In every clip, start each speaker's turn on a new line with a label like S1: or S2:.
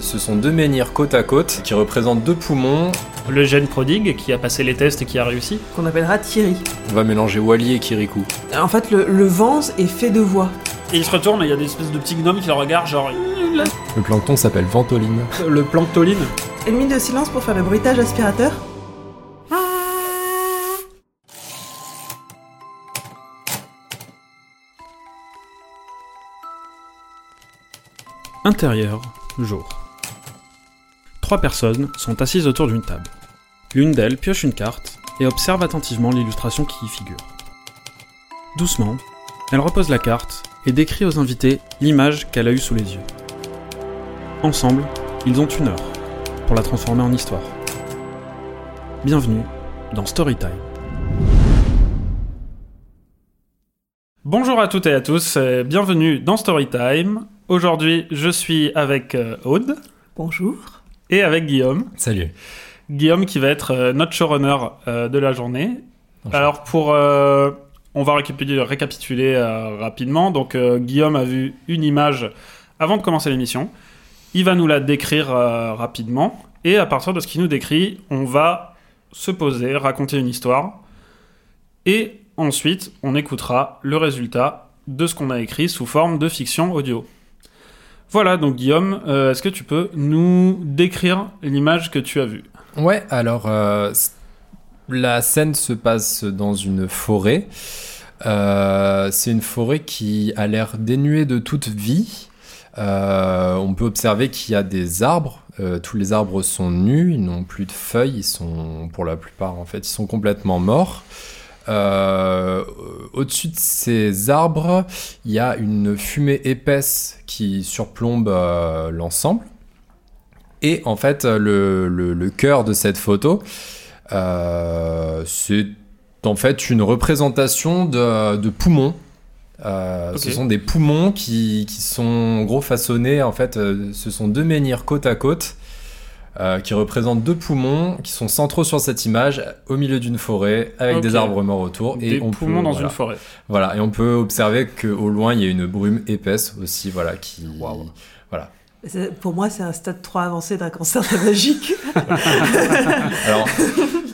S1: Ce sont deux menhirs côte à côte qui représentent deux poumons.
S2: Le jeune prodigue qui a passé les tests et qui a réussi.
S3: qu'on appellera Thierry. Euh,
S1: On va mélanger Wally et Kirikou.
S3: En fait, le, le vent est fait de voix.
S2: Et il se retourne et il y a des espèces de petits gnomes qui le regardent, genre.
S1: Le plancton s'appelle Ventoline.
S2: Le planctoline.
S3: Une minute de silence pour faire le bruitage aspirateur.
S4: Intérieur, jour. Trois personnes sont assises autour d'une table. L'une d'elles pioche une carte et observe attentivement l'illustration qui y figure. Doucement, elle repose la carte et décrit aux invités l'image qu'elle a eue sous les yeux. Ensemble, ils ont une heure pour la transformer en histoire. Bienvenue dans Storytime.
S2: Bonjour à toutes et à tous, euh, bienvenue dans Storytime. Aujourd'hui, je suis avec euh, Aude
S3: Bonjour.
S2: et avec Guillaume.
S1: Salut.
S2: Guillaume qui va être euh, notre showrunner euh, de la journée.
S1: Enchanté.
S2: Alors pour... euh, on va récapituler, récapituler, euh, rapidement. Donc euh, Guillaume a vu une image avant de commencer l'émission. Il va nous la décrire euh, rapidement. Et à partir de ce qu'il nous décrit, on va se poser, raconter une histoire. Et ensuite, on écoutera le résultat de ce qu'on a écrit sous forme de fiction audio. Voilà, donc Guillaume, euh, est-ce que tu peux nous décrire l'image que tu as vue
S1: Ouais, alors euh, c- la scène se passe dans une forêt. Euh, c'est une forêt qui a l'air dénuée de toute vie. Euh, on peut observer qu'il y a des arbres. Euh, tous les arbres sont nus, ils n'ont plus de feuilles, ils sont pour la plupart en fait, ils sont complètement morts. Euh, Au-dessus de ces arbres, il y a une fumée épaisse qui surplombe euh, l'ensemble. Et en fait, le, le- le cœur de cette photo, euh, c'est en fait une représentation de, de poumons. Euh, Ce
S2: Ok.
S1: sont des poumons qui, qui sont en gros façonnés. En fait, euh, ce sont deux menhirs côte à côte euh, qui représentent deux poumons qui sont centraux sur cette image au milieu d'une forêt avec
S2: Ok.
S1: des arbres morts autour.
S2: des
S1: on
S2: poumons
S1: peut-
S2: dans
S1: voilà.
S2: une forêt.
S1: Voilà, et on peut observer qu'au loin, il y a une brume épaisse aussi, voilà, qui...
S3: C'est- Pour moi, c'est un stade 3 avancé d'un cancer tabagique.
S1: Alors,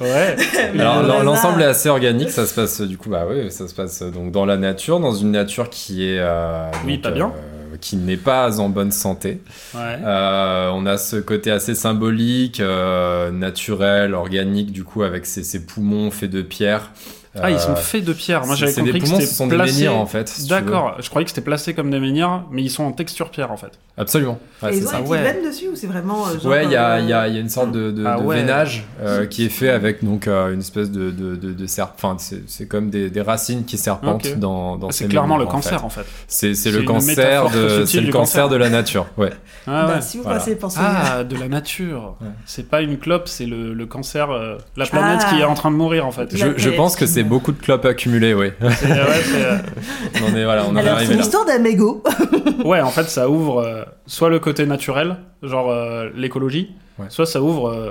S2: Ouais.
S1: alors,
S3: le
S1: l'en-
S3: hasard.
S1: l'ensemble est assez organique, ça se passe euh, du coup, bah oui, ça se passe euh, donc dans la nature, dans une nature qui est... euh,
S2: Oui,
S1: donc,
S2: pas bien.
S1: euh, qui n'est pas en bonne santé.
S2: ouais.
S1: Euh, on a ce côté assez symbolique, euh, naturel, organique, du coup, avec ses, ses poumons faits de pierre.
S2: Ah, ils sont
S1: Euh,
S2: faits de pierre. Moi,
S1: c'est-
S2: j'avais
S1: c'est des
S2: compris que
S1: poumons,
S2: c'était
S1: ce sont des
S2: placé.
S1: menhirs, en fait. si tu veux.
S2: D'accord, je croyais que c'était placé comme des menhirs, mais ils sont en texture pierre en fait.
S1: Absolument. Ouais,
S3: Et
S1: c'est
S3: ils ont
S1: ça.
S3: une
S2: ouais.
S3: petite veine dessus ou c'est vraiment. euh, genre,
S1: Ouais, il y a,
S3: euh,
S1: il y, a, il y a une sorte de, de,
S2: Ah
S1: de
S2: ouais.
S1: veinage euh, qui est fait avec donc euh, une espèce de, de, de, de serp- Enfin, c'est c'est comme des, des racines qui serpentent
S2: Ok.
S1: dans, dans
S2: Ah,
S1: ces
S2: c'est clairement le
S1: mémoires, en fait.
S2: cancer en fait.
S1: C'est c'est
S2: C'est
S1: le
S2: une
S1: cancer
S2: métaphore
S1: de,
S2: subtile
S1: c'est le
S2: du
S1: cancer
S2: cancer.
S1: de la nature. Ouais.
S2: Ah,
S3: bah,
S2: ouais.
S3: Si vous
S1: voilà.
S3: passez penser.
S2: Ah, de la nature.
S1: Ouais.
S2: C'est pas une clope, c'est le, le cancer, euh, la planète qui est en train de mourir en fait.
S1: Je,
S3: La
S1: je pense que
S3: tête.
S1: c'est beaucoup de clopes accumulées. Ouais.
S2: C'est- ouais, c'est, euh,
S1: on en est voilà, on en est
S3: Alors, c'est
S1: arrivé
S3: une
S1: là.
S3: histoire d'Amego.
S2: ouais, en fait, ça ouvre euh, soit le côté naturel, genre euh, l'écologie,
S1: Ouais.
S2: soit ça ouvre euh,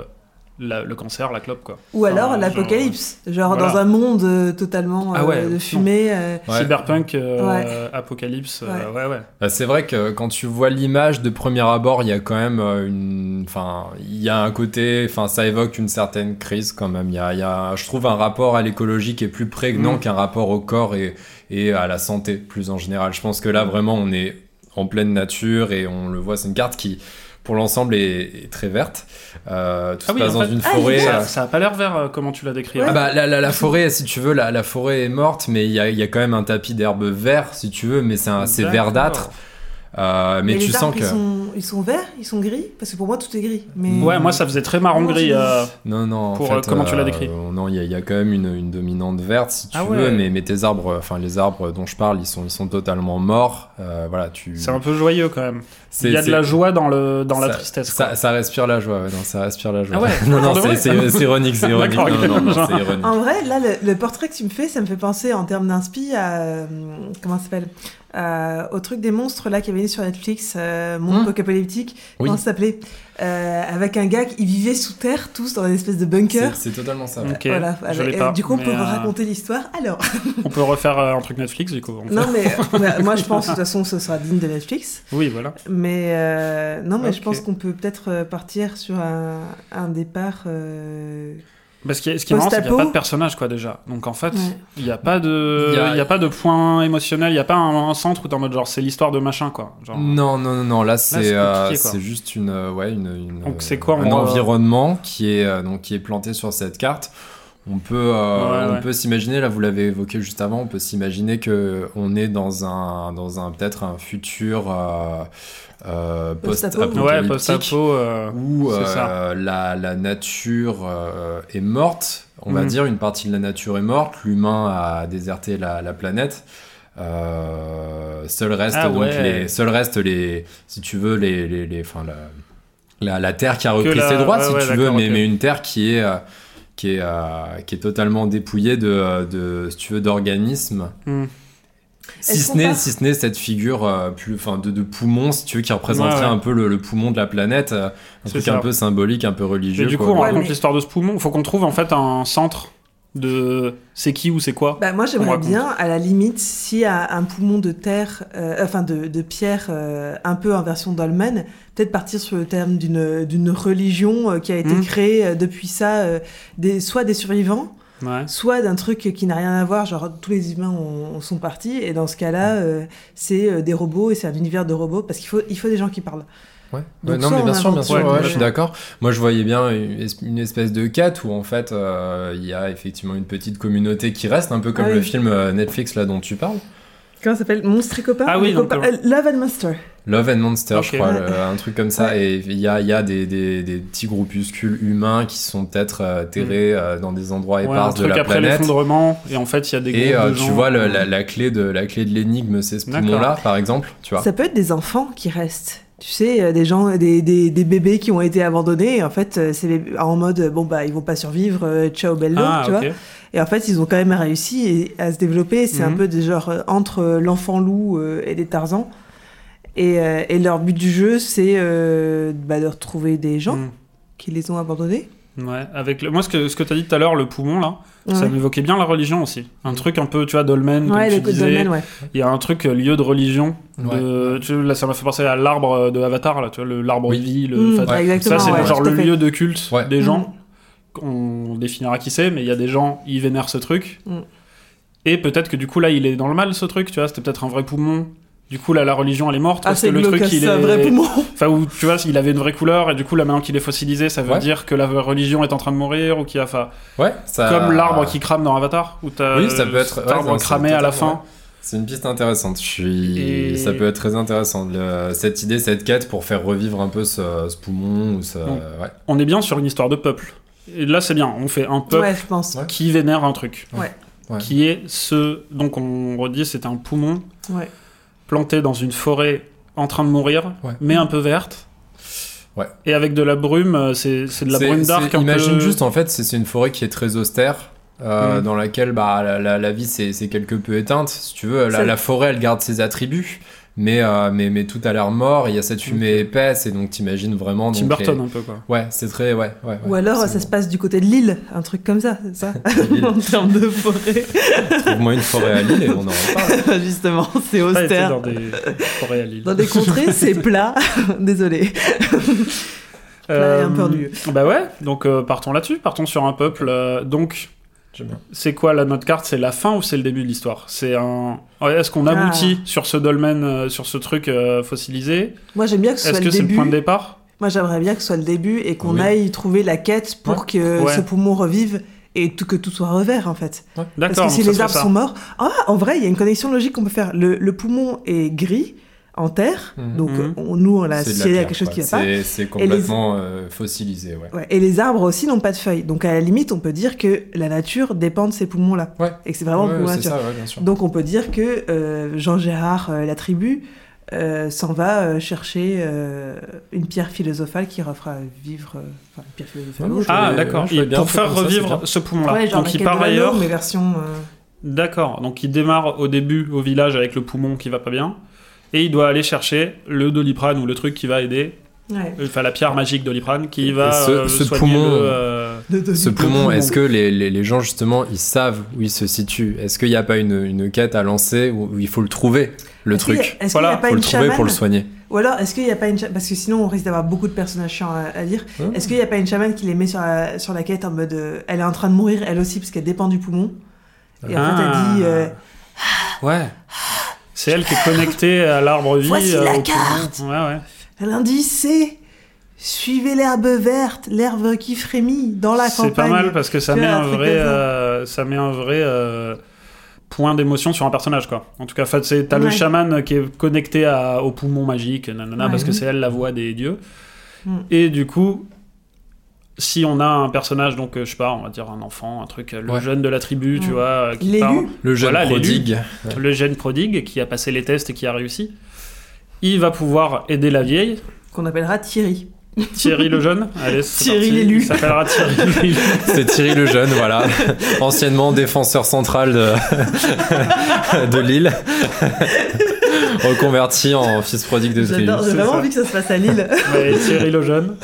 S2: la- le cancer, la clope quoi.
S3: Ou alors
S2: Ah,
S3: l'apocalypse. Genre
S2: Voilà.
S3: dans un monde euh, totalement
S2: Ah
S3: euh,
S2: ouais,
S3: de
S2: non.
S3: fumée. euh,
S1: Ouais.
S2: Cyberpunk, euh,
S3: Ouais.
S2: apocalypse, euh, ouais, ouais.
S1: Bah, c'est vrai que quand tu vois l'image de premier abord, il y a quand même euh, une. Enfin, il y a un côté. Enfin, ça évoque une certaine crise quand même. Il y a, il y a, je trouve, un rapport à l'écologie qui est plus prégnant
S2: Mm.
S1: qu'un rapport au corps et, et à la santé, plus en général. Je pense que là, vraiment, on est en pleine nature et on le voit. C'est une carte qui, pour l'ensemble, est, est très verte. Euh, tout
S2: Ah
S1: se
S2: oui,
S1: passe
S2: en
S1: dans
S2: fait-
S1: une
S3: Ah, il
S1: forêt.
S3: est
S2: Ça,
S1: euh,
S2: ça a pas l'air vert euh, comment tu l'as décrit.
S1: ah
S2: hein.
S1: bah, la, la- la forêt, si tu veux, la, la forêt est morte, mais il y a, il y a quand même un tapis d'herbe vert, si tu veux, mais c'est un- Bah, c'est
S2: D'accord.
S1: verdâtre. Euh, mais,
S3: les
S1: tu sens
S3: arbres,
S1: que.
S3: Ils sont, ils sont verts, ils sont gris Parce que pour moi, tout est gris. Mais...
S2: Ouais, moi ça faisait très marron
S3: Moi,
S2: gris.
S3: j'ai-
S2: euh,
S1: Non, non, en
S2: Pour,
S1: fait,
S2: euh, comment tu l'as décrit
S1: euh, Non, il y, a- il y a quand même une, une dominante verte, si tu
S2: Ah
S1: veux,
S2: ouais.
S1: mais, mais tes arbres, enfin, les arbres dont je parle, ils sont, ils sont totalement morts. Euh, voilà, tu.
S2: C'est un peu joyeux quand même.
S1: c'est-
S2: Il y a de
S1: c'est-
S2: la joie dans, le, dans la
S1: ça-
S2: tristesse. quoi.
S1: Ça, ça respire la joie, ouais, non, ça respire la joie.
S2: Ah ouais,
S1: non, non,
S2: pour de
S1: c'est
S2: vrai
S1: c'est- c'est ironique, c'est ironique.
S2: D'accord,
S1: Non,
S2: ok.
S1: non, non, c'est
S2: Mm.
S1: ironique.
S3: En vrai, là, le, le portrait que tu me fais, ça me fait penser en termes d'inspi à. euh, Comment ça s'appelle Euh, Au truc des monstres là qui avait sur Netflix, euh, Mon
S1: Hmm.
S2: Mm.
S3: Poké apocalyptique,
S1: Oui.
S3: comment ça s'appelait Euh, Avec un gars qui vivait sous terre, tous dans une espèce de bunker.
S1: C'est c'est totalement ça. ouais.
S2: Ok,
S3: Voilà,
S2: je l'ai
S3: avec-
S2: pas,
S3: du coup, on
S2: mais,
S3: peut
S2: euh,
S3: raconter l'histoire. Alors,
S2: On peut refaire euh, un truc Netflix, du coup. on fait-
S3: non, mais bah, moi, je pense, de toute façon, ce sera digne de Netflix.
S2: Oui, voilà.
S3: Mais euh, non, mais je
S2: Ok.
S3: pense qu'on peut peut-être euh, partir sur un, un départ. euh,
S2: Bah, ce qui est, ce qui est marrant, c'est qu'il n'y a
S3: Post-apo.
S2: pas de personnage, quoi, déjà. Donc, en fait,
S3: Ouais.
S2: il n'y a pas de,
S1: Il y a-
S2: il y a pas de point émotionnel, il n'y a pas un, un centre où t'es en mode genre, c'est l'histoire de machin, quoi. Genre,
S1: Non, non, non, non. Là,
S2: c'est
S1: c'est euh,
S2: compliqué, quoi.
S1: c'est juste une, euh, ouais, une, une,
S2: Donc,
S1: euh,
S2: c'est quoi,
S1: un
S2: on-
S1: environnement qui est euh, donc qui est planté sur cette carte. On peut, euh,
S2: Ouais,
S1: on
S2: ouais.
S1: peut s'imaginer. Là, vous l'avez évoqué juste avant. On peut s'imaginer que on est dans un, dans un peut-être un futur euh, euh,
S3: Post-apo.
S2: ouais,
S1: post-apocalyptique
S2: post-apo. euh,
S1: où
S2: C'est
S1: euh,
S2: ça.
S1: la, la nature euh, est morte, on va
S2: Mhm.
S1: dire, une partie de la nature est morte, l'humain a déserté la, la planète. Euh, seul reste
S2: Ah
S1: donc
S2: ouais.
S1: les, seul reste les, si tu veux les, les, les- enfin la, la, la terre qui a repris
S2: la-
S1: ses droits,
S2: ouais,
S1: si
S2: ouais,
S1: tu veux,
S2: d'accord,
S1: mais,
S2: ok.
S1: mais une terre qui est euh, qui est euh, qui est totalement dépouillée de, euh, de si tu veux d'organismes.
S2: hmm.
S1: Si
S3: Est-ce
S1: ce
S3: qu'on
S1: n'est
S3: part-
S1: si ce n'est cette figure euh, plus enfin de, de poumon si tu veux qui représenterait
S2: Ouais, ouais.
S1: un peu le, le poumon de la planète euh, un
S2: C'est
S1: truc
S2: ça.
S1: un peu symbolique un peu
S2: Mais
S1: religieux
S2: du coup,
S1: quoi.
S2: on
S3: Ouais,
S2: raconte
S3: mais-
S2: l'histoire de ce poumon. Il faut qu'on trouve, en fait, un centre de c'est qui ou c'est quoi.
S3: Bah, moi,
S2: On
S3: j'aimerais
S2: raconte.
S3: bien, à la limite, si à un poumon de terre, euh, enfin de, de pierre, euh, un peu en version dolmen, peut-être partir sur le terme d'une d'une religion euh, qui a été
S2: Mhm.
S3: créée euh, depuis ça, euh, des, soit des survivants,
S2: Ouais.
S3: soit d'un truc qui n'a rien à voir, genre tous les humains ont- ont- sont partis, et dans ce cas-là,
S2: Hmm.
S3: euh, c'est euh, des robots et c'est un univers de robots, parce qu'il faut, il faut des gens qui parlent.
S1: Ouais.
S3: Donc
S1: Ouais, non,
S3: ça,
S1: mais
S3: on
S1: bien sûr, bien
S3: invente
S1: sûr,
S2: une
S1: ouais,
S2: nouvelle
S1: je suis
S2: chose.
S1: d'accord. Moi, je voyais bien une es- une espèce de quête où, en fait, euh, il y a effectivement une petite communauté qui reste, un peu comme
S3: Ah
S1: le
S3: oui.
S1: film euh, Netflix là dont tu parles.
S3: Comment ça s'appelle Monstre et copain
S2: Ah oui,
S3: Les
S2: donc,
S3: copains-
S2: euh,
S3: euh, Love and Monster.
S1: Love and Monster,
S2: Ok.
S1: je crois,
S3: Ouais.
S1: le- un truc comme ça. Et il y a, il y a des, des- des petits groupuscules humains qui sont peut-être euh, terrés euh, dans des endroits
S2: Mm. Ouais, un
S1: épars de
S2: truc
S1: la
S2: après
S1: planète.
S2: l'effondrement, et en fait, il y a des
S1: Et
S2: groupes
S1: euh,
S2: de
S1: tu
S2: gens- Mm.
S1: vois, le- la, la clé de la clé de l'énigme, c'est ce
S2: D'accord.
S1: poumon-là, par exemple. Tu vois.
S3: Ça peut être des enfants qui restent. Tu sais, euh, des gens, des, des, des bébés qui ont été abandonnés. Et en fait, euh, c'est les- en mode, euh, bon, bah, ils vont pas survivre, euh, ciao bello,
S2: Ah,
S3: tu
S2: ok.
S3: vois. Et en fait, ils ont quand même réussi et- à se développer. C'est un
S2: Mhm.
S3: peu des genre euh, entre euh, l'enfant loup euh, et des Tarzans. Et, euh, et leur but du jeu, c'est euh, bah, de retrouver des gens
S2: Hmm.
S3: qui les ont abandonnés.
S2: Ouais, avec le... Moi, ce que, ce que tu as dit tout à l'heure, le poumon, là, ça
S3: Ouais.
S2: m'évoquait bien la religion aussi. Un truc un peu, tu vois, dolmen, comme
S3: Ouais,
S2: tu
S3: le code
S2: disais.
S3: domaine, ouais.
S2: Il y a un truc euh, lieu de religion. de- tu vois, là, ça m'a fait penser à l'arbre euh, de Avatar, là, tu vois, le- l'arbre
S1: Oui.
S2: Ivy. Le...
S3: Mmh,
S2: enfin, ça,
S3: exactement,
S2: c'est
S3: ouais,
S2: genre
S3: tout
S2: le
S3: à fait.
S2: lieu de culte
S1: Ouais.
S2: des
S3: Mmh.
S2: gens. On définira qui c'est, mais il y a des gens, ils vénèrent ce truc.
S3: Mmh.
S2: Et peut-être que du coup, là, il est dans le mal, ce truc, tu vois, c'était peut-être un vrai poumon. Du coup, là, la religion, elle est morte.
S3: Ah,
S2: parce
S3: c'est
S2: que le truc, il
S3: c'est un vrai poumon.
S2: Enfin, où, tu vois, il avait une vraie couleur, et du coup, là, maintenant qu'il est fossilisé, ça veut
S1: Ouais.
S2: dire que la religion est en train de mourir, ou qu'il y a. enfin,
S1: Ouais, ça-
S2: Comme l'arbre qui crame dans Avatar, où t'as
S1: Euh, Oui, ça peut être-
S2: cet
S1: ouais,
S2: arbre
S1: non, c'est
S2: cramé à la
S1: totalement
S2: fin.
S1: C'est une piste intéressante. Je suis...
S2: Et-
S1: Ça peut être très intéressant. Le- Cette idée, cette quête pour faire revivre un peu ce, ce poumon ou ce.
S2: Bon.
S1: ouais.
S2: On est bien sur une histoire de peuple. Et là, c'est bien, on fait un peuple
S3: Ouais, je pense.
S1: Ouais.
S2: qui vénère un truc.
S3: Ouais.
S1: Ouais.
S2: Qui est ce. Donc, on redit, c'est un poumon
S3: Ouais.
S2: planté dans une forêt en train de mourir,
S1: Ouais.
S2: mais un peu verte.
S1: Ouais.
S2: Et avec de la brume, euh, c'est c'est de la
S1: C'est-
S2: brume d'arc
S1: c'est-
S2: un
S1: Imagine
S2: peu.
S1: juste, en fait, c'est c'est une forêt qui est très austère. euh,
S2: Mm.
S1: Dans laquelle bah, la, la- la vie c'est c'est quelque peu éteinte, si tu veux. La,
S3: C'est-
S1: la forêt elle garde ses attributs, mais, euh, mais, mais tout a l'air mort. Il y a cette fumée épaisse, et donc t'imagines vraiment.
S2: Tim
S1: donc, euh,
S2: Burton,
S1: les-
S2: un peu, quoi.
S1: Ouais, c'est très. Ouais, ouais, ouais.
S3: Ou alors,
S1: C'est
S3: ça se passe du côté de l'île, un truc comme ça, c'est ça
S1: Lille.
S3: En termes de forêt.
S1: Trouve-moi une forêt à Lille et on en reparle.
S3: Justement, c'est
S2: Pas été
S3: austère.
S2: dans des forêts à Lille.
S3: Dans des contrées, c'est plat. Désolé. Là, un peu ennuyeux.
S2: Bah ouais, donc euh, partons là-dessus, partons sur un peuple. euh, donc,
S1: J'aime bien.
S2: c'est quoi là, notre carte C'est la fin ou c'est le début de l'histoire C'est un. ouais, Est-ce qu'on
S3: Ah.
S2: aboutit sur ce dolmen, euh, sur ce truc euh, fossilisé
S3: Moi, j'aime bien que ce
S2: Est-ce
S3: soit
S2: que
S3: le
S2: c'est le
S3: début.
S2: point de départ
S3: Moi, j'aimerais bien que ce soit le début et qu'on
S1: Oui.
S3: aille trouver la quête pour
S1: Ouais.
S3: que
S2: Ouais.
S3: ce poumon revive et tout, que tout soit revers, en fait. Parce
S2: D'accord.
S3: que si
S2: donc ça
S3: les
S2: serait
S3: arbres
S2: ça.
S3: sont morts. Ah, en vrai, il y a une connexion logique qu'on peut faire. Le, le poumon est gris en terre,
S1: Mhm.
S3: donc
S2: Mhm.
S3: on- nous, on l'a
S1: C'est de la
S3: associé à
S1: pierre,
S3: quelque chose
S1: quoi.
S3: qui va pas.
S1: C'est- C'est complètement euh, fossilisé, ouais.
S3: Ouais, et les arbres aussi n'ont pas de feuilles. Donc à la limite, on peut dire que la nature dépend de ces poumons-là.
S1: Ouais.
S3: Et que c'est vraiment le
S1: Ouais,
S3: poumon
S1: c'est
S3: nature.
S1: ça, ouais, bien sûr.
S3: Donc on peut dire que euh, Jean Gérard, euh, la tribu, euh, s'en va euh, chercher euh, une pierre philosophale qui refera vivre. euh, Enfin, une pierre philosophale.
S1: Ouais,
S3: ou-
S1: moi, je
S2: Ah,
S1: l'ai-
S2: d'accord.
S1: je l'ai
S2: Et
S1: bien
S2: Pour
S1: fait
S2: faire
S1: comme ça, c'est
S2: revivre
S1: bien.
S2: ce poumon-là.
S3: Ouais, genre
S2: donc,
S3: la
S2: il
S3: quête
S2: part
S3: de l'anneau,
S2: ailleurs.
S3: mais version. euh,
S2: D'accord. Donc, il démarre au début au village avec le poumon qui va pas bien. et il doit aller chercher le doliprane ou le truc qui va aider, euh,
S3: Ouais.
S2: enfin la pierre magique doliprane qui va
S1: Et ce-
S2: euh,
S1: ce
S2: soigner
S1: poumon,
S2: le, euh,
S3: De- de-
S1: Ce
S3: de-
S1: poumon, est-ce que les, les- les gens justement ils savent où ils se situent Est-ce qu'il n'y a pas une, une quête à lancer où, où il faut le trouver, le
S3: Est-ce qu'il y
S1: truc
S3: a- Est-ce qu'il n'y
S2: Voilà,
S3: a pas
S1: Faut le
S3: une
S1: trouver pour
S3: chamane
S1: le soigner.
S3: Ou alors, est-ce qu'il n'y a pas une cha- Parce que sinon, on risque d'avoir beaucoup de personnages chiants à, à lire.
S1: Ouais.
S3: Est-ce qu'il n'y a pas une chamane qui les met sur la, sur la quête en mode. euh, elle est en train de mourir, elle aussi, parce qu'elle dépend du poumon. Et en fait,
S2: Ah.
S3: elle dit. euh,
S1: Ouais.
S2: C'est elle qui est connectée à l'arbre vie.
S3: Voici la
S2: au poumon.
S3: carte.
S2: Ouais, ouais.
S3: L'indice, c'est. Suivez l'herbe verte, l'herbe qui frémit dans la campagne.
S2: C'est pas mal parce que ça
S3: Tu
S2: met,
S3: vois,
S2: un
S3: un truc
S2: vrai,
S3: comme ça.
S2: euh, ça met un vrai euh, point d'émotion sur un personnage quoi. En tout cas, fait, c'est- t'as le
S3: Ouais.
S2: chaman qui est connecté à- au poumon magique, nanana,
S3: Ouais.
S2: parce que c'est elle la voix des dieux.
S3: Mm.
S2: Et du coup, si on a un personnage donc euh, je sais pas, on va dire un enfant, un truc, euh, le
S1: Ouais.
S2: jeune de la tribu, tu
S3: Mm.
S2: vois, euh, qui
S3: L'élu.
S2: parle,
S1: Le jeune
S2: Voilà, l'élu.
S1: prodigue. Ouais.
S2: le jeune prodigue qui a passé les tests et qui a réussi, il va pouvoir aider la vieille
S3: Qu'on appellera Thierry.
S2: Thierry le jeune Allez, c'est
S3: Thierry
S2: parti.
S3: l'élu.
S2: Il s'appellera Thierry l'élu.
S1: C'est Thierry le jeune, voilà, anciennement défenseur central de, de Lille, reconverti en fils prodigue de Lille.
S3: J'adore, j'ai
S2: c'est
S3: vraiment
S2: ça.
S3: envie que ça se passe à Lille.
S2: Ouais, Thierry le jeune.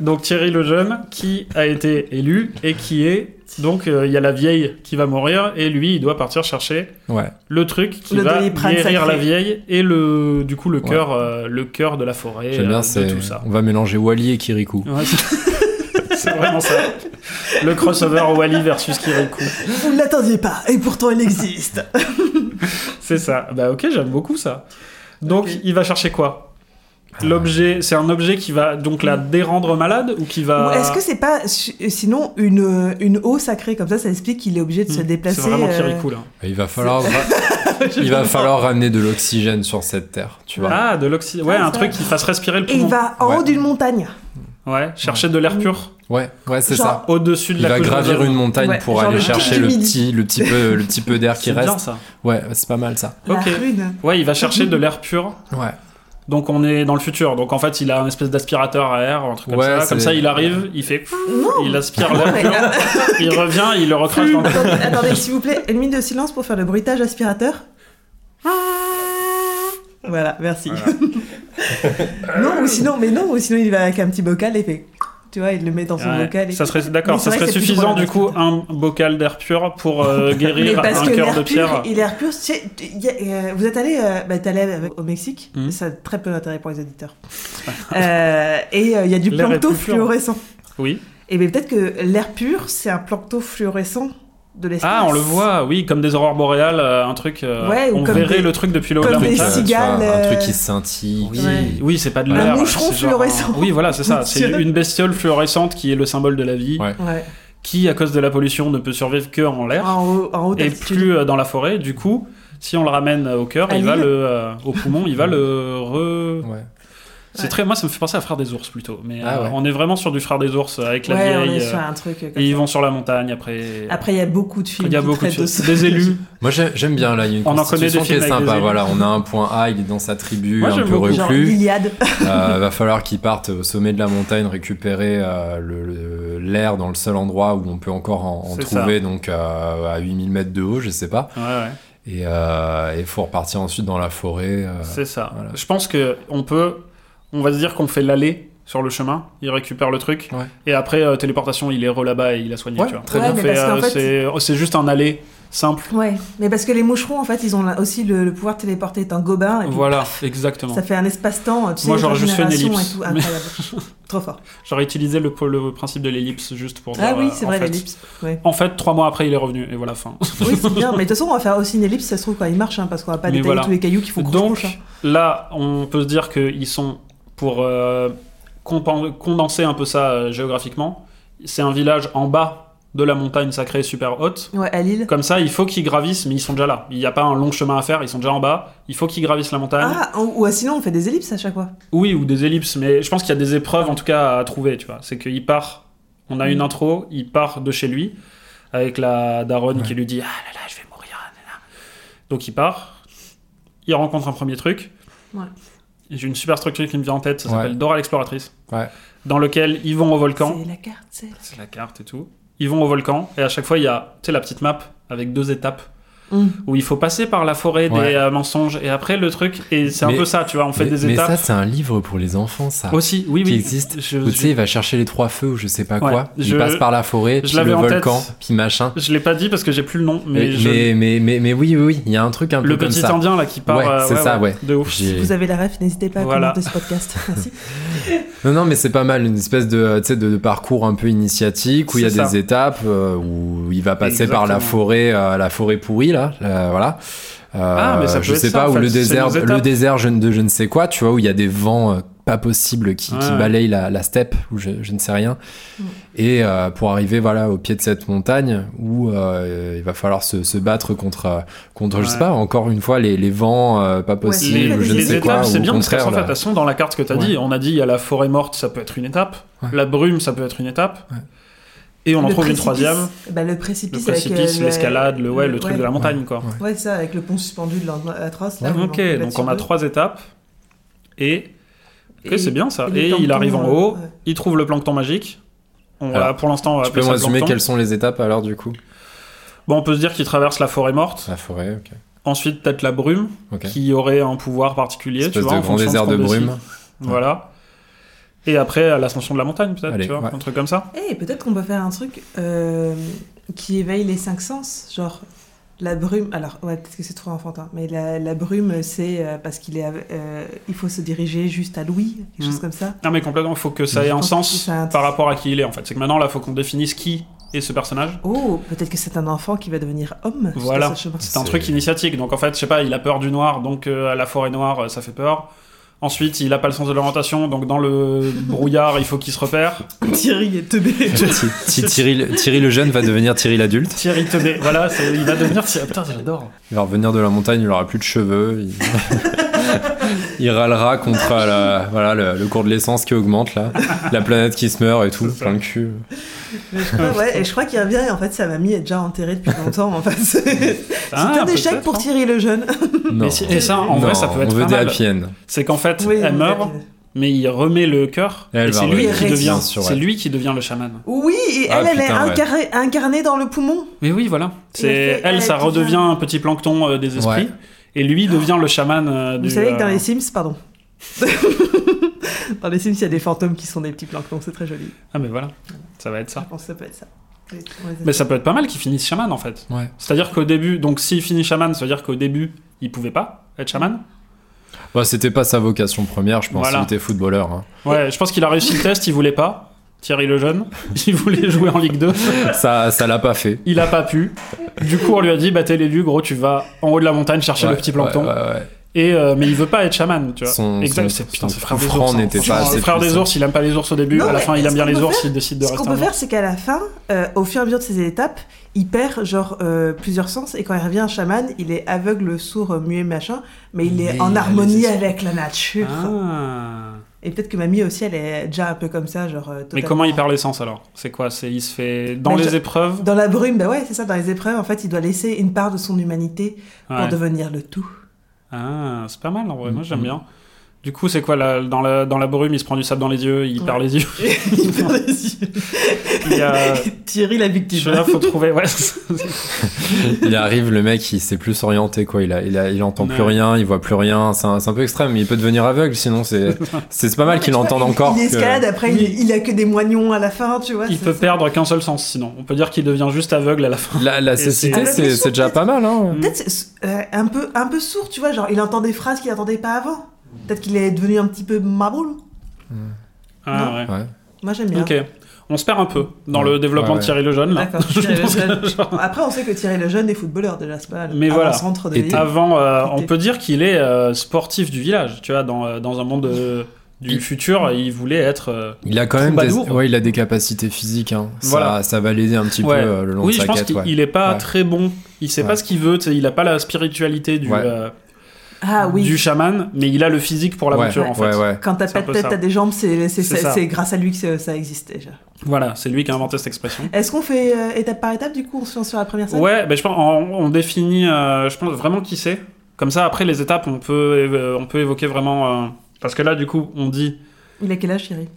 S2: Donc Thierry le jeune qui a été élu et qui est donc euh, il y a la vieille qui va mourir et lui il doit partir chercher
S1: Ouais.
S2: le truc qui
S3: Le
S2: va
S3: Doliprane
S2: guérir
S3: sacré.
S2: la vieille et le du coup le
S1: Ouais.
S2: cœur euh, le cœur de la forêt
S1: J'aime
S2: euh,
S1: bien,
S2: de
S1: c'est.
S2: tout ça.
S1: On va mélanger Wally et Kirikou.
S2: Ouais, c'est c'est vraiment ça. Le crossover Wally versus Kirikou.
S3: Vous ne l'attendiez pas, et pourtant elle existe.
S2: C'est ça. Bah ok, j'aime beaucoup ça. Donc
S3: Ok.
S2: il va chercher quoi L'objet, c'est un objet qui va donc la dérendre malade ou qui va.
S3: Mm.
S2: Mm.
S3: Ou Est-ce que c'est pas su- sinon une, euh, une eau sacrée comme ça Ça explique qu'il est obligé de se
S2: Hmm,
S3: déplacer.
S2: C'est vraiment
S3: euh,
S2: Kirikou là.
S1: Il va falloir, il va falloir ramener de l'oxygène sur cette terre, tu vois.
S2: Ah, de l'oxy. Ouais,
S3: Ah,
S2: un
S3: ça-
S2: truc qui fasse respirer le
S3: Et il
S2: poumon.
S3: va en
S1: Ouais.
S3: haut d'une montagne.
S2: Ouais, chercher de l'air pur
S1: Ouais, ouais, c'est
S3: Genre,
S1: ça.
S2: au-dessus de
S1: Il
S2: la
S1: va
S2: couche
S1: gravir
S2: d'ozone.
S1: une montagne
S3: Ouais,
S1: pour
S3: genre
S1: aller
S3: le
S1: chercher
S3: pic
S1: le
S3: du midi.
S1: petit, le petit peu, le petit peu d'air qui
S2: C'est
S1: reste.
S2: bien ça.
S1: Ouais, c'est pas mal ça.
S2: Ok.
S3: La rune.
S2: Ouais, il va chercher de l'air pur.
S1: Ouais.
S2: Donc on est dans le futur. Donc en fait, il a un espèce d'aspirateur à air, un truc comme
S1: Ouais,
S2: ça.
S1: c'est-
S2: Comme ça, il arrive, il fait. Il aspire
S3: Non,
S2: l'air
S3: mais-
S2: pur. Il revient, il le recrache dans le.
S3: attendez, attendez, s'il vous plaît, une minute de silence pour faire le bruitage aspirateur. Voilà, merci. non, ou sinon, mais non, ou sinon il va avec un petit bocal et fait. Tu vois, il le met dans son
S2: Ouais,
S3: bocal. Et...
S2: ça serait
S3: Mais
S2: d'accord,
S3: c'est
S2: ça
S3: vrai
S2: serait
S3: que c'est plus
S2: suffisant
S3: drôle,
S2: du coup
S3: parce que-
S2: un bocal d'air pur pour euh,
S3: Mais
S2: guérir
S3: parce
S2: un
S3: que
S2: cœur de
S3: l'air pur,
S2: pierre.
S3: il l'air pur, tu sais, tu- y a- euh, vous êtes allé, euh, bah, t'es allé avec- au Mexique,
S2: Mhm.
S3: ça a très peu d'intérêt pour les auditeurs. Euh, et il y a du
S2: L'air est
S3: plancton
S2: plus pur.
S3: fluorescent.
S2: Oui.
S3: Et bien peut-être que l'air pur, c'est un plancton fluorescent de l'espace.
S2: Ah, on le voit, oui, comme des aurores boréales, euh, un truc. euh,
S3: Ouais, ou
S2: on
S3: comme
S2: verrait
S3: des-
S2: le truc depuis le haut de
S3: comme
S2: la
S3: des
S1: truc,
S2: montagne.
S1: euh, tu
S3: cigales,
S1: vois, un truc
S3: euh,
S1: qui scintille.
S2: Oui,
S1: qui-
S2: oui, c'est pas de
S1: Un
S2: l'air.
S3: moucheron
S2: c'est genre un-
S3: fluorescent.
S2: Oui, voilà, c'est ça. C'est
S3: Monsieur.
S2: une bestiole fluorescente qui est le symbole de la vie,
S1: Ouais.
S3: Ouais.
S2: qui, à cause de la pollution, ne peut survivre que en l'air
S3: En haut, en haut
S2: et
S3: d'altitude.
S2: plus euh, dans la forêt. Du coup, si on le ramène euh, au cœur,
S3: À
S2: il va
S3: Lille.
S2: le euh, au poumon, il va le re-
S1: Ouais.
S2: C'est
S3: Ouais.
S2: très, moi, ça me fait penser à Frère des ours plutôt. Mais
S1: Ah
S2: euh,
S1: ouais.
S2: on est vraiment sur du Frère des ours euh, avec la
S3: Ouais, on
S2: vieille.
S3: est
S2: euh,
S3: sur un truc. comme
S2: Et ils
S3: ça.
S2: vont sur la montagne après.
S3: Après, il y a beaucoup de films.
S2: il y a
S3: qui
S2: beaucoup de
S3: traitent
S2: choses.
S3: ça.
S2: Des élus.
S1: Moi j'ai- j'aime bien là, il y a une
S2: On en
S1: constitution
S2: connaît des
S1: qui est
S2: films avec des
S1: sympa.
S2: élus.
S1: Voilà, on a un point A, il est dans sa tribu,
S2: Moi,
S1: un
S2: j'aime
S1: peu
S2: beaucoup.
S3: Genre
S1: reclus.
S3: l'Iliade.
S1: Euh, va falloir qu'il parte au sommet de la montagne récupérer euh, le- le- l'air dans le seul endroit où on peut encore en, en
S2: C'est ça.
S1: trouver, donc euh, à 8000 mètres de haut, je sais pas.
S2: Ouais, ouais,
S1: Et il faut repartir ensuite dans la forêt. euh,
S2: c'est ça.
S1: voilà.
S2: Je pense que on peut, on va se dire qu'on fait l'aller sur le chemin, il récupère le truc,
S1: Ouais.
S2: et après euh, téléportation, il est re là-bas et il a soigné.
S1: Ouais,
S2: tu vois.
S1: très
S3: Ouais,
S2: On
S3: bien.
S2: fait,
S3: mais parce qu'en
S2: euh,
S3: fait-
S2: c'est- oh, c'est juste un aller simple.
S3: Ouais, mais parce que les moucherons, en fait, ils ont là aussi le, le pouvoir de téléporter étant gobin. Et puis,
S2: Voilà, exactement.
S3: Ça fait un espace-temps, tu sais,
S2: Moi, j'aurais juste fait une
S3: intergénération
S2: ellipse.
S3: et tout,
S2: Mais-
S3: incroyable. Trop fort.
S2: J'aurais utilisé le, le principe de l'ellipse juste pour.
S3: Ah
S2: dire,
S3: oui,
S2: euh,
S3: c'est
S2: en
S3: vrai,
S2: fait-
S3: l'ellipse. Ouais.
S2: En fait, trois mois après, il est revenu et voilà fin.
S3: Oui, c'est bien, mais de toute façon, on va faire aussi une ellipse, ça se trouve, quand il marche, hein, parce qu'on va pas
S2: Mais
S3: détailler
S2: voilà.
S3: tous les cailloux qui font
S2: Donc
S3: croche-croche, hein.
S2: là, on peut se dire qu'ils sont pour euh, compen- condenser un peu ça euh, géographiquement. C'est un village en bas de la montagne sacrée super haute.
S3: Ouais, à Lille.
S2: Comme ça, il faut qu'ils gravissent, mais ils sont déjà là. Il n'y a pas un long chemin à faire, ils sont déjà en bas. Il faut qu'ils gravissent la montagne.
S3: Ah, ou, ou sinon, on fait des ellipses à chaque fois.
S2: Oui, ou des ellipses, mais je pense qu'il y a des épreuves en tout cas à trouver, tu vois. C'est qu'il part, on a une
S3: Mm.
S2: intro, il part de chez lui, avec la daronne qui lui dit Ah là là, je vais mourir. ah là là. Donc il part, il rencontre un premier truc.
S3: Ouais.
S2: Et J'ai une super structure qui me vient en tête, ça
S1: Ouais.
S2: s'appelle Dora l'exploratrice.
S1: Ouais.
S2: Dans lequel ils vont au volcan,
S3: C'est la carte, c'est.
S2: c'est la carte et tout. Ils vont au volcan, et à chaque fois il y a, tu sais, la petite map avec deux étapes.
S3: Mm.
S2: où il faut passer par la forêt
S1: Ouais.
S2: des euh, mensonges et après le truc et c'est un
S1: Mais-
S2: peu ça tu vois on fait
S1: mais,
S2: des
S1: mais
S2: étapes
S1: ça, c'est un livre pour les enfants, ça.
S2: aussi oui oui
S1: qui existe,
S2: je,
S1: Où, tu sais,
S2: je,
S1: il va chercher les trois feux ou je sais pas
S2: Ouais,
S1: quoi. Il
S2: je-
S1: passe par la forêt,
S2: je
S1: puis
S2: l'avais
S1: le
S2: en tête.
S1: volcan, puis machin.
S2: je l'ai pas dit parce que j'ai plus le nom mais,
S1: Mais,
S2: je-
S1: mais, mais, mais, mais oui, oui, oui, il y a un truc un peu
S2: le
S1: comme
S2: petit
S1: ça.
S2: indien là qui part
S1: Ouais,
S2: euh,
S1: c'est ça, ouais.
S2: de ouf
S1: J'ai-
S3: Vous avez la ref, n'hésitez pas à
S2: Voilà.
S3: commenter ce podcast. Merci.
S1: Non, non, mais c'est pas mal, une espèce de, euh, tu sais, de, de parcours un peu initiatique où il y a
S2: C'est ça.
S1: des étapes euh, où il va passer par la
S2: Exactement.
S1: forêt, euh, la forêt pourrie là, euh, voilà. Euh,
S2: Ah, mais ça peut
S1: je
S2: être
S1: sais
S2: ça,
S1: pas
S2: en
S1: ou
S2: fait,
S1: le
S2: c'est
S1: désert,
S2: nos étapes.
S1: le désert je ne, de je ne sais quoi, tu vois où il y a des vents euh, pas possibles qui, qui
S2: Ouais. Mm.
S1: balayent la, la steppe ou je, je ne sais rien. Et euh, pour arriver voilà au pied de cette montagne où euh, il va falloir se, se battre contre euh, contre je sais
S2: Ouais.
S1: pas encore une fois les, les vents euh, pas
S2: les,
S1: possibles,
S3: ou
S1: je ne
S2: les
S1: sais quoi.
S2: étapes, c'est
S1: ou au
S2: bien parce qu'elles
S1: contraire,
S2: sont
S1: là.
S2: faites. Elles sont dans la carte que tu as
S1: Ouais.
S2: dit. On a dit il y a la forêt morte, ça peut être une étape.
S1: Ouais.
S2: La brume, ça peut être une étape.
S1: Ouais.
S2: Et on en
S3: Le
S2: trouve une
S3: précipice.
S2: troisième.
S3: Bah, le
S2: Le
S3: précipice, avec, euh,
S2: précipice,
S3: le-
S2: l'escalade, le, ouais, le truc
S3: ouais.
S2: de la montagne. quoi.
S3: Ouais, ça, avec le pont suspendu de l'atroce. là, on en
S2: Ok,
S3: fait
S2: donc on a
S3: là-dessus.
S2: trois étapes. Et ok,
S3: Et-
S2: c'est bien ça.
S3: et le
S2: Et, il
S3: plancton,
S2: arrive en
S3: euh,
S2: haut,
S3: ouais.
S2: il trouve le plancton magique. On va-
S1: Alors,
S2: pour l'instant, on va
S1: Tu peux
S2: appeler
S1: me
S2: ça
S1: résumer
S2: plancton.
S1: quelles sont les étapes alors du coup
S2: Bon, on peut se dire qu'il traverse la forêt morte.
S1: La forêt, ok.
S2: Ensuite, peut-être la brume,
S1: Ok.
S2: qui aurait un pouvoir particulier. Tu
S1: Espèce
S2: vois, en
S1: de grand
S2: fonction
S1: désert
S2: ce
S1: de
S2: qu'on décide.
S1: brume.
S2: Voilà. Et après, à l'ascension de la montagne, peut-être,
S1: Allez,
S2: tu vois,
S1: ouais.
S2: un truc comme ça.
S3: Eh, peut-être qu'on peut faire un truc euh, qui éveille les cinq sens, genre la brume. Alors, ouais, peut-être que c'est trop enfantin, mais la, la brume, c'est euh, parce qu'il est, av- euh, il faut se diriger juste à l'ouïe, quelque chose
S2: Mm.
S3: comme ça.
S2: Non, mais complètement, faut que ça ait un
S3: pense que
S2: sens
S3: ça a un-
S2: par rapport à qui il est, en fait. C'est que maintenant, là, faut qu'on définisse qui est ce personnage.
S3: Oh, peut-être que c'est un enfant qui va devenir homme. sur
S2: Voilà.
S3: ce chemin.
S2: C'est un
S1: C'est-
S2: truc initiatique. Donc, en fait, je sais pas, il a peur du noir, donc euh, à la forêt noire, euh, ça fait peur. Ensuite, il a pas le sens de l'orientation, donc dans le brouillard, il faut qu'il se repère.
S3: Thierry est teubé.
S1: Ti- Thierry, le- Thierry le jeune va devenir Thierry l'adulte.
S2: Thierry Tenet, voilà, c'est- il va devenir... Thierry- Putain, j'adore.
S1: Il va revenir de la montagne, il aura plus de cheveux. Il, il râlera contre la, voilà, le, le cours de l'essence qui augmente là, la planète qui se meurt et tout,
S2: C'est ça.
S1: plein le cul.
S3: Ouais, ouais, et je crois qu'il revient, et en fait, sa mamie est déjà enterrée depuis longtemps, en fait. C'est
S2: Ah,
S3: un échec
S2: peut-être,
S3: pour
S2: hein.
S3: Thierry le jeune.
S1: Non.
S2: Mais si- et ça, en vrai,
S1: Non,
S2: ça peut
S1: on
S2: être
S1: veut
S2: pas
S1: des
S2: mal.
S1: happy end.
S2: C'est qu'en fait,
S3: Oui,
S2: elle
S3: oui,
S2: meurt,
S3: oui.
S2: mais il remet le cœur,
S1: Elle
S2: et
S1: va
S2: c'est lui
S3: revenir,
S2: qui devient...
S1: bien sûr, ouais.
S2: C'est lui qui devient le chaman.
S3: Oui, et
S1: Ah,
S3: elle, elle est
S1: putain, ouais.
S3: incarnée- incarnée dans le poumon.
S2: Oui, oui, voilà. C'est
S3: fait-
S2: elle,
S3: elle
S2: ça
S3: devient-
S2: redevient un petit plancton euh, des esprits,
S1: Ouais.
S2: et lui devient le chaman. euh,
S3: Vous
S2: du,
S3: savez que dans
S2: euh,
S3: les Sims, pardon. dans les Sims, il y a des fantômes qui sont des petits planctons, c'est très joli.
S2: Ah, mais voilà, ça va être ça.
S3: Je pense que ça peut être ça. Oui, on les a-
S2: Mais ça peut être pas mal qu'il finisse chaman en fait.
S1: Ouais.
S2: C'est-à-dire qu'au début, donc s'il finit chaman, ça veut dire qu'au début, il pouvait pas être chaman.
S1: Bah, c'était pas sa vocation première, je pense.
S2: Voilà.
S1: Il était footballeur. hein.
S2: Ouais, je pense qu'il a réussi le test, il voulait pas. Thierry le jeune, il voulait jouer en Ligue 2,
S1: Ça, ça l'a pas fait.
S2: il a pas pu. Du coup, on lui a dit, bah t'es l'élu, gros, tu vas en haut de la montagne chercher
S1: Ouais,
S2: le petit plancton.
S1: ouais, ouais, ouais.
S2: Et euh, mais il veut pas être chaman, tu vois.
S1: Son- son-
S2: exact, c'est putain,
S1: son
S2: c'est frère
S1: coup
S2: des
S1: franc
S2: ours. hein.
S1: n'était pas
S2: Franchement,
S1: assez
S2: c'est frère des
S1: puissant.
S2: ours, il aime pas les ours au début,
S3: Non,
S2: à la
S3: mais
S2: fin il aime
S3: ce
S2: bien
S3: qu'on
S2: les
S3: peut
S2: ours,
S3: faire-
S2: il décide de
S3: Ce qu'on
S2: rester
S3: peut
S2: un moment.
S3: faire, c'est qu'à la fin, euh, au fur et à mesure de ces étapes, il perd genre euh, plusieurs sens et quand il revient un chaman, il est aveugle, sourd, euh, muet, machin, mais il est
S1: Mais il
S3: en
S1: a
S3: harmonie
S1: les esprits.
S3: avec la nature.
S2: Ah.
S3: Et peut-être que mamie aussi, elle est déjà un peu comme ça, genre. euh,
S2: Mais
S3: totalement-
S2: comment il perd l'essence alors C'est quoi C'est il se fait dans
S3: Mais
S2: les
S3: je-
S2: épreuves.
S3: Dans la brume, bah ouais, c'est ça. Dans les épreuves, en fait, il doit laisser une part de son humanité
S2: Ouais.
S3: pour devenir le tout.
S2: Ah, c'est pas mal en vrai. Moi j'aime
S1: Mhm.
S2: bien. Du coup, c'est quoi la- dans, la, dans la brume, il se prend du sable dans les yeux, il
S3: Ouais.
S2: perd les yeux.
S3: il perd les yeux.
S2: Il y a-
S3: Thierry la victime.
S2: Je là, faut trouver. Ouais.
S1: Il arrive, le mec, il s'est plus orienté, quoi. Il, a, il, a- il entend plus
S2: Ouais.
S1: rien, il voit plus rien. C'est un, c'est un peu extrême, mais il peut devenir aveugle, sinon c'est c'est c'est pas mal qu'il
S3: Tu vois,
S1: entende
S3: il-
S1: encore.
S3: Il
S1: que-
S3: escalade, après
S2: Oui.
S3: il, il a que des moignons à la fin, tu vois.
S2: il
S3: c'est-
S2: peut
S3: c'est-
S2: perdre qu'un seul sens sinon. On peut dire qu'il devient juste aveugle à la fin.
S1: La, la
S2: c'est-
S1: cécité,
S3: Ah,
S1: c'est
S3: l'attention,
S1: c'est déjà
S3: peut-être.
S1: pas mal, hein.
S3: Peut-être c'est- euh, un, peu, un peu sourd, tu vois. Genre, il entend des phrases qu'il n'entendait pas avant. Peut-être qu'il est devenu un petit peu maboule.
S2: Ah,
S3: Non.
S2: ouais.
S1: Ouais.
S3: Moi j'aime bien.
S2: Ok. On se perd un peu dans
S1: Ouais.
S2: le développement
S1: Ouais,
S2: de Thierry le jeune. Là.
S3: D'accord, Thierry
S2: Je pense
S3: le
S2: que-
S3: Jeune. Après, on sait que Thierry le jeune est footballeur déjà, c'est pas mal.
S2: Mais
S3: Avant
S2: voilà.
S3: centre de
S1: Et
S3: l'île.
S2: Avant, euh, on
S3: Été.
S2: peut dire qu'il est euh, sportif du village, tu vois, dans, euh, dans un monde euh, du
S1: Il-
S2: futur, il voulait être. euh,
S1: Il a quand même des,
S2: Troubadour.
S1: ouais, il a des capacités physiques, hein. Ça,
S2: Voilà.
S1: ça va l'aider un petit
S2: Ouais.
S1: peu euh, le long
S2: oui,
S1: de
S2: je
S1: sa
S2: pense
S1: quête.
S2: qu'il
S1: ouais.
S2: il est pas
S1: Ouais.
S2: très bon. Il sait
S1: Ouais.
S2: pas ce qu'il veut, tu sais, il a pas la spiritualité du,
S1: Ouais.
S2: euh,
S3: Ah oui.
S2: du chaman, mais il a le physique pour l'aventure
S1: ouais,
S2: en fait.
S1: ouais, ouais.
S3: Quand t'as
S2: C'est
S3: pas
S2: un
S3: de
S2: peu
S3: tête,
S2: ça.
S3: t'as des jambes, c'est c'est-
S2: C'est
S3: c'est-
S2: ça.
S3: c'est grâce à lui que ça ça existe déjà.
S2: Voilà, c'est lui qui a inventé cette expression.
S3: Est-ce qu'on fait euh, étape par étape du coup On se lance sur la première scène
S2: Ouais, ben je pense on, on définit, euh, je pense vraiment qui c'est. Comme ça, après les étapes, on peut, euh, on peut évoquer vraiment. euh, parce que là, du coup, on dit
S3: Il a quel âge, Thierry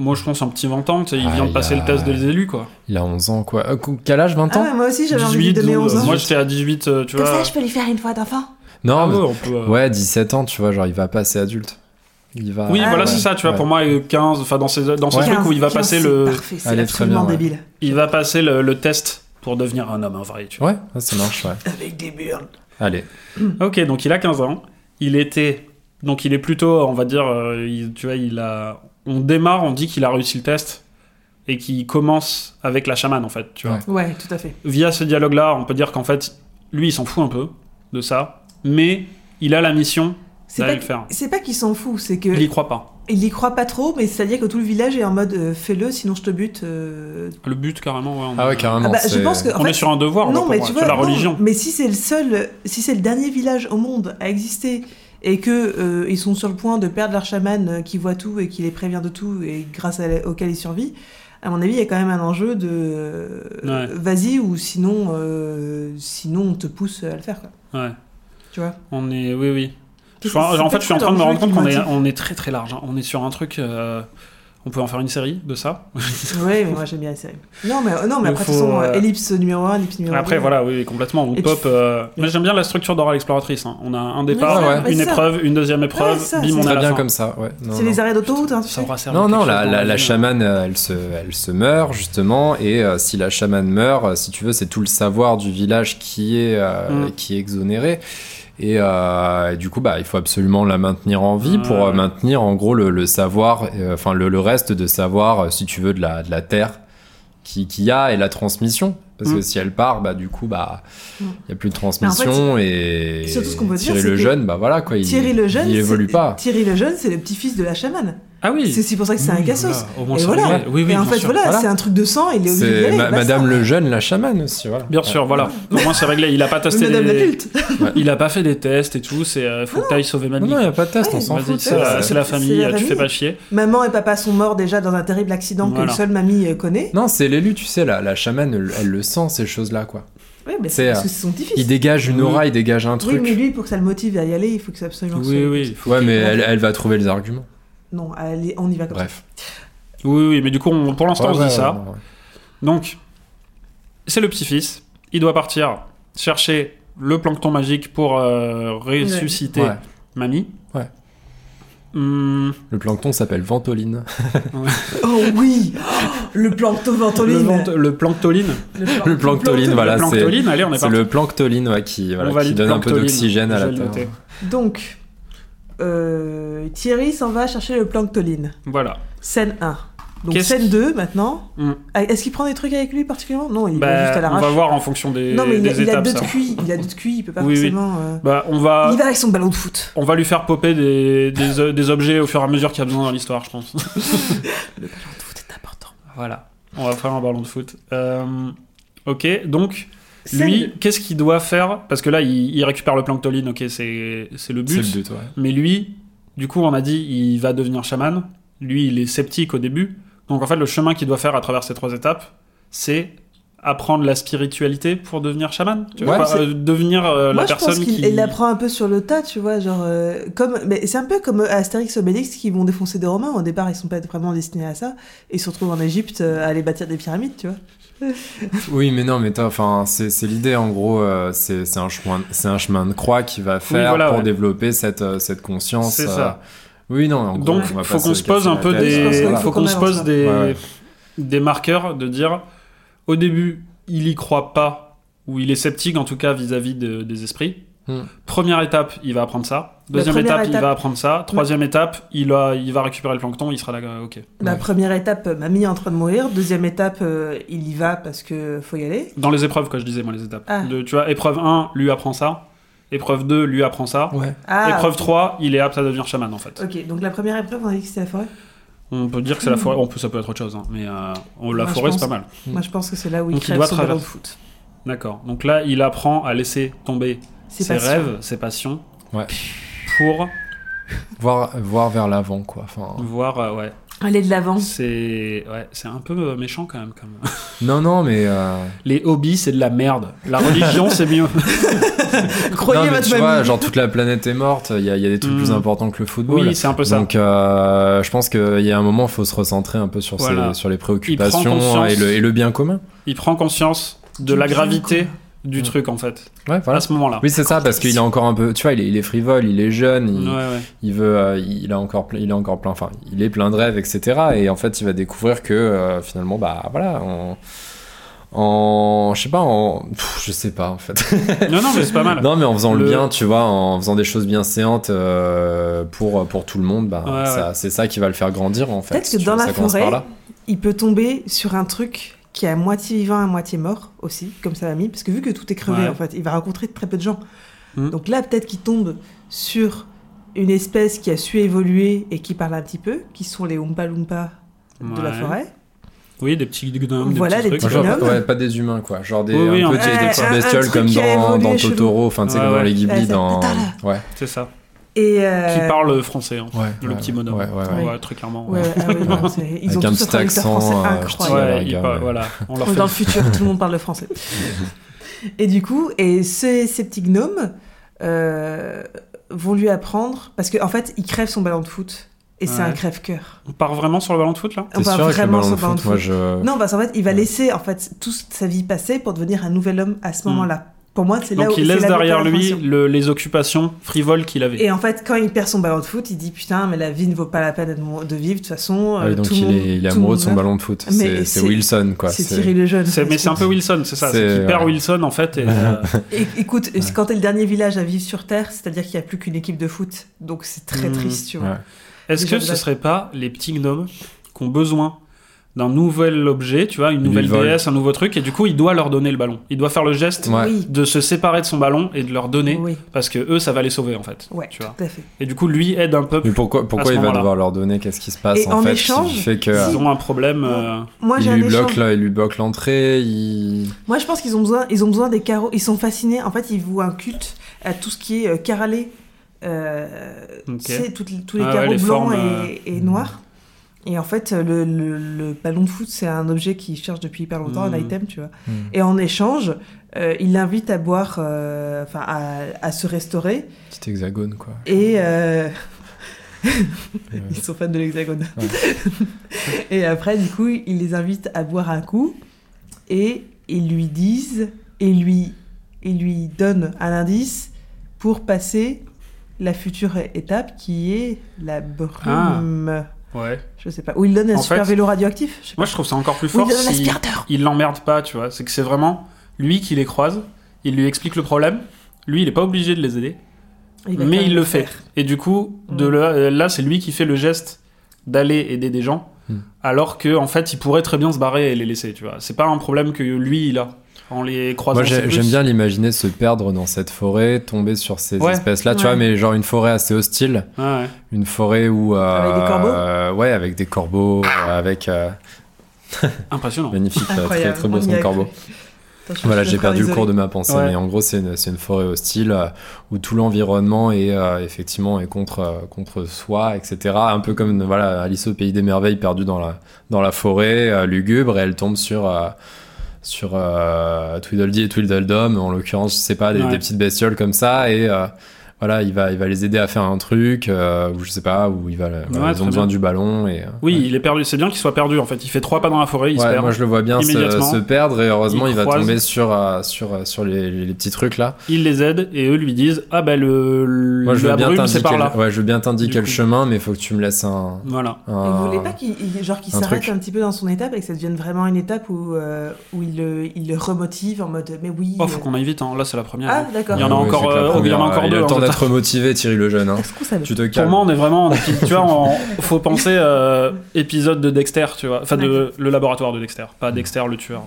S2: Moi, je pense un petit 20 ans, tu sais, il
S1: Ah,
S2: vient
S1: il
S2: de passer
S1: a-
S2: le test des élus, quoi.
S1: Il a 11 ans, quoi. Euh, qu- quel âge 20
S3: Ah
S1: ans
S3: ouais, moi aussi j'avais envie
S2: 18,
S3: de donner 11 ans.
S2: Moi, j'étais à 18, euh, tu
S3: Comme
S2: vois.
S3: ça, je peux lui faire une fois d'enfant.
S1: Non,
S2: Ah
S1: mais-
S2: ouais, on peut, euh,
S1: Ouais, 17 ans, tu vois, genre il va passer adulte. Il va.
S2: Oui,
S3: Ah,
S2: voilà,
S3: ouais.
S2: c'est ça, tu vois, pour moi, euh, 15, enfin, dans ces, dans ces
S3: 15,
S2: trucs où il va
S3: 15,
S2: passer
S3: c'est
S2: le,
S3: Parfait, c'est
S1: Allez, très bien,
S3: absolument
S1: ouais.
S3: débile.
S2: il va passer le, le test pour devenir un homme, en vrai, tu vois.
S1: Ouais, ouais, ça marche, ouais.
S3: Avec des burnes.
S1: Allez.
S2: Ok, donc il a 15 ans. Il était. Donc il est plutôt, on va dire, euh, il- tu vois, il a. On démarre, on dit qu'il a réussi le test et qu'il commence avec la chamane, en fait, tu vois.
S1: Ouais.
S3: Ouais, tout à fait.
S2: Via ce dialogue-là, on peut dire qu'en fait, lui, il s'en fout un peu de ça, mais il a la mission
S3: C'est
S2: d'aller
S3: pas,
S2: le faire.
S3: c'est pas qu'il s'en fout, c'est que
S2: Il y croit pas.
S3: il y croit pas trop, mais c'est-à-dire que tout le village est en mode euh, fais-le, sinon je te bute. euh.
S2: Le but, carrément, ouais. On,
S1: Ah ouais,
S3: Ah
S1: carrément.
S3: bah, je
S1: c'est-
S3: pense que. en
S2: on
S3: fait,
S2: est sur un devoir,
S3: non,
S2: moi,
S3: mais
S2: pour
S3: tu
S2: moi,
S3: vois,
S2: sur la
S3: non,
S2: religion.
S3: mais si c'est le seul, si c'est le dernier village au monde à exister et que euh, ils sont sur le point de perdre leur chaman euh, qui voit tout et qui les prévient de tout et grâce à la- auquel ils survivent, à mon avis, il y a quand même un enjeu de euh,
S2: Ouais.
S3: vas-y ou sinon, euh, sinon on te pousse à le faire, quoi.
S2: Ouais.
S3: Tu vois.
S2: On est. Oui, oui. Je
S3: C'est-
S2: crois-
S3: c'est
S2: en
S3: pas
S2: fait, je suis en
S3: trop
S2: train de me
S3: l'enjeu
S2: rendre compte
S3: qui
S2: qu'on est,
S3: motive.
S2: on est très très large. hein. On est sur un truc. euh, on peut en faire une série de ça.
S3: Ouais, mais moi j'aime bien la série. Non, mais, non, mais
S2: Il
S3: après, de
S2: faut,
S3: toute façon, euh,
S2: euh,
S3: ellipse numéro 1, ellipse numéro 2.
S2: Après, voilà, oui, oui, complètement. On
S3: Et tu-
S2: pop. euh, Moi, j'aime bien la structure d'Oral Exploratrice. hein. On a un départ,
S1: Ouais, ouais.
S3: Ouais,
S2: une
S3: c'est ça.
S2: épreuve, une deuxième
S3: Ouais,
S2: épreuve,
S3: c'est ça,
S2: bim,
S3: c'est
S2: on
S1: Très
S2: a la
S1: bien
S2: fin.
S1: comme ça, ouais. Non,
S3: C'est
S1: non.
S3: les arrêts d'autoroute, hein, tu
S2: Ça
S3: sais.
S2: aura servi
S1: Non,
S2: quelque
S1: non,
S2: chose
S1: la,
S2: dans
S1: la, la
S2: vie, hein.
S1: chamane, euh, elle se, elle se meurt, justement, et euh, si la chamane meurt, euh, si tu veux, c'est tout le savoir du village qui est, euh,
S2: Mm.
S1: qui est exonéré. Et, euh, et du coup, bah, il faut absolument la maintenir en vie pour euh,
S3: Mm.
S2: Ouais.
S1: maintenir, en gros, le, le savoir, euh, enfin, le, le reste de savoir, euh, si tu veux, de la, de la terre qui- qu'il y a et la transmission. Parce que
S2: Mm.
S1: si elle part, bah, du coup, bah, il
S3: Mm.
S1: n'y a plus de transmission et.
S3: surtout ce qu'on peut dire,
S1: Thierry
S3: c'est
S1: le
S3: que
S1: jeune, bah voilà, quoi. Il,
S3: Thierry le jeune,
S1: Il évolue
S3: c'est-
S1: pas.
S3: Thierry le jeune, c'est le petit-fils de la chamane.
S2: Ah oui.
S3: C'est aussi pour ça que c'est un
S2: Oui,
S3: cassos.
S2: voilà, au moins,
S3: Et
S2: ça-
S3: voilà.
S2: ouais, Oui, oui,
S3: et en
S2: bien
S3: fait,
S2: sûr.
S3: voilà,
S1: Voilà.
S3: c'est un truc de sang, il est obligé d'y
S1: C'est
S3: aller,
S1: ma-
S3: basta.
S1: Madame le jeune, la chamane aussi, voilà.
S2: Bien sûr, voilà. Au moins, c'est réglé. Il a pas testé.
S3: Madame
S2: les-
S3: l'adulte.
S2: Il a pas fait des tests et tout. C'est euh, faut que t'ailles sauver Madeleine.
S1: Non, non, y a pas de test, on
S3: Ouais,
S1: s'en
S2: Vas-y,
S1: fout.
S2: c'est la, bah, c'est la
S3: C'est
S2: famille, euh,
S3: la
S2: tu fais
S3: famille.
S2: pas chier.
S3: Maman et papa sont morts déjà dans un terrible accident
S2: Voilà.
S3: que seule mamie euh, connaît.
S1: Non, c'est l'élu, tu sais, la, la chamane, elle, elle le sent, ces choses-là, quoi.
S3: Oui, mais
S1: C'est,
S3: c'est parce
S1: euh,
S3: que c'est son petit-fils.
S1: Il dégage une aura, il dégage un
S3: Oui,
S1: truc.
S3: mais lui, pour que ça le motive à y aller, il faut que ça absolument.
S2: Oui,
S3: se-
S2: oui.
S1: Ouais, mais elle, elle va trouver les arguments.
S3: Non, allez, on y va comme ça.
S1: Bref.
S2: Oui, oui, mais du coup, on- pour l'instant,
S1: Ouais,
S2: on se
S1: ouais,
S2: dit ça.
S1: ouais, ouais.
S2: Donc, c'est le petit-fils. Il doit partir chercher le plancton magique pour euh, ressusciter
S1: Ouais.
S2: mamie.
S1: Ouais.
S2: Hum,
S1: Le plancton s'appelle Ventoline.
S3: Oh oui Le plancton
S2: le,
S3: ventoline
S2: vent- le planctoline.
S3: plan-
S1: Le planctoline, voilà,
S2: le
S1: c'est
S2: planctoline, allez, on est
S1: c'est
S2: parti.
S1: le planctoline ouais, qui, voilà,
S2: On
S1: qui
S2: valide
S1: donne un peu
S2: planctoline.
S1: d'oxygène à
S2: Je
S1: la
S2: vais le
S1: terre.
S2: noter.
S3: Donc, euh, Thierry s'en va chercher le planctoline.
S2: Voilà.
S3: Scène 1. Donc,
S2: Qu'est-ce
S3: scène
S2: qui-
S3: 2 maintenant.
S2: Hmm.
S3: Ah, Est-ce qu'il prend des trucs avec lui particulièrement Non, il
S2: Bah,
S3: va juste à
S2: on va
S3: l'arrache.
S2: voir en fonction des,
S3: Non, mais il a,
S2: des
S3: il a
S2: étapes.
S3: deux de
S2: ça.
S3: QI, il a deux de QI, il peut pas
S2: Oui, oui.
S3: forcément. euh,
S2: Bah, on va,
S3: Il va avec son ballon de foot.
S2: on va lui faire popper des, des, euh, des objets au fur et à mesure qu'il y a besoin dans l'histoire, je pense.
S3: Le ballon de foot est important.
S2: voilà. On va faire un ballon de foot. Euh, ok, donc
S3: Scène
S2: Lui, euh, qu'est-ce qu'il doit faire Parce que là, il, il récupère le planctoline, ok, c'est c'est le,
S1: C'est
S2: but.
S1: le but, ouais.
S2: Mais lui, du coup, on a dit, il va devenir chaman. Lui, il est sceptique au début. Donc en fait, le chemin qu'il doit faire à travers ces trois étapes, c'est apprendre la spiritualité pour devenir chaman. Tu vois,
S1: Ouais,
S2: pas,
S1: c'est-
S2: euh, devenir euh,
S3: Moi,
S2: la
S3: je
S2: personne
S3: pense qu'il
S2: qui.
S3: il l'apprend un peu sur le tas, tu vois, genre euh, comme, mais c'est un peu comme euh, Astérix Obélix qui vont défoncer des Romains. Au départ, ils sont pas vraiment destinés à ça, et ils se retrouvent en Égypte euh, à aller bâtir des pyramides, tu vois.
S1: Oui, mais non, mais t'as- enfin, c'est c'est l'idée en gros. euh, c'est c'est un chemin, c'est un chemin de croix qui va faire
S2: voilà,
S1: pour
S2: ouais.
S1: développer cette euh, cette conscience. euh,
S2: C'est ça.
S1: Oui, non. En gros,
S2: Donc,
S1: on va
S2: faut
S1: pas
S2: qu'on se pose
S1: casser
S2: un
S1: la
S2: peu
S1: tête,
S2: des,
S3: Je pense
S1: euh,
S3: qu'il
S1: voilà.
S2: faut
S3: faut
S2: qu'on
S3: qu'on
S2: se
S3: avance,
S2: pose
S3: hein.
S2: des,
S1: Ouais, ouais.
S2: des marqueurs de dire, au début, il y croit pas, ou il est sceptique en tout cas vis-à-vis de- des esprits.
S1: Hmm.
S2: Première étape, il va apprendre ça. Deuxième
S3: première
S2: étape, il
S3: étape-
S2: va apprendre ça. Troisième étape, il, a, il va récupérer le plancton, il sera là, euh, ok.
S3: La
S1: Ouais.
S3: première étape, euh, mamie est en train de mourir. Deuxième étape, euh, il y va parce que faut y aller.
S2: Dans les épreuves, quoi, je disais, moi, les étapes.
S3: Ah.
S2: De, tu vois, épreuve 1, lui apprend ça. Épreuve 2, lui apprend ça.
S1: Ouais.
S3: Ah,
S2: épreuve 3, il est apte à devenir chaman, en fait.
S3: Ok, donc la première épreuve, on a dit que c'était la forêt.
S2: On peut dire que c'est la forêt, on peut, ça peut être autre chose, hein, mais euh, on, la
S3: Moi, je
S2: forêt, c'est
S3: pense-
S2: pas mal.
S3: Moi, je pense que c'est là où il
S2: Donc, il
S3: crève
S2: doit
S3: son ballon de
S2: traverser.
S3: foot.
S2: D'accord. Donc là, il apprend à laisser tomber
S3: C'est
S2: ses
S3: pas sûr.
S2: rêves, ses passions,
S1: Ouais.
S2: pour
S1: Voir, voir vers l'avant, quoi. Enfin,
S2: voir, euh, ouais.
S3: Aller de l'avant.
S2: C'est ouais, c'est un peu méchant quand même. Comme...
S1: Non, non, mais. euh,
S2: Les hobbies, c'est de la merde. La religion, c'est mieux.
S1: non,
S3: Croyez
S1: mais
S3: votre
S1: tu vois,
S3: mamie.
S1: genre toute la planète est morte, il y a, il y a des trucs
S2: Mm.
S1: plus importants que le football.
S2: Oui, c'est un peu ça.
S1: Donc, euh, je pense qu'il y a un moment, il faut se recentrer un peu sur,
S2: Voilà.
S1: ses- sur les
S2: Il prend
S1: préoccupations
S2: conscience.
S1: et le, et le bien commun.
S2: Il prend conscience de
S3: Tu
S2: la
S3: me dis
S2: gravité du
S1: Mm.
S2: truc, en fait.
S1: Ouais,
S2: À
S1: voilà.
S2: ce moment-là.
S1: Oui, c'est ça, parce qu'il est encore un peu. Tu vois, il est, il est frivole, il est jeune, il,
S2: Ah, Ouais, ouais.
S1: il veut, euh, il a encore, plein- il a encore plein, enfin, il est plein de rêves, etc. Et en fait, il va découvrir que euh, finalement, bah voilà, en, en- je sais pas, en, pff, je sais pas en fait.
S2: Non, non, mais c'est pas mal.
S1: non, mais en faisant le...
S2: Le-
S1: bien, tu vois, en faisant des choses bien séantes euh, pour pour tout le monde, bah
S2: Ouais,
S1: ça- c'est ça qui va le faire grandir en fait.
S3: Peut-être que
S1: Tu
S3: dans
S1: vois,
S3: la
S1: ça commence par
S3: forêt,
S1: là.
S3: Il peut tomber sur un truc qui est à moitié vivant, à moitié mort aussi, comme sa mamie, parce que vu que tout est crevé,
S2: Ouais.
S3: en fait, il va rencontrer très peu de gens.
S2: Mhm.
S3: Donc là, peut-être qu'il tombe sur une espèce qui a su évoluer et qui parle un petit peu, qui sont les Oompa Loompa de la
S2: Ouais.
S3: forêt.
S2: Oui, des petits gnomes, des
S3: Voilà,
S2: petits
S3: des
S2: trucs.
S3: petits
S1: Genre,
S3: bonhomme.
S1: ouais, pas des humains quoi, genre des
S2: Oui, oui,
S1: un
S2: un
S1: peu des-
S2: petit-
S1: des
S2: un-
S1: petites
S3: un
S1: bestioles
S3: truc
S1: comme
S3: qui a
S1: dans,
S3: évolué
S1: dans
S3: chez vous.
S1: Totoro, enfin tu sais
S2: Ouais,
S1: comme dans
S2: ouais.
S1: les Ghibli,
S3: Ouais, ça-
S1: dans
S3: Tata,
S1: ouais.
S2: C'est ça.
S3: Et euh,
S2: Qui parle français, en fait.
S1: Ouais,
S2: Le
S1: ouais,
S2: petit
S1: ouais,
S2: bonhomme.
S1: ouais, ouais, ouais.
S2: On voit très clairement.
S3: Ouais, ouais, ah oui, non, c'est- ils ont
S1: Avec un
S3: tous un
S1: petit
S3: traducteur
S1: accent,
S3: français
S1: euh,
S2: Ouais,
S1: Ouais,
S3: incroyable.
S1: alors,
S2: il
S1: les gars,
S2: parle-
S1: ouais.
S2: voilà. On leur fait
S3: Dans le futur, tout le monde parle le français. Et du coup, et ces, ces petits gnomes euh, vont lui apprendre, parce qu'en en fait, il crève son ballon de foot, et c'est
S2: Ouais.
S3: un crève-cœur.
S2: On part vraiment sur le ballon de foot, là
S1: T'es sûr avec le ballon de foot, moi je.
S3: Non, parce qu'en fait, il va
S1: Ouais.
S3: laisser en fait toute sa vie passée pour devenir un nouvel homme à ce
S2: Hmm.
S3: moment-là. Pour moi, c'est là où
S2: Donc il
S3: c'est
S2: laisse
S3: là où
S2: derrière
S3: t'as
S2: lui
S3: l'information.
S2: le- les occupations frivoles qu'il avait.
S3: Et en fait, quand il perd son ballon de foot, il dit putain, mais la vie ne vaut pas la peine de mo- de vivre. De toute façon,
S1: Ah oui,
S3: euh,
S1: donc
S3: tout le
S1: il,
S3: monde-
S1: est, il est
S3: tout le
S1: amoureux
S3: monde
S1: de son
S3: meurt.
S1: ballon de foot.
S3: Mais
S1: C'est c'est
S3: c'est-
S1: Wilson, quoi.
S3: C'est Thierry le jeune.
S2: C'est- mais c'est un peu Wilson, c'est ça. C'est
S1: C'est-
S2: qu'il perd
S1: voilà.
S2: Wilson en fait. Et, euh,
S3: Et- écoute, quand t'es le dernier village à vivre sur Terre, c'est-à-dire qu'il n'y a plus qu'une équipe de foot, donc c'est très
S2: Hmm.
S3: triste, tu vois.
S1: Ouais.
S2: Est-ce
S3: Déjà,
S2: que ce
S3: bref.
S2: serait pas les petits gnomes qui ont besoin d'un nouvel objet, tu vois, une nouvelle
S1: lui vole.
S2: déesse, un nouveau truc, et du coup il doit leur donner le ballon. Il doit faire le geste
S1: Ouais.
S3: Oui,
S2: de se séparer de son ballon et de leur donner,
S3: oui,
S2: parce que eux ça va les sauver en fait.
S3: ouais,
S2: tu vois.
S3: tout à fait.
S2: Et du coup lui aide un peuple.
S1: Mais pourquoi,
S2: À
S1: pourquoi
S2: ce
S1: il va
S2: moment-là.
S1: devoir leur donner Qu'est-ce qui se passe
S3: Et
S1: en,
S3: en
S1: fait
S3: échange,
S1: qui fait que
S2: Ils ont un problème. euh,
S3: Moi, j'ai
S1: il
S3: un
S1: lui
S3: échange.
S1: bloque là, il lui bloque l'entrée. Il...
S3: Moi, je pense qu'ils ont besoin, ils ont besoin des carreaux. Ils sont fascinés. En fait, ils vouent un culte à tout ce qui est euh, carrelé. Euh,
S2: Ok.
S3: Tu sais, toutes les- tous les
S2: Ah ouais,
S3: carreaux
S2: les
S3: blancs
S2: formes, hmm.
S3: et, et noirs. Et en fait, le, le- le ballon de foot, c'est un objet qu'ils cherchent depuis hyper longtemps,
S2: Hmm.
S3: un item, tu vois.
S1: Hmm.
S3: Et en échange, euh, il l'invite à boire, euh, enfin, à, à se restaurer.
S1: Petit hexagone, quoi.
S3: Et euh,
S1: Ouais.
S3: ils sont fans de l'hexagone. et après, du coup, ils les invitent à boire un coup et ils lui disent, et lui, ils lui donnent un indice pour passer la future étape qui est la brume.
S2: Ouais.
S3: Je sais pas. Ou ils donnent un
S2: Ah. En
S3: super
S2: fait-
S3: vélo radioactif. Je sais pas.
S2: Moi je trouve ça encore plus
S3: Ou
S2: fort
S3: ils donnent un
S2: si
S3: aspirateur.
S2: il l'emmerde pas, tu vois. C'est que c'est vraiment lui qui les croise, il lui explique le problème. Lui, il est pas obligé de les aider.
S3: va
S2: mais
S3: quand
S2: il
S3: même
S2: le fait. Et du coup, de
S3: Mm.
S2: là, euh, là, c'est lui qui fait le geste d'aller aider des gens,
S1: Mm.
S2: alors que en fait, il pourrait très bien se barrer et les laisser. Tu vois, c'est pas un problème que lui il a en les croisant.
S1: Moi, j'ai-
S2: c'est plus-
S1: j'aime bien l'imaginer se perdre dans cette forêt, tomber sur ces
S2: Ouais.
S1: espèces-là, tu
S3: Ouais.
S1: vois, mais genre une forêt assez hostile.
S2: Ouais, ouais.
S1: Une forêt où. euh,
S3: Avec des corbeaux
S1: euh, Ouais, avec des corbeaux, euh, avec. euh,
S2: impressionnant.
S1: magnifique, euh, très,
S3: Incroyable.
S1: très beau
S3: On y
S1: son
S3: a
S1: de corbeau.
S3: cru. Attends, je-
S1: Voilà,
S3: je
S1: j'ai
S3: vais faire
S1: perdu le
S3: les
S1: cours de
S3: oreilles.
S1: ma pensée,
S2: Ouais.
S1: mais en gros, c'est une, c'est une forêt hostile euh, où tout l'environnement est euh, effectivement est contre, euh, contre soi, etc. Un peu comme voilà, Alice au pays des merveilles perdue dans la, dans la forêt euh, lugubre et elle tombe sur, euh, sur euh, Tweedledee et Tweedledum, en l'occurrence, je sais pas, des,
S2: Ouais.
S1: des petites bestioles comme ça et. euh, voilà, il va, il va les aider à faire un truc, euh, ou je sais pas, où il va, voilà,
S2: Ouais,
S1: ils
S2: très
S1: ont besoin
S2: bien.
S1: du ballon. Et, euh,
S2: Oui,
S1: ouais.
S2: il est perdu. C'est bien qu'il soit perdu. En fait, il fait trois pas dans la forêt, il se
S1: Ouais,
S2: perd.
S1: moi je le vois bien se,
S2: Immédiatement.
S1: se perdre et heureusement
S2: Il
S1: il, va
S2: croise.
S1: tomber sur, euh, sur, euh, sur les, les petits trucs là.
S2: Il les aide et eux lui disent ah ben le, le-
S1: Moi je veux
S2: la
S1: bien
S2: brume c'est
S1: t'indiquer
S2: par là.
S1: le, ouais, je veux bien t'indiquer
S2: Du
S1: le
S2: coup.
S1: chemin mais faut que tu me laisses un,
S2: Voilà.
S3: Et vous
S1: un-
S3: voulez pas qu'il il- genre qu'il
S1: un
S3: s'arrête
S1: truc.
S3: un petit peu dans son étape et que ça devienne vraiment une étape où, euh, où il, le, il le remotive en mode mais oui.
S2: Oh, faut
S3: euh,
S2: qu'on aille vite. hein. Là, c'est la première.
S3: Ah,
S1: Ouais,
S3: d'accord.
S2: Il y en a
S1: ouais,
S2: encore,
S1: c'est que la
S2: euh, il y en a
S1: première,
S2: encore
S1: il
S2: deux,
S1: le temps
S2: hein,
S1: d'être motivé Thierry le jeune hein.
S3: Est-ce qu'on savait
S1: Tu te
S2: Pour
S1: calmes.
S2: moi, on est vraiment. tu vois, on- faut penser euh, épisode de Dexter, tu vois. Enfin, de, le laboratoire de Dexter, pas Dexter le tueur.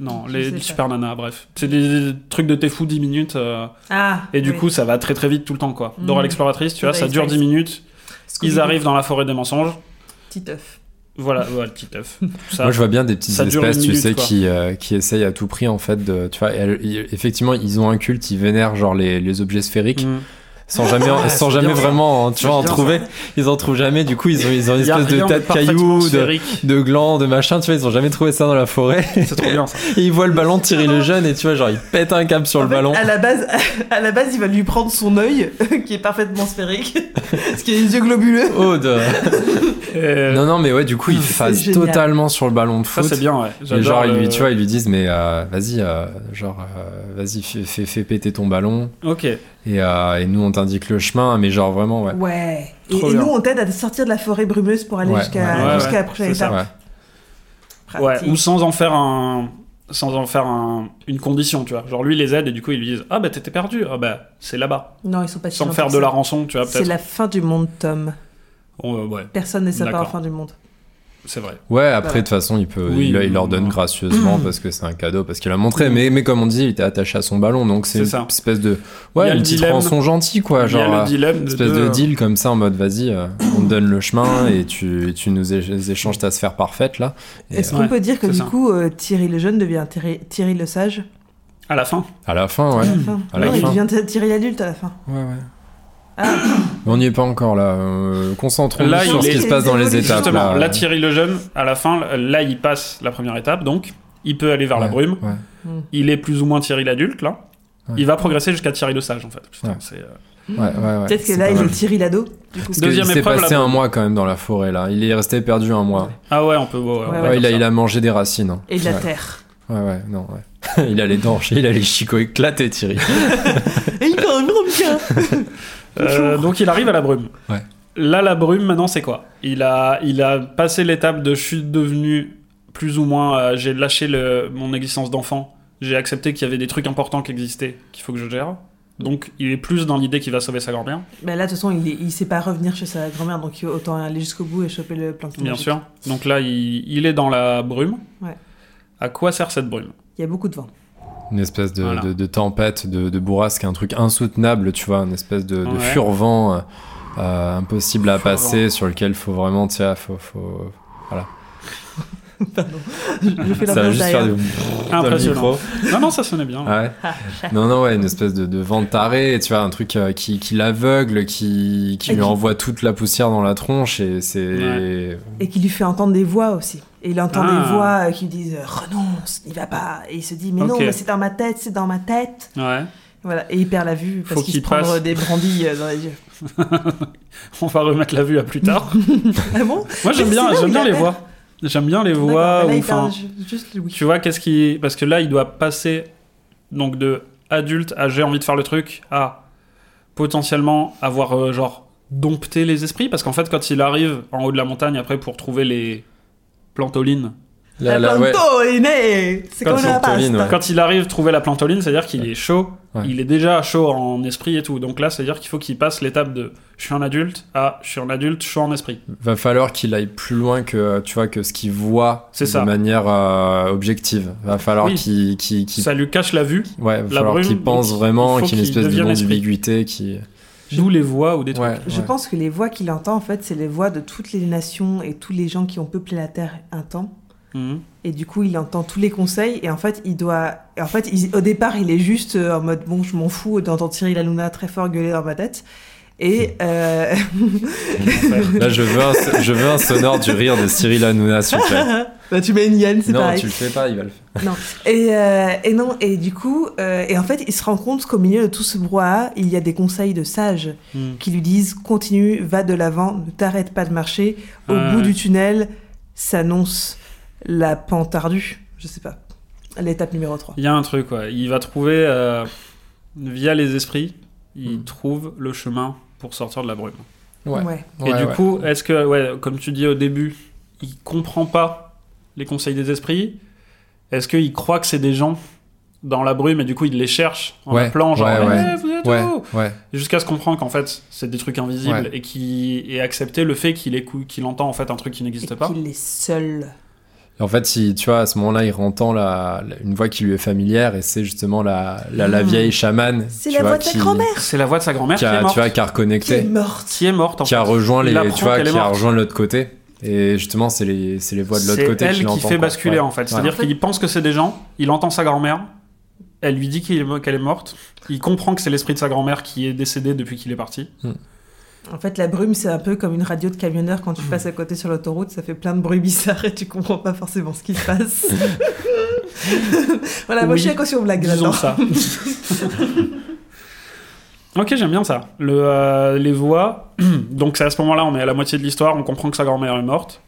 S2: Non,
S3: Je
S2: les
S3: sais pas.
S2: super nanas, bref. C'est des, des trucs de t'es fou 10 minutes. euh,
S3: Ah,
S2: et du
S3: oui.
S2: coup, ça va très très vite tout le temps, quoi. Dora
S3: Mhm.
S2: l'exploratrice, tu vois,
S3: Dora
S2: ça dure 10
S3: l'exploratrice.
S2: minutes. Ils
S3: Scooby-Doo,
S2: arrivent dans la forêt des mensonges.
S3: Petit œuf.
S2: Voilà, voilà, le petit œuf. Ça,
S1: Moi, je vois bien des petites
S2: ça dure une
S1: espèces, tu
S2: minute,
S1: sais,
S2: quoi.
S1: qui, euh, qui essayent à tout prix, en fait, de. Tu vois, elles- ils- effectivement, ils ont un culte, ils vénèrent, genre, les, les objets sphériques.
S2: Mhm.
S1: sans jamais,
S2: Ouais,
S1: sans
S2: c'est
S1: jamais
S2: bien ça.
S1: vraiment, hein, tu
S2: C'est
S1: vois, en
S2: bien
S1: trouver. Ils en trouvent jamais. Du coup, ils ont, ils ont une
S2: Il y a
S1: espèce de
S2: rien
S1: tas de
S2: parfaitement
S1: cailloux, de,
S2: sphérique.
S1: de glands, de machin. Tu vois, ils ont jamais trouvé ça dans la forêt.
S2: C'est trop bien ça.
S1: Et ils voient le ballon tirer le jeune et tu vois, genre, ils pètent un câble sur
S3: En
S1: le
S3: fait,
S1: ballon.
S3: À la base, à la base, il va lui prendre son œil qui est parfaitement sphérique, parce qu'il a les yeux globuleux.
S1: Oh, de-
S2: Euh, Et
S1: Non, non, mais ouais, du coup, ils phasent
S3: génial.
S1: totalement sur le ballon de
S2: Euh, ça
S1: foot.
S2: c'est bien, ouais.
S1: Et
S2: J'adore
S1: genre, ils lui,
S2: le-
S1: tu vois, ils lui disent, mais euh, vas-y, euh, genre, euh, vas-y, fais, fais- fais péter ton ballon.
S2: Ok.
S1: Et, euh, et nous, on t'indique le chemin, mais genre, vraiment, ouais.
S3: Ouais. Et,
S2: Trop
S3: et
S2: bien.
S3: nous, on t'aide à sortir de la forêt brumeuse pour aller
S1: Ouais,
S3: jusqu'à
S1: ouais, ouais,
S3: jusqu'à
S2: ouais.
S3: la prochaine
S2: C'est ça.
S3: étape.
S1: Ouais.
S2: Ouais,
S3: Pratique.
S2: ou sans en faire un sans en faire un- une condition, tu vois. Genre lui il les aide et du coup ils lui disent "Ah bah t'étais perdu. Ah bah c'est là-bas."
S3: Non, ils sont pas si
S2: Sans
S3: gentils
S2: faire
S3: que
S2: de la
S3: ça.
S2: rançon, tu vois,
S3: C'est
S2: peut-être.
S3: la fin du monde, Tom.
S2: Oh, euh, ouais,
S3: Personne n'est sympa à la
S2: D'accord.
S3: fin du monde.
S2: c'est vrai.
S1: Ouais, après,
S3: Voilà.
S1: de toute façon, il, peut,
S2: Oui,
S1: il, il leur donne
S2: non.
S1: gracieusement parce que c'est un cadeau, parce qu'il a montré. Mais, mais comme on dit, il était attaché à son ballon, donc c'est
S2: C'est
S1: une
S2: ça.
S1: espèce de.
S2: Il y
S1: Ouais,
S2: a
S1: une
S2: le
S1: petite
S2: dilemme.
S1: rançon gentille, quoi. Genre,
S2: il y a
S1: euh,
S2: le dilemme de
S1: espèce
S2: deux,
S1: de
S2: euh,
S1: deal comme ça en mode vas-y, euh, on te donne le chemin et tu, tu nous é- échanges ta sphère parfaite, là. Et
S3: Est-ce
S1: euh,
S3: qu'on
S2: Ouais,
S3: peut dire que
S2: c'est
S3: du
S2: ça.
S3: coup, euh, Thierry le jeune devient Thierry, Thierry le sage
S2: à la fin.
S1: à la fin, ouais.
S3: à la fin
S1: À la
S3: Non,
S1: fin.
S3: il devient Thierry l'adulte à la fin.
S1: Ouais, ouais.
S3: Ah.
S1: Mais on n'y est pas encore, là. Euh, Concentrons-nous
S2: Là,
S1: sur
S2: il
S1: ce
S2: est-
S1: qui se passe dans les
S3: Justement,
S1: étapes,
S2: Justement,
S1: là.
S2: là Thierry le jeune, à la fin, là il passe la première étape, donc il peut aller vers la
S1: Ouais,
S2: brume.
S1: ouais.
S2: Il est plus ou moins Thierry l'adulte là.
S1: Ouais.
S2: Il va progresser jusqu'à Thierry le sage en fait. Putain,
S1: Ouais.
S2: c'est, euh,
S1: Ouais, ouais, ouais.
S3: Peut-être que
S1: C'est
S3: là,
S1: pas
S3: il
S1: mal.
S3: est Thierry l'ado. du coup.
S1: Parce
S2: Deuxième
S1: qu'il s'est
S2: épreuve,
S1: passé
S2: là.
S1: un mois quand même dans la forêt là. Il est resté perdu un mois.
S2: Ah ouais, on peut ouais, ouais, on
S3: Ouais,
S2: peut
S1: Ouais,
S2: dire
S1: il, a,
S2: ça.
S1: il a mangé des racines. hein.
S3: Et de la
S1: Ouais.
S3: terre.
S1: Ouais, ouais, non, ouais. il a les dents, il a les chicots éclatés, Thierry.
S3: Et il fait un grand bien.
S2: Euh, donc il arrive à la brume.
S1: Ouais.
S2: Là, la brume, maintenant, c'est quoi il a, il a passé l'étape de je suis devenu plus ou moins. euh, j'ai lâché le, mon existence d'enfant. J'ai accepté qu'il y avait des trucs importants qui existaient, qu'il faut que je gère. Donc il est plus dans l'idée qu'il va sauver sa grand-mère,
S3: Mais là, de toute façon, il, est- il sait pas revenir chez sa grand-mère, donc autant aller jusqu'au bout et choper le plancton.
S2: bien
S3: magique.
S2: sûr. Donc là, il, il est dans la brume.
S3: Ouais.
S2: À quoi sert cette brume
S3: Il y a beaucoup de vent.
S1: Une espèce de,
S2: Voilà.
S1: de- de tempête, de, de bourrasque, un truc insoutenable, tu vois, une espèce de, de
S2: Ouais.
S1: furvent euh, euh, impossible à
S2: Furvent.
S1: passer, sur lequel faut vraiment, tiens, faut, faut...
S3: Je, je fais
S1: ça va
S3: l'ambiance
S1: juste faire
S3: derrière.
S1: du dans le
S2: Impressionnant.
S1: micro.
S2: Non, non, ça sonnait bien.
S1: Ah ouais. non, non, ouais, une espèce de, de vent taré, tu vois, un truc euh, qui, qui l'aveugle, qui, qui
S3: Et
S1: lui
S3: qui-
S1: envoie toute la poussière dans la tronche, et c'est...
S2: Ouais.
S3: Et qui lui fait entendre des voix aussi. Et il entend
S2: Ah.
S3: des voix euh, qui lui disent euh, renonce, n'y va pas. Et il se dit mais non,
S2: Ok.
S3: mais c'est dans ma tête, c'est dans ma tête.
S2: Ouais.
S3: Voilà. Et il perd la vue
S2: Faut
S3: parce qu'il
S2: qu'il
S3: se prend
S2: passe.
S3: des brandilles euh, dans les yeux.
S2: On va remettre la vue à plus tard.
S3: Ah bon
S2: Moi, j'aime
S3: Mais c'est
S2: bien,
S3: là où
S2: j'aime
S3: il
S2: bien les
S3: appelle.
S2: voix. J'aime bien les voix.
S3: D'accord, mais là,
S2: ou
S3: il perd
S2: enfin-
S3: ju- juste Louis.
S2: Tu vois, qu'est-ce qui. Parce que là, il doit passer donc de adulte à j'ai envie de faire le truc à potentiellement avoir euh, genre dompté les esprits. Parce qu'en fait, quand il arrive en haut de la montagne après pour trouver les plantolines,
S1: Là, là, ouais.
S3: Plantoline, eh C'est
S1: Quand
S3: comme la passe.
S1: Plantoline, ouais.
S2: quand il arrive trouver la plantoline, c'est-à-dire qu'il est chaud,
S1: Ouais.
S2: il est déjà chaud en esprit et tout. Donc là, c'est-à-dire qu'il faut qu'il passe l'étape de je suis un adulte à je suis un adulte, je suis en esprit.
S1: va falloir qu'il aille plus loin que tu vois que ce qu'il voit
S2: C'est
S1: de
S2: ça.
S1: manière euh, objective. Va falloir
S2: Oui.
S1: qu'il qu'il- qu'il-
S2: Ça lui cache la vue,
S1: ouais, va
S2: la
S1: falloir
S2: brume,
S1: qu'il pense
S2: donc,
S1: vraiment
S2: il faut
S1: qu'il y ait une
S2: qu'il
S1: espèce de
S2: devienne
S1: non
S2: esprit.
S1: ambiguïté qui
S2: d'où les voix ou des trucs.
S1: ouais,
S3: Je
S1: ouais.
S3: pense que les voix qu'il entend, en fait, c'est les voix de toutes les nations et tous les gens qui ont peuplé la Terre un temps.
S2: Mhm.
S3: Et du coup, il entend tous les conseils et en fait, il doit. et En fait, il- au départ, il est juste euh, en mode bon, je m'en fous d'entendre Cyril Hanouna très fort gueuler dans ma tête. Et euh,
S1: Là, je veux un, so- je veux un sonore du rire de Cyril Hanouna, s'il te plaît.
S3: bah, tu mets une hyène, c'est
S1: Non,
S3: pareil.
S1: tu le fais pas, il va le faire.
S3: Et, euh, et non, et du coup, euh, et en fait, il se rend compte qu'au milieu de tout ce brouhaha, il y a des conseils de sages
S2: Mhm.
S3: qui lui disent continue, va de l'avant, ne t'arrête pas de marcher. Au
S2: Ouais.
S3: bout du tunnel s'annonce la pente ardue, je sais pas, l'étape numéro 3.
S2: Il y a un truc, ouais. Il va trouver, euh, via les esprits, il
S1: Mm.
S2: trouve le chemin pour sortir de la brume.
S1: Ouais.
S2: Et
S1: Ouais,
S2: du
S1: ouais.
S2: coup, est-ce que, ouais, comme tu dis au début, il comprend pas les conseils des esprits Est-ce qu'il croit que c'est des gens dans la brume et du coup il les cherche en
S1: Ouais,
S2: appelant genre
S1: ouais,
S2: Eh,
S1: ouais.
S2: vous êtes
S1: ouais,
S2: où
S1: ouais,
S2: jusqu'à ce qu'on comprend qu'en fait c'est des trucs invisibles
S1: Ouais.
S2: et qui et accepter le fait qu'il écoute qu'il entend en fait un truc qui
S3: Et
S2: n'existe pas
S3: qu'il est seul.
S1: Et En fait, il- tu vois, à ce moment-là, il entend la, la- une voix qui lui est familière, et c'est justement la, la, la
S3: Mm.
S1: vieille chamane.
S3: C'est
S1: tu
S3: la
S1: vois,
S3: voix de ta
S1: qui-
S3: grand-mère
S2: c'est la voix de sa grand-mère
S1: qui
S2: qui, est
S1: a,
S2: morte
S1: tu vois, qui a
S3: qui est
S1: reconnecté.
S3: morte.
S2: qui est morte, en
S1: qui a
S2: fait.
S1: rejoint
S2: Il
S1: les
S2: apprend
S1: tu vois
S2: qu'elle est
S1: qui a
S2: morte.
S1: rejoint de l'autre côté et justement c'est les c'est les voix de l'autre
S2: C'est
S1: côté
S2: elle
S1: qui
S2: qui,
S1: l'entend
S2: fait
S1: quoi.
S2: basculer
S1: Ouais.
S2: en fait. C'est-à-dire
S3: Ouais.
S2: qu'il pense que c'est des gens, il entend sa grand-mère, Elle lui dit qu'il est mo- qu'elle est morte. Il comprend que c'est l'esprit de sa grand-mère qui est décédée depuis qu'il est parti.
S3: En fait, la brume, c'est un peu comme une radio de camionneur quand tu
S2: Mm.
S3: passes à côté sur l'autoroute, ça fait plein de bruits bizarres et tu comprends pas forcément ce qui se passe. voilà, moi
S2: Oui,
S3: je suis à caution blague
S2: Disons
S3: là-dedans.
S2: ça. ok, j'aime bien ça. Le, euh, les voix. Donc, c'est à ce moment-là, on est à la moitié de l'histoire, on comprend que sa grand-mère est morte.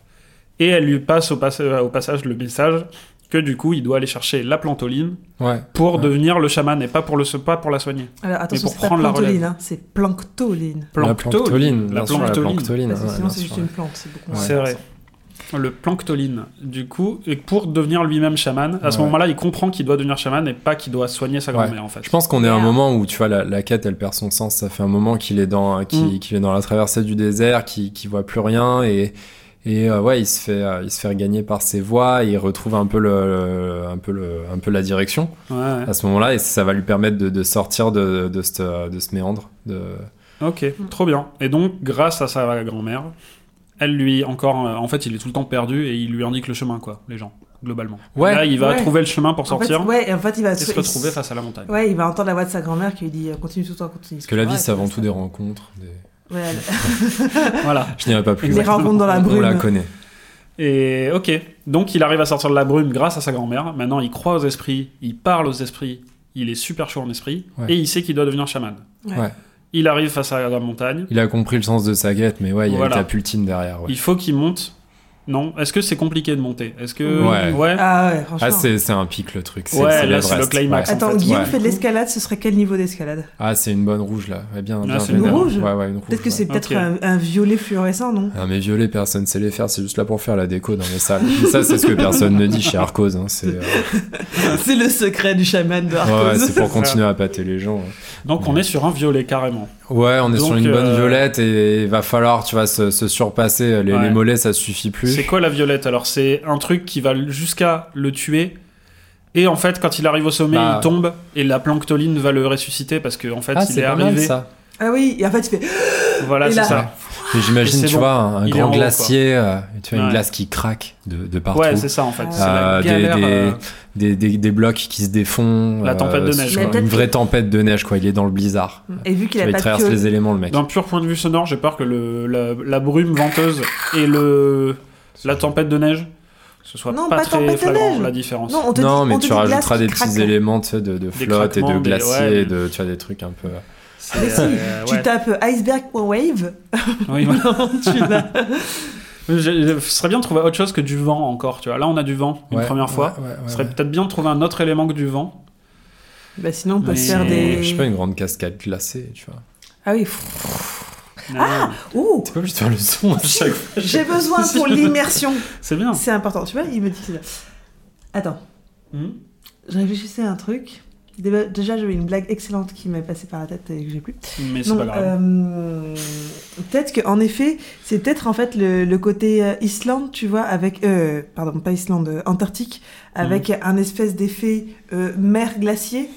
S2: Et elle lui passe au, passe- euh, au passage le message que du coup, il doit aller chercher la plantoline
S1: Ouais.
S2: pour
S1: Ouais.
S2: devenir le chaman et pas pour, le, se- pas pour la soigner.
S3: Alors attention,
S2: pour
S3: c'est pas
S2: prendre la
S3: planctoline,
S2: relève.
S3: hein, c'est planctoline.
S1: La planctoline.
S2: La
S1: bien sûr, la
S2: planctoline.
S1: planctoline,
S3: Parce que
S1: ouais,
S3: sinon,
S1: bien
S3: c'est
S1: sûr,
S3: juste
S1: ouais.
S3: une plante, c'est beaucoup moins
S2: C'est vrai.
S3: intéressant.
S2: Le planctoline, du coup, et pour devenir lui-même chaman, à ce
S1: Ouais.
S2: moment-là, il comprend qu'il doit devenir chaman et pas qu'il doit soigner sa
S1: Ouais.
S2: grand-mère, en fait.
S1: Je pense qu'on est à un
S3: Merde.
S1: moment où tu vois la, la quête, elle perd son sens. Ça fait un moment qu'il est dans, qu'il
S2: Mm.
S1: qu'il est dans la traversée du désert, qu'il qu'il voit plus rien et et euh, ouais, il se fait, euh, il se fait regagner par ses voix. Et il retrouve un peu le, le- un peu le, un peu la direction
S2: Ouais, ouais.
S1: à ce moment-là et ça va lui permettre de, de sortir de de ce de ce méandre. De...
S2: Ok, trop bien. Et donc, grâce à sa grand-mère, elle lui encore. euh, en fait, il est tout le temps perdu et il lui indique le chemin, quoi, les gens, globalement.
S1: Ouais,
S2: Là, il va
S3: ouais.
S2: trouver le chemin pour
S3: En fait,
S2: sortir
S3: ouais, et en fait, il va
S2: et se
S3: il-
S2: retrouver face à la montagne.
S3: Ouais, il va entendre la voix de sa grand-mère qui lui dit euh, continue tout le temps, continue.
S1: Parce que la vie, c'est avant tout des rencontres. des-
S3: Ouais, elle-
S2: Voilà.
S1: Je n'irai pas plus.
S3: les
S1: loin.
S2: Exactement.
S3: rencontres dans la
S1: On
S3: brume.
S1: la connaît.
S2: Et ok, donc il arrive à sortir de la brume grâce à sa grand-mère. Maintenant, il croit aux esprits, il parle aux esprits, il est super chaud en esprit
S1: Ouais.
S2: et il sait qu'il doit devenir chaman.
S3: Ouais.
S1: Ouais.
S2: Il arrive face à la montagne.
S1: Il a compris le sens de sa quête, mais ouais, il y a
S2: Voilà.
S1: une capultine derrière. ouais.
S2: Il faut qu'il monte. Non, est-ce que c'est compliqué de monter Est-ce que
S1: Ouais.
S3: Ah ouais, franchement.
S1: Ah, c'est c'est un pic le truc.
S2: Ouais, là,
S1: l'Everest.
S2: c'est le climax.
S1: Ouais.
S3: Attends,
S2: en fait,
S3: Guillaume
S1: ouais.
S3: fait de l'escalade, ce serait quel niveau d'escalade
S1: Ah, c'est une bonne rouge là. Ouais, bien,
S2: Ah,
S1: bien
S2: c'est une
S1: vénère.
S3: rouge
S1: Ouais, ouais, une rouge.
S3: Peut-être que
S1: ouais.
S3: c'est peut-être
S2: Ok.
S3: un, un violet fluorescent, non
S1: Ah, mais violet, personne sait les faire, c'est juste là pour faire la déco dans les salles. Et ça, c'est ce que personne ne dit chez Arcos. hein, C'est euh,
S3: C'est le secret du chaman de
S1: ouais, ouais,
S3: Arcos.
S1: c'est pour continuer à pâter les gens. hein.
S2: Donc on est sur un violet carrément.
S1: Ouais, on est sur
S2: Donc,
S1: une bonne
S2: euh,
S1: violette et il va falloir, tu vois, se, se surpasser. Les,
S2: Ouais.
S1: les mollets, ça suffit plus.
S2: C'est quoi la violette Alors c'est un truc qui va jusqu'à le tuer. Et en fait, quand il arrive au sommet,
S1: Bah.
S2: il tombe et la planctoline va le ressusciter parce que en fait,
S1: Ah,
S2: il
S1: c'est
S2: est
S1: pas mal
S2: arrivé.
S1: ça.
S3: Ah oui, et en fait, tu fais.
S2: Voilà,
S3: Et
S2: c'est
S3: là-
S2: ça.
S1: Mais
S2: Et
S1: j'imagine,
S2: c'est
S1: tu
S2: bon.
S1: vois, un, un
S2: Il est en haut,
S1: grand
S2: quoi.
S1: glacier, euh, tu vois,
S2: Ouais.
S1: une glace qui craque de, de partout.
S2: Ouais, c'est ça en fait. C'est
S1: Euh,
S2: la
S1: des-
S2: galère.
S1: des-
S2: euh,
S1: des, des, des blocs qui se défont.
S2: La tempête de neige,
S1: sur-
S3: quoi. Mais
S1: Une
S3: peut-être
S1: vraie tempête de neige, quoi. Il est dans le blizzard.
S3: Et vu qu'il
S1: Tu vois,
S3: a
S1: il
S3: pas de
S1: traverse
S3: piolet.
S1: les éléments, le mec.
S2: D'un pur point de vue sonore, j'ai peur que le, la, la brume venteuse et le la tempête de neige ce soit
S3: Non,
S2: pas,
S3: pas
S2: très
S3: tempête de
S2: flagrant
S3: neige.
S2: la différence.
S3: Non, on te
S1: Non,
S3: dit- on
S1: mais
S3: te
S1: tu
S3: dit glace
S1: rajouteras
S3: qui
S1: des
S3: craque.
S1: petits éléments tu sais, de, de flotte et
S2: craquements,
S1: de
S2: des- ouais,
S1: glacier,
S2: mais-
S1: et de, tu as des trucs un peu.
S2: C'est-
S3: Mais si,
S2: euh,
S3: Tu
S2: ouais.
S3: tapes Iceberg iceberg point wave,
S2: Oui, voilà.
S3: tu l'as.
S2: Mais j'ai- Ce serait bien de trouver autre chose que du vent encore. Tu vois, là on a du vent une
S1: Ouais,
S2: première fois.
S1: ouais, ouais, ouais,
S2: Ce serait
S1: ouais.
S2: peut-être bien de trouver un autre élément que du vent.
S3: Bah sinon, on peut
S2: Mais
S3: se faire
S2: c'est-
S3: des.
S1: Je sais pas, une grande cascade glacée, tu vois.
S3: Ah oui.
S2: Ah,
S3: Ouh,
S1: C'est pas obligé de faire le son à chaque fois.
S3: j'ai besoin pour l'immersion.
S2: c'est bien.
S3: C'est important. Tu vois, il me dit ça. Attends,
S2: Hmm.
S3: je réfléchissais à un truc. Déjà, déjà, j'avais une blague excellente qui m'est passée par la tête et que j'ai plus.
S2: Mais c'est
S3: Non,
S2: pas grave.
S3: euh, peut-être que en effet, c'est peut-être en fait le, le côté euh, Islande, tu vois, avec euh, pardon, pas Islande, euh, Antarctique, avec
S2: Mhm.
S3: un espèce d'effet euh, mer glacier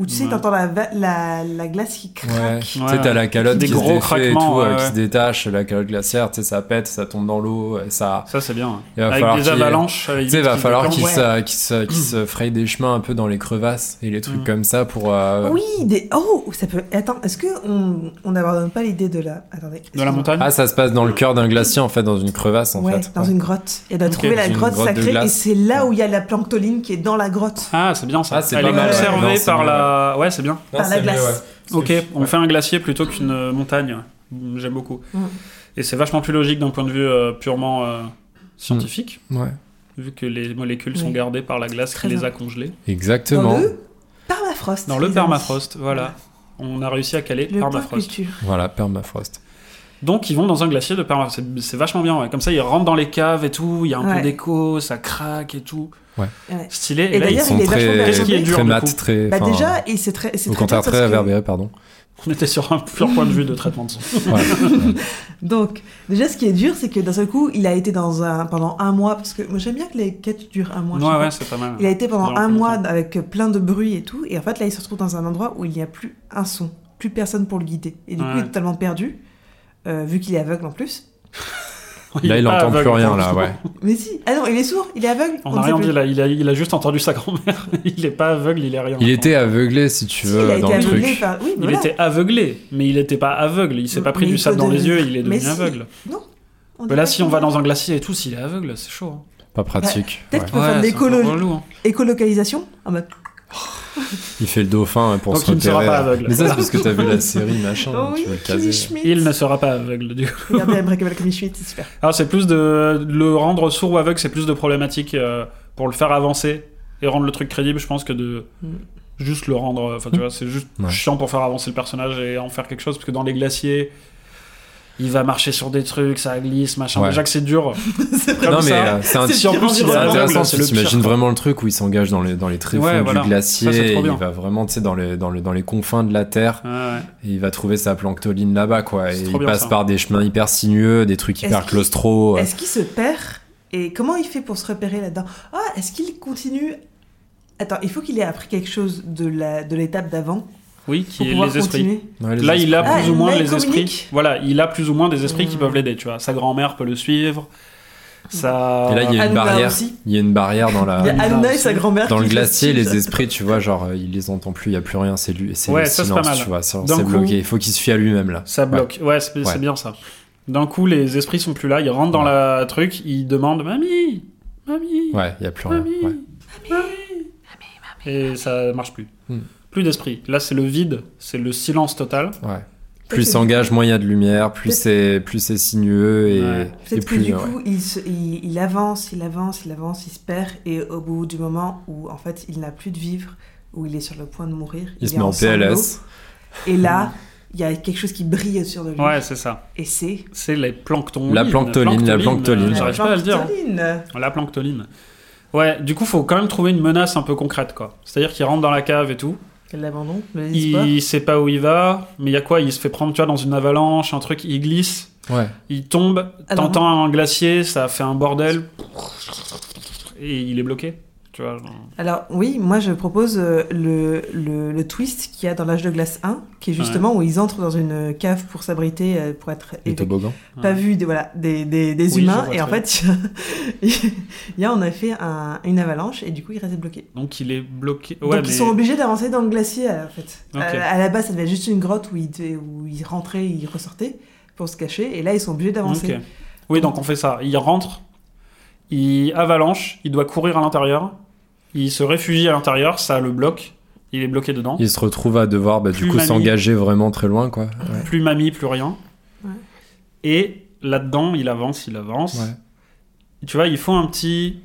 S3: où tu sais,
S2: Ouais.
S3: t'entends la, va- la la glace qui craque.
S1: Tu sais,
S2: ouais.
S1: t'as la calotte
S2: Des
S1: qui
S2: gros
S1: se défait et tout,
S2: craquements, ouais,
S1: euh, qui
S2: ouais.
S1: se détache, la calotte glaciaire, tu sais, ça pète, ça tombe dans l'eau, et ça.
S2: Ça c'est bien.
S1: Il va
S2: Avec
S1: falloir
S2: des
S1: qu'il-
S2: avalanches. avec
S1: Tu sais,
S2: des
S1: va
S2: petits
S1: falloir
S2: volcans.
S1: qu'ils
S3: ouais.
S1: se, qu'ils se, qu'ils se frayent des chemins un peu dans les crevasses et les trucs
S2: Mm.
S1: comme ça pour. euh,
S3: Oui, des oh, ça peut. Attends, est-ce que on on n'abandonne pas l'idée de la attendez
S2: de la
S3: excuse-moi.
S2: montagne.
S1: Ah, ça se passe dans le cœur d'un glacier, en fait, dans une crevasse, en
S3: ouais,
S1: fait.
S3: dans
S1: ouais.
S3: une grotte. Il doit
S2: Ok,
S3: trouver la
S1: dans une
S3: grotte
S1: grotte de
S3: sacrée et
S1: glace.
S3: c'est là où il y a la planctoline qui est dans la grotte.
S2: Ah, c'est bien ça.
S1: Ah, c'est
S2: Elle
S1: pas
S2: est
S3: mal, ouais.
S2: conservée
S1: Non, c'est
S2: par
S1: mieux,
S2: la. Ouais, c'est bien.
S1: Non,
S3: Par
S1: c'est
S3: la
S1: mieux,
S3: glace.
S1: ouais. Parce
S2: Ok,
S1: que-
S2: on fait un glacier plutôt qu'une euh, montagne. Mm, J'aime beaucoup.
S3: Mm.
S2: Et c'est vachement plus logique d'un point de vue euh, purement euh,
S1: Mm.
S2: scientifique,
S1: Ouais.
S2: vu que les molécules sont
S3: Oui.
S2: gardées par la glace qui
S3: Très
S2: les a congelées.
S1: Exactement.
S3: Dans le permafrost.
S2: Dans le
S3: les amis.
S2: permafrost, voilà. On a réussi à caler
S3: Le point
S2: permafrost.
S3: culture.
S1: Voilà, permafrost.
S2: Donc ils vont dans un glacier de permafrost. C'est- C'est vachement bien, ouais. Comme ça, ils rentrent dans les caves et tout, il y a un peu
S3: Ouais.
S2: d'écho, ça craque et tout.
S1: Ouais.
S3: Ouais.
S2: Stylé. Et,
S3: Et
S2: là, ils
S3: d'ailleurs,
S2: sont...
S3: il est vachement bien
S1: très,
S2: Qu'est-ce qui est dur,
S1: très
S2: du
S1: mat,
S2: coup
S1: très.
S3: Bah
S1: enfin,
S3: déjà, et c'est très, c'est
S1: hein. au
S3: très
S1: contraire,
S3: dur
S1: très
S3: parce que-
S1: réverbéré, pardon.
S2: on était sur un pur point de vue de traitement de son.
S1: Ouais.
S3: Donc, déjà, ce qui est dur, c'est que d'un seul coup, il a été dans un pendant un mois parce que moi j'aime bien que les quêtes durent un mois. je sais
S2: ouais,
S3: pas.
S2: ouais, c'est pas mal.
S3: Il a été pendant
S2: Durant
S3: un
S2: plus
S3: mois
S2: longtemps.
S3: avec plein de bruit et tout, et en fait là, il se retrouve dans un endroit où il n'y a plus un son, plus personne pour le guider, et du coup,
S2: Ouais.
S3: il est totalement perdu, euh, vu qu'il est aveugle en plus.
S1: Là,
S2: est
S1: il
S2: pas
S1: entend plus
S2: aveugle,
S1: rien, là,
S2: justement.
S1: ouais.
S3: Mais si. Ah non, il est sourd, il est aveugle.
S2: On
S3: ne
S2: n'a
S3: sait
S2: rien
S3: plus.
S2: dit là, il a, il a juste entendu sa grand-mère. Il n'est pas aveugle, il est rien.
S1: Il
S2: entendu.
S1: était aveuglé, si tu
S3: Si,
S1: veux,
S3: il a
S1: dans
S3: été
S1: le
S3: aveuglé
S1: truc.
S3: par. Oui,
S2: Il
S3: mais voilà.
S2: était aveuglé, mais il n'était pas aveugle. Il s'est pas pris
S3: Mais
S2: du
S3: il
S2: sable
S3: peut
S2: dans les
S3: devenir-
S2: yeux, il est
S3: mais
S2: devenu
S3: si.
S2: aveugle.
S3: Non. on
S2: Mais
S3: dit
S2: là,
S3: pas
S2: si
S3: qu'il
S2: on va
S3: est
S2: dans un glacier et tout, s'il est aveugle, c'est chaud. hein.
S1: Pas pratique.
S3: bah, peut-être
S1: ouais.
S3: Faut faire des
S2: c'est un peu
S3: colos.
S2: relou, hein.
S3: Écolocalisation en mode.
S1: Il fait le dauphin hein, pour
S2: Donc
S1: se
S2: il ne sera
S1: repérer.
S2: pas aveugle.
S1: Mais ça, c'est parce que t'as vu la série, machin,
S3: Oh
S1: tu
S3: oui,
S1: veux le
S3: Kimi
S1: caser.
S3: Schmidt.
S2: Il ne sera pas aveugle, du coup.
S3: Regardez Unbreakable Kimmy Schmidt, c'est super.
S2: Alors, c'est plus de. Le rendre sourd ou aveugle, c'est plus de problématique euh, pour le faire avancer et rendre le truc crédible, je pense, que de.
S3: Mm.
S2: Juste le rendre. Enfin, tu vois, c'est juste
S1: Ouais.
S2: chiant pour faire avancer le personnage et en faire quelque chose, parce que dans les glaciers. Il va marcher sur des trucs, ça glisse, machin.
S1: Ouais.
S2: Déjà que c'est dur.
S3: C'est vrai.
S2: Comme
S1: Non, mais
S2: ça,
S1: euh, c'est un
S3: c'est
S2: Si en
S3: pire
S2: plus il est
S1: C'est
S3: environnement.
S2: aveugle,
S1: intéressant
S2: c'est
S1: si
S2: le
S1: tu imagines
S2: pire.
S1: vraiment le truc où il s'engage dans les, dans les tréfonds
S2: Ouais, voilà.
S1: du
S2: Ça, c'est
S1: glacier,
S2: trop
S1: et
S2: bien.
S1: il va vraiment tu sais, dans, les, dans, les, dans les confins de la Terre,
S2: Ouais, ouais.
S1: et il va trouver sa planctoline là-bas, quoi.
S2: C'est
S1: Et
S2: trop
S1: il
S2: bien,
S1: passe
S2: ça.
S1: par des chemins hyper sinueux, des trucs
S3: Est-ce
S1: hyper
S3: qu'il-
S1: claustro. euh.
S3: Est-ce qu'il se perd Et comment il fait pour se repérer là-dedans Ah, est-ce qu'il continue Attends, il faut qu'il ait appris quelque chose de la de l'étape d'avant
S2: Oui,
S3: pour
S2: qui est
S3: pouvoir
S2: les esprits.
S3: continuer.
S1: Ouais, les
S2: Là, il a
S3: Ah,
S2: plus ou moins
S3: là, il
S2: les esprits.
S3: communique.
S2: Voilà, il a plus ou moins des esprits qui
S3: Mm.
S2: peuvent l'aider, tu vois. Sa grand-mère peut le suivre. Ça.
S1: Et là, il y a une
S3: Hanouna
S1: barrière.
S3: Ah, aussi.
S1: Il y a une barrière dans la.
S3: Il y a
S2: Hanouna
S3: Hanouna et
S2: aussi.
S3: sa grand-mère.
S1: Ah, Dans
S3: qui
S1: le
S3: se
S1: glacier,
S3: suivent.
S1: les esprits, tu vois, genre, euh, il les entend plus, il y a plus rien, c'est lui, c'est
S2: Ouais,
S1: le
S2: ça, c'est
S1: silence,
S2: pas mal.
S1: tu vois, c'est
S2: D'un
S1: c'est
S2: coup-
S1: bloqué. Il faut qu'il se fie à lui-même là.
S2: Ça
S1: Ouais.
S2: bloque. Ouais, c'est c'est
S1: Ouais.
S2: bien ça. D'un coup, les esprits sont plus là. Ils rentrent dans
S1: Ouais.
S2: la truc. Ils demandent Mamie Mamie
S1: Ouais, il y a plus rien.
S2: Mamie
S1: ouais.
S2: Mamie Et ça marche plus.
S1: Mm.
S2: Plus d'esprit. Là, c'est le vide. C'est le silence total.
S1: Ouais.
S3: que
S1: Plus il s'engage, moins il y a de lumière, plus c'est plus c'est sinueux et,
S2: Ouais.
S1: et
S3: Peut-être que
S1: plus.
S3: du
S1: ouais.
S3: coup, il, se- il- il avance, il avance, il avance, il se perd, et au bout du moment où en fait il n'a plus de vivre, où il est sur le point de mourir,
S1: il se
S3: est
S1: met en PLS.
S3: sanglots, Et là, il y a quelque chose qui brille sur de lui.
S2: Ouais, c'est ça.
S3: Et c'est
S2: C'est les planctons.
S1: La planctoline, la planctoline.
S2: euh, J'arrive pas à le dire.
S3: Planctoline.
S2: La planctoline. Ouais, du coup, faut quand même trouver une menace un peu concrète, quoi. C'est-à-dire qu'il rentre dans la cave et tout.
S3: Quel abandon, le désespoir.
S2: Il sait pas où il va, mais il y a quoi Il se fait prendre, tu vois, dans une avalanche, un truc, il glisse,
S1: Ouais.
S2: il tombe,
S3: Alors-
S2: t'entends un glacier, ça fait un bordel, et il est bloqué, tu vois. genre.
S3: Alors oui, moi je propose euh, le, le, le twist qu'il y a dans l'âge de glace 1, qui est justement où ils entrent dans une cave pour s'abriter, euh, pour être
S1: Le
S3: évacués.
S1: toboggan.
S3: pas vu des, voilà, des, des,
S2: Oui,
S3: des
S2: je
S3: humains
S2: vois
S3: et en
S2: très
S3: fait il y a en effet un- une avalanche et du coup ils restent bloqués.
S2: Donc il est bloqué. Ouais,
S3: Donc
S2: mais
S3: ils sont obligés d'avancer dans le glacier euh, en fait.
S2: Ok.
S3: À, à la base ça devait être juste une grotte où ils, devaient- où ils rentraient, ils ressortaient pour se cacher et là ils sont obligés d'avancer.
S2: Ok. Oui, donc on fait ça. Il rentre, il avalanche, il doit courir à l'intérieur, il se réfugie à l'intérieur, ça le bloque, il est bloqué dedans.
S1: Il se retrouve à devoir bah, du
S2: Plus
S1: coup
S2: mamie.
S1: s'engager vraiment très loin quoi. Ouais.
S2: plus mamie, plus rien.
S3: Ouais.
S2: Et là-dedans, il avance, il avance.
S1: Ouais.
S2: Tu vois, il faut un petit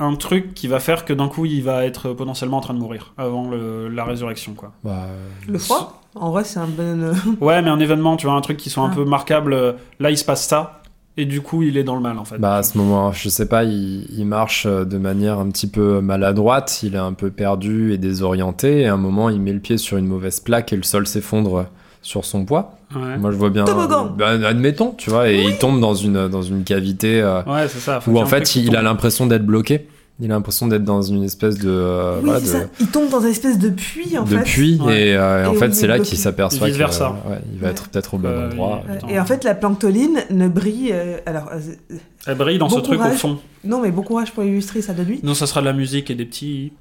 S2: un truc qui va faire que d'un coup, il va être potentiellement en train de mourir avant le- la résurrection, quoi.
S1: Bah, euh,
S3: Le froid en vrai c'est un bon euh,
S2: Ouais, mais un événement, tu vois, un truc qui soit un
S3: Ah.
S2: peu marquable. euh, Là, il se passe ça, et du coup, il est dans le mal, en fait.
S1: bah à ce moment, je sais pas, il, il marche euh, de manière un petit peu maladroite, il est un peu perdu et désorienté. Et à un moment, il met le pied sur une mauvaise plaque et le sol s'effondre sur son poids.
S2: Ouais,
S1: Moi, je vois bien.
S3: Toboggan.
S1: Bah, admettons, tu vois, et il tombe dans une dans une cavité. euh,
S2: Ouais, c'est ça. faut
S1: Où
S2: qu'il y ait
S1: en
S2: un truc
S1: fait
S2: qui
S1: il a
S2: tombe.
S1: l'impression d'être bloqué. Il a l'impression d'être dans une espèce de, euh,
S2: Bah,
S3: oui,
S1: voilà,
S3: c'est
S1: de,
S3: ça. Ils tombent dans une espèce de puits en
S1: de
S3: fait.
S1: puits.
S2: Ouais.
S1: Et, euh, et en
S3: Et où
S1: fait
S3: il est
S1: c'est là
S3: bloqué.
S1: qu'il s'aperçoit
S2: Et
S1: qu'il
S2: vice-versa.
S1: il va être peut-être au bon
S2: Euh,
S1: endroit.
S2: il-
S3: Ouais,
S2: Putain.
S3: Et en fait la planctoline ne brille euh, alors euh,
S2: Elle brille dans
S3: Bon
S2: ce truc au
S3: courage.
S2: fond.
S3: non mais bon courage pour illustrer ça de lui.
S2: Non, ça sera de la musique et des petits.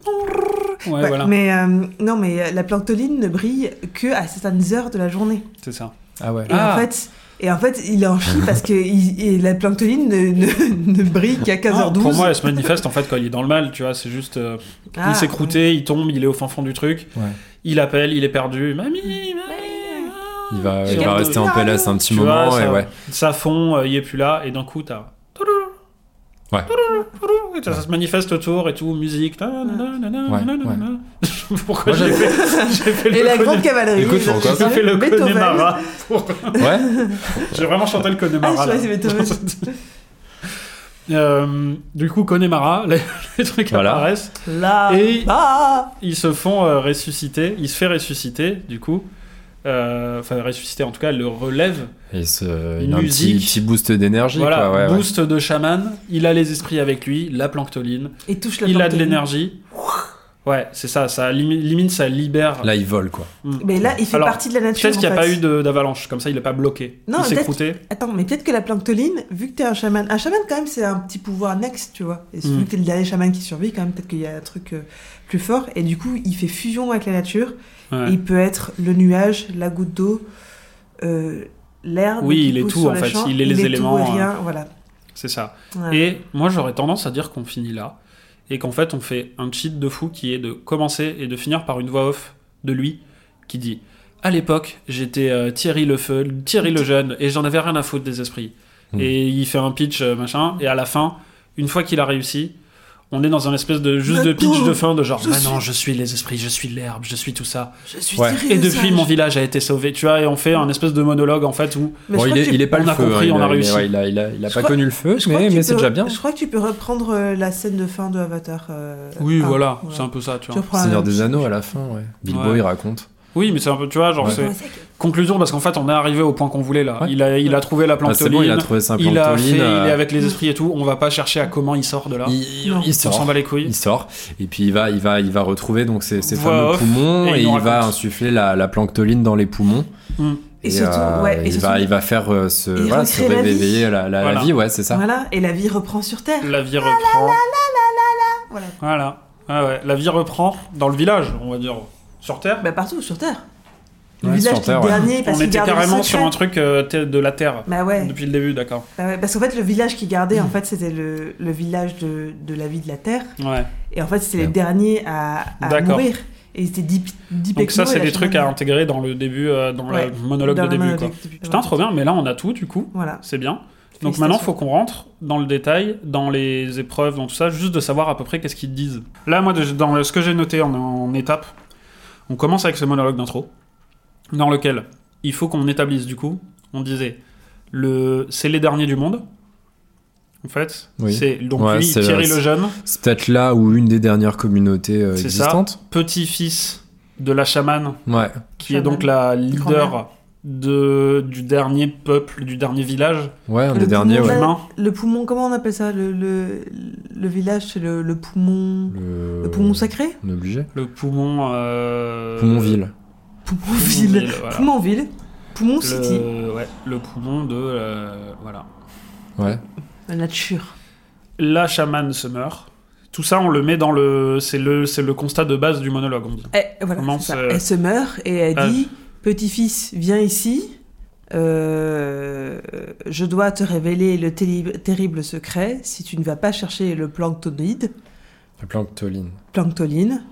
S2: Ouais,
S3: Ouais,
S2: voilà.
S3: Mais euh, non, mais euh, la planctoline ne brille que à certaines heures de la journée.
S2: C'est ça.
S1: Ah ouais.
S3: Et
S2: Ah.
S3: en fait, et en fait, il en chie parce que il- et la planctoline ne, ne- ne brille qu'à
S2: Ah,
S3: 15h12.
S2: pour moi, elle se manifeste en fait quand il est dans le mal, tu vois. C'est juste. euh,
S3: Ah.
S2: il s'est croûté, il tombe, il est au fin fond du truc.
S1: Ouais.
S2: Il appelle, il est perdu. Mamie, mamie, ah.
S1: Il va, il
S2: Sur
S1: va
S2: le-
S1: rester en
S3: Ah,
S1: PLS un petit
S2: Tu
S1: moment
S2: vois,
S1: et
S2: ça,
S1: ouais.
S2: ça fond, euh, il est plus là, et d'un coup, t'as.
S1: Ouais.
S2: Et ça, ça se manifeste autour et tout, musique. ta- na- na- na- na-
S1: Ouais,
S2: na- na-
S1: ouais.
S2: na- Pourquoi
S1: Moi,
S2: j'ai fait, j'ai fait
S3: Et
S2: le
S3: la grande
S2: Conne-
S3: cavalerie.
S1: Écoute,
S3: je-
S1: pourquoi
S3: je-
S2: j'ai fait le
S3: Beethoven.
S2: Connemara. pour-
S1: Ouais.
S2: J'ai vraiment chanté le Connemara.
S3: Ah, je
S2: là.
S3: croyais que c'est Beethoven.
S2: Euh, du coup, Connemara, les, les trucs
S1: Voilà.
S2: apparaissent.
S3: Là.
S2: Et-
S3: Ah
S2: Ils se font euh, ressusciter, il se fait ressusciter, du coup. Euh, Enfin, ressusciter, en tout cas, elle le relève.
S1: Et ce, il a un petit,
S2: Musique.
S1: petit boost d'énergie.
S2: Voilà,
S1: quoi, ouais, ouais.
S2: boost de chaman, il a les esprits avec lui, la planctoline,
S3: Il touche la
S2: il a de
S3: planctoline.
S2: l'énergie. Ouais, c'est ça, ça limi- limite, ça libère.
S1: Là, il vole, quoi.
S2: Hmm.
S3: Mais là, il fait
S2: Alors,
S3: partie de la nature.
S2: Peut-être qu'il n'y a
S3: Bah, en
S2: pas
S3: fait.
S2: eu de- d'avalanche, comme ça il n'est pas bloqué.
S3: Non,
S2: il s'est
S3: peut-être-
S2: croûté.
S3: Attends, mais peut-être que la planctoline, vu que t'es un chaman, un chaman quand même c'est un petit pouvoir next, tu vois. Et vu
S2: Mm.
S3: que t'es le dernier chaman qui survit, quand même peut-être qu'il y a un truc euh, plus fort. Et du coup, il fait fusion avec la nature.
S2: Ouais.
S3: Et il peut être le nuage, la goutte d'eau, euh, l'herbe.
S2: Oui,
S3: qui
S2: il est
S3: pousse
S2: tout,
S3: sur
S2: en
S3: les
S2: fait.
S3: champs.
S2: Il est les éléments,
S3: Tout et
S2: euh,
S3: rien, voilà.
S2: C'est ça.
S3: Voilà.
S2: Et moi j'aurais tendance à dire qu'on finit là. Et qu'en fait on fait un cheat de fou qui est de commencer et de finir par une voix off de lui qui dit À l'époque j'étais euh, Thierry le Feu, Thierry le Jeune et j'en avais rien à foutre des esprits.
S1: Mm.
S2: Et il fait un pitch euh, machin. Et à la fin, une fois qu'il a réussi, on est dans un espèce de juste de pitch de fin de genre
S3: Je suis-
S2: Maintenant je suis les esprits, je suis l'herbe, je suis tout ça.
S3: Je suis
S1: Ouais.
S3: tirée
S2: Et
S3: de
S2: depuis,
S3: singe.
S2: mon village a été sauvé, tu vois, et on fait un espèce de monologue en fait où.
S3: Mais
S1: bon,
S3: je
S1: il
S3: crois
S1: est,
S3: que tu-
S1: il est pas
S2: on
S1: le
S2: a
S1: feu. hein,
S2: compris,
S1: il
S2: on a
S1: il
S2: réussi.
S1: ouais, il a, il a- il a
S3: Je
S1: pas
S3: crois-
S1: connu le feu,
S3: je crois
S1: mais,
S3: que tu
S1: mais c'est
S3: peux-
S1: déjà bien.
S3: Je crois que tu peux reprendre euh, la scène de fin de Avatar. euh,
S2: Oui,
S3: un,
S2: voilà, c'est un peu ça, tu
S3: Tu
S2: vois.
S3: reprends la
S1: Seigneur
S3: même
S1: des
S3: chose.
S1: Anneaux à la fin, ouais. Bilbo,
S2: Ouais.
S1: il raconte.
S2: Oui, mais c'est un peu, tu vois, genre,
S1: Ouais.
S2: c'est. Conclusion, parce qu'en fait, on est arrivé au point qu'on voulait là.
S1: Ouais.
S2: Il, a, il a trouvé la
S1: Ah,
S2: planctoline.
S1: c'est bon, il a trouvé sa
S2: il a fait,
S1: planctoline.
S2: il est
S1: euh,
S2: avec les esprits et tout. On va pas chercher à comment il sort de là.
S1: il-
S3: Non.
S1: il
S2: on s'en
S1: sort.
S2: bat les couilles.
S1: Il sort et puis il va, il va, il va retrouver donc ses, ses
S2: Voix
S1: fameux
S2: off,
S1: poumons
S2: et il
S1: et,
S2: nous
S1: il va
S2: raconte.
S1: insuffler la, la planctoline dans les poumons. euh,
S2: Mm.
S3: Et surtout, ouais, et
S1: il
S3: surtout-
S1: va, il va faire euh, se,
S3: Et
S1: voilà, se
S3: recréer la vie.
S1: réveiller la, la- la
S2: Voilà.
S1: vie, ouais, c'est ça.
S3: Voilà, et la vie reprend sur Terre.
S2: La vie reprend.
S3: Voilà.
S2: Voilà. Ah ouais, la vie reprend dans le village, on va dire, sur Terre.
S3: Bah partout, sur Terre. Le
S1: Ouais,
S3: village
S1: sur
S3: qui est
S1: Terre,
S3: le
S1: ouais.
S3: dernier parce
S2: on
S3: qu'il
S2: était
S3: garde le
S2: carrément
S3: secret.
S2: sur un truc euh, t- de la Terre
S3: Bah ouais,
S2: depuis Mm. le début, d'accord.
S3: bah ouais, parce qu'en fait le village qui gardait, en fait c'était le, le village de, de la vie de la Terre,
S2: Ouais.
S3: et en fait c'était les
S1: Ouais.
S3: derniers à, à
S2: D'accord.
S3: mourir, et c'était 10 10
S2: Donc ça, c'est des trucs à intégrer dans le début, euh, dans
S3: Ouais.
S2: le monologue de début, quoi. Putain, trop bien, mais là on a tout du coup,
S3: Voilà.
S2: c'est bien. Donc maintenant, faut qu'on rentre dans le détail, dans les épreuves, dans tout ça, juste de savoir à peu près qu'est-ce qu'ils disent. Là, moi, de- dans le- ce que j'ai noté en, en étape, on commence avec ce monologue d'intro, dans lequel il faut qu'on établisse du coup, on disait, le, c'est les derniers du monde, en fait.
S1: Oui.
S2: C'est donc
S1: Ouais,
S2: lui,
S1: c'est-
S2: Thierry
S1: c'est-
S2: le Jeune,
S1: C'est peut-être là où une des dernières communautés euh,
S2: C'est ça.
S1: existantes.
S2: petit-fils de la chamane,
S1: Ouais.
S2: qui est
S3: Chamane.
S2: donc la
S3: Grand-mère.
S2: leader de, du dernier peuple, du dernier village
S1: Ouais, un
S3: Le
S1: des derniers,
S3: poumon
S1: ouais.
S2: humain.
S3: Le poumon, comment on appelle ça le, le, le village, c'est le, le poumon...
S1: Le...
S3: Le poumon sacré
S1: On est obligé.
S2: Le poumon. Euh...
S1: Poumonville.
S3: Poumon ville.
S2: voilà.
S3: Poumon ville. Poumon city.
S2: Le... ouais, le poumon de. euh, voilà.
S1: Ouais.
S3: La nature.
S2: La chamane se meurt. Tout ça, on le met dans le. C'est le, c'est le constat de base du monologue, on dit.
S3: Eh, voilà,
S2: Comment
S3: c'est ça.
S2: se-
S3: Elle se meurt et elle
S2: euh, Ah.
S3: dit Petit-fils, viens ici. euh, je dois te révéler le téli- terrible secret si tu ne vas pas chercher le planctonoïde,
S1: La planctoline.
S3: planctoline.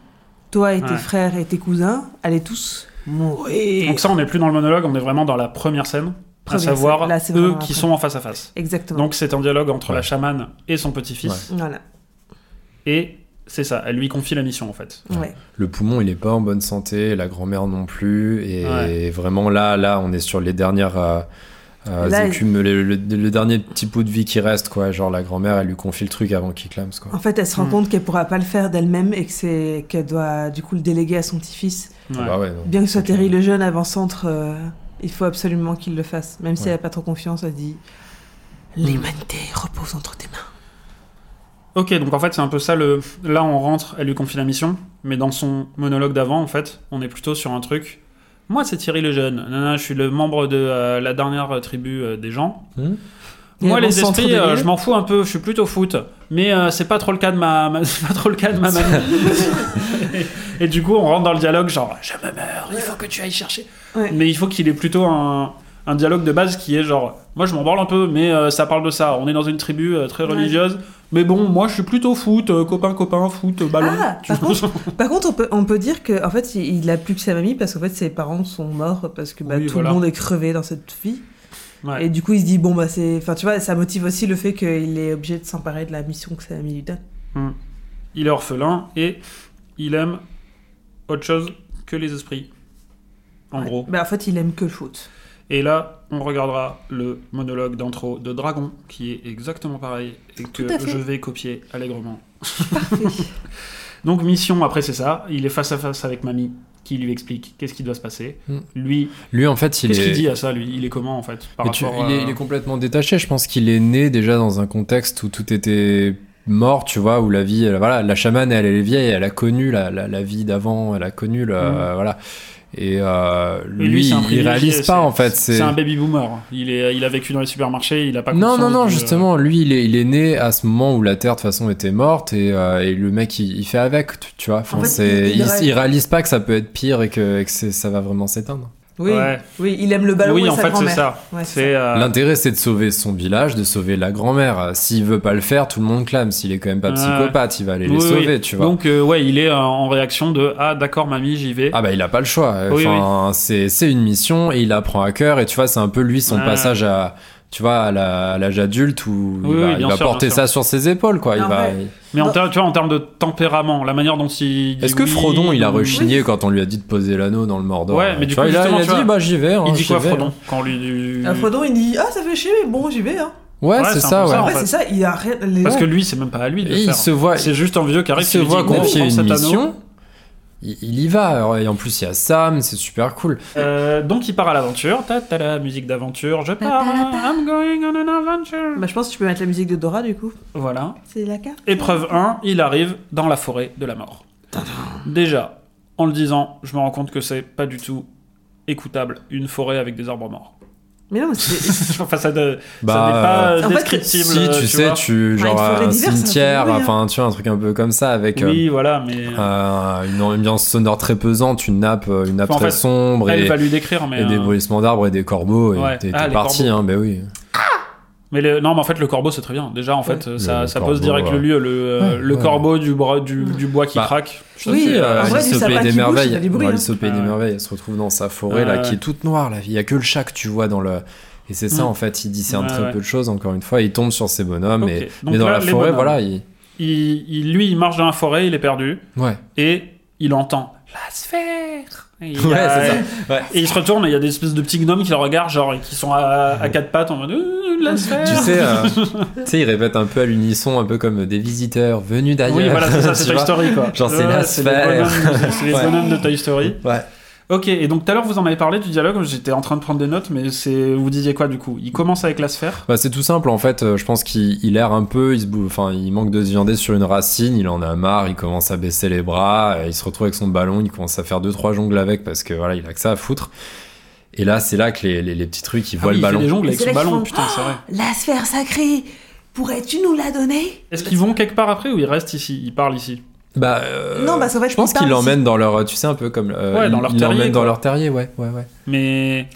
S3: Toi et tes
S2: Ouais.
S3: frères et tes cousins, allez tous mourir.
S2: Donc, ça, on n'est plus dans le monologue, on est vraiment dans la première scène,
S3: Première
S2: à savoir
S3: scène. Là, c'est
S2: eux
S3: vraiment la
S2: qui
S3: première.
S2: sont en face à face.
S3: Exactement.
S2: Donc, c'est un dialogue entre
S1: Ouais.
S2: la chamane et son petit-fils.
S3: voilà.
S2: Et c'est ça, elle lui confie la mission, en fait.
S3: Ouais.
S1: Le poumon, il est pas en bonne santé, la grand-mère non plus, et
S2: Ouais.
S1: vraiment là, là, on est sur les dernières euh, euh,
S3: Là,
S1: écumes, le, le- le dernier petit bout de vie qui reste, quoi. Genre la grand-mère, elle lui confie le truc avant qu'il clame, quoi.
S3: En fait, elle se rend
S2: Hmm.
S3: compte qu'elle pourra pas le faire d'elle-même et que c'est qu'elle doit du coup le déléguer à son petit-fils.
S2: Ouais.
S1: Ah bah ouais, non.
S3: Bien que ce soit
S1: Clairement.
S3: Terry le jeune avant-centre, euh, il faut absolument qu'il le fasse. Même si
S1: Ouais.
S3: elle n'a pas trop confiance, elle dit L'humanité repose entre tes mains.
S2: Ok, donc en fait, c'est un peu ça le. Là, on rentre, elle lui confie la mission, mais dans son monologue d'avant, en fait, on est plutôt sur un truc. Moi, c'est Thierry le Jeune. Nanana, je suis le membre de euh, la dernière tribu euh, des gens.
S1: Hmm.
S2: Moi,
S3: Et
S2: les
S3: avant-centre
S2: esprits,
S3: de
S2: euh,
S3: l'île.
S2: je m'en fous un peu. Je suis plutôt foot, mais euh, c'est pas trop le cas de ma, ma- c'est pas trop le cas de ma mamie. et, et du coup, on rentre dans le dialogue genre, je me meurs, il faut que tu ailles chercher.
S3: Ouais.
S2: Mais il faut qu'il ait plutôt un, un dialogue de base qui est genre, moi, je m'en branle un peu, mais euh, ça parle de ça. On est dans une tribu euh, très
S3: Ouais.
S2: religieuse, mais bon, moi, je suis plutôt foot, euh, copain, copain, foot, euh, ballon.
S3: Ah,
S2: Tu
S3: par
S2: vois,
S3: contre, par contre, on peut, on peut dire qu'en fait, il, il a plus que sa mamie parce qu'en fait, ses parents sont morts parce que bah,
S2: Oui,
S3: tout
S2: voilà.
S3: le monde est crevé dans cette vie.
S2: Ouais.
S3: Et du coup, il se dit Bon, bah, c'est. Enfin, tu vois, ça motive aussi le fait qu'il est obligé de s'emparer de la mission que sa mamie lui donne.
S2: Il est orphelin et il aime autre chose que les esprits. En
S3: Ouais.
S2: gros.
S3: Bah, en fait, il aime que le foot.
S2: Et là, on regardera le monologue d'intro de Dragon, qui est exactement pareil, et que
S3: à fait.
S2: je vais copier allègrement.
S3: Parfait.
S2: Donc, mission, après, c'est ça. Il est face à face avec Mamie, qui lui explique qu'est-ce qui doit se passer.
S1: Mm.
S2: Lui,
S1: Lui, en fait, il
S2: qu'est-ce
S1: est.
S2: qu'il dit à ça, lui Il est comment, en fait par
S1: Mais tu-
S2: rapport
S1: il, est,
S2: à-
S1: il est complètement détaché. Je pense qu'il est né déjà dans un contexte où tout était mort, tu vois, où la vie, elle- voilà, la chamane, elle, elle est vieille, elle a connu la, la, la vie d'avant, elle a connu, le,
S2: Mm.
S1: voilà. Et euh,
S2: Et
S1: lui,
S2: lui, c'est un
S1: il
S2: privilégié,
S1: réalise
S2: c'est-
S1: pas en fait.
S2: C'est un baby boomer. Il, est, il a vécu dans les supermarchés, il a pas
S1: Non,
S2: conscience
S1: non, non,
S2: du-
S1: justement, lui, il est, il est né à ce moment où la Terre, de toute façon, était morte, et, euh, et le mec, il, il fait avec, tu, tu vois. Enfin,
S3: fait,
S1: c'est-
S3: il- il
S1: il,
S3: rêve.
S1: il réalise pas que ça peut être pire et que, et que c'est- ça va vraiment s'éteindre.
S3: Oui,
S2: Ouais.
S3: oui, il aime le ballon
S2: Oui,
S3: et
S2: en
S3: sa
S2: fait, c'est
S3: grand-mère.
S2: ça.
S3: Ouais, c'est
S2: C'est euh,
S1: L'intérêt, c'est de sauver son village, de sauver la grand-mère. Euh, S'il veut pas le faire, tout le monde clame. S'il est quand même pas
S2: Ouais.
S1: psychopathe, il va aller les
S2: Oui, oui.
S1: sauver, tu vois.
S2: Donc, euh, ouais, il est euh, en réaction de Ah, d'accord, mamie, j'y vais.
S1: Ah bah il a pas le choix.
S2: Oui,
S1: Enfin, c'est c'est une mission et il la prend à cœur et tu vois c'est un peu lui son
S2: Ah.
S1: passage à tu vois à la- à l'âge adulte où
S2: Oui,
S1: il va,
S2: oui,
S1: il
S2: bien
S1: va
S2: sûr,
S1: porter
S2: bien
S1: ça sur ses épaules quoi. Il
S3: Ah
S1: va.
S3: ouais.
S2: Mais en,
S3: Non.
S2: ter- tu vois, en termes de tempérament, la manière dont il. dit
S1: Est-ce que
S2: oui,
S1: Frodon il a
S2: dont-
S1: rechigné quand on lui a dit de poser l'anneau dans le Mordor euh,
S2: Ouais, mais
S1: Tu
S2: du
S1: vois,
S2: coup,
S1: il a, il a
S2: justement, tu
S1: dit
S2: vois,
S1: bah j'y vais. hein,
S2: Il dit
S1: j'y
S2: quoi,
S1: vais.
S2: Frodon Quand lui.
S3: Un Frodon, il dit Ah, ça fait chier, mais bon, j'y vais. Hein.
S1: Ouais,
S2: Ouais,
S1: c'est
S2: c'est
S1: ça.
S2: un peu
S1: Ouais.
S2: ça, en
S3: Ouais,
S2: fait.
S3: c'est ça, il a rien. les-
S2: Parce que lui, c'est même pas à lui de le
S1: Et il
S2: faire.
S1: se voit
S2: C'est juste un vieux qui
S1: il
S2: arrive
S1: se
S2: qui lui
S1: voit
S2: dit,
S1: confier
S2: Gros, prends
S1: une
S2: cet anneau.
S1: mission. Il, il y va et en plus il y a Sam, c'est super cool.
S2: Euh, donc il part à l'aventure. Ta ta la musique d'aventure. Je pars. I'm going on an adventure.
S3: Bah, je pense que tu peux mettre la musique de Dora, du coup.
S2: Voilà.
S3: C'est la carte.
S2: Épreuve 1, il arrive dans la forêt de la mort. Déjà, en le disant, je me rends compte que c'est pas du tout écoutable une forêt avec des arbres morts.
S3: Mais non, mais c'est.
S2: enfin, ça, ne- ça
S1: Bah,
S2: n'est pas
S3: euh, en fait,
S2: descriptible.
S1: Si tu,
S2: tu
S1: sais,
S2: vois.
S1: tu
S3: Enfin,
S1: genre
S3: une forêt
S1: un
S3: d'hiver, ça me fait hein.
S1: cimetière,
S3: mourir.
S1: enfin tu vois un truc un peu comme ça avec. euh,
S2: Oui, voilà, mais
S1: Euh, une ambiance sonore très pesante, une nappe, euh, une nappe
S2: Enfin, en
S1: très
S2: fait,
S1: sombre
S2: elle
S1: et,
S2: va lui décrire. Mais,
S1: et des
S2: euh,
S1: bruissements d'arbres et des corbeaux et
S2: Ouais.
S1: t'es
S2: Ah,
S1: t'es
S2: les
S1: parti,
S2: corbeaux.
S1: hein, ben oui.
S2: mais le- non, mais en fait, le corbeau c'est très bien. Déjà, en fait, ça,
S1: le
S2: ça
S1: corbeau,
S2: pose direct
S1: ouais.
S2: le lieu, le, euh,
S1: Ouais,
S2: le
S1: ouais.
S2: corbeau du, bras, du, du bois qui
S1: Bah,
S2: craque. Je
S3: Oui,
S2: sais,
S3: euh, en vrai,
S1: Alice
S3: du
S1: au
S3: sapin
S1: Pays
S3: qui
S1: des
S3: bouge,
S1: merveilles,
S3: ça fait des
S1: dans
S3: bruits, hein.
S1: Alice au Pays
S2: Ah,
S1: des
S2: ouais.
S1: merveilles, elle se retrouve dans sa forêt là
S2: Ah,
S1: qui
S2: ouais.
S1: est toute noire, là. il y a que le chat que tu vois dans le et c'est ça
S2: Mm.
S1: en fait, il discerne
S2: Ouais,
S1: très
S2: ouais.
S1: peu de choses encore une fois, il tombe sur ses bonhommes
S2: Ok.
S1: et-
S2: Donc
S1: mais dans
S2: là,
S1: la
S2: les
S1: forêt
S2: bonhommes.
S1: voilà, il...
S2: il- il- lui, il marche dans la forêt, il est perdu.
S1: ouais.
S2: et il entend la sphère. Et il y a-
S1: Ouais, c'est ça. Ouais.
S2: Et il se retourne et il y a des espèces de petits gnomes qui le regardent, genre, et qui sont à, à quatre pattes en mode Euh, la sphère.
S1: Tu sais, euh, tu sais, ils répètent un peu à l'unisson, un peu comme des visiteurs venus d'ailleurs.
S2: oui, voilà, c'est ça, c'est
S1: tu
S2: Toy
S1: vois.
S2: Story, quoi.
S1: Genre, c'est
S2: Ouais,
S1: la
S2: les
S1: sphère.
S2: bonhommes- C'est les
S1: Ouais.
S2: bonhommes de Toy Story.
S1: Ouais.
S2: Ok, et donc tout à l'heure, vous en avez parlé du dialogue, j'étais en train de prendre des notes, mais c'est vous disiez quoi du coup Il commence avec la sphère.
S1: Bah, c'est tout simple en fait. Euh, Je pense qu'il il erre un peu, il, se bou- enfin, il manque de se viander sur une racine, il en a marre, il commence à baisser les bras, euh, il se retrouve avec son ballon, il commence à faire deux trois jongles avec parce que voilà, il a que ça à foutre. Et là, c'est là que les, les, les petits trucs, ils
S2: Ah
S1: voient le
S2: oui, il fait des
S1: ballon.
S2: jongles avec
S3: C'est
S2: son
S3: là qu'ils
S2: ballon,
S3: font-
S2: putain, c'est vrai.
S3: La sphère sacrée, pourrais-tu nous la donner
S2: Est-ce qu'ils vont quelque part après ou ils restent ici Ils parlent ici
S1: Bah, euh,
S3: Non, parce qu'en fait,
S1: je pense
S3: il
S1: qu'il
S3: parle
S1: l'emmène dans leur, tu sais, un peu comme. euh,
S2: Ouais, dans
S1: il-
S2: leur
S1: il l'emmène
S2: terrier,
S1: dans
S2: quoi.
S1: leur terrier, ouais, ouais, ouais.
S2: Mais.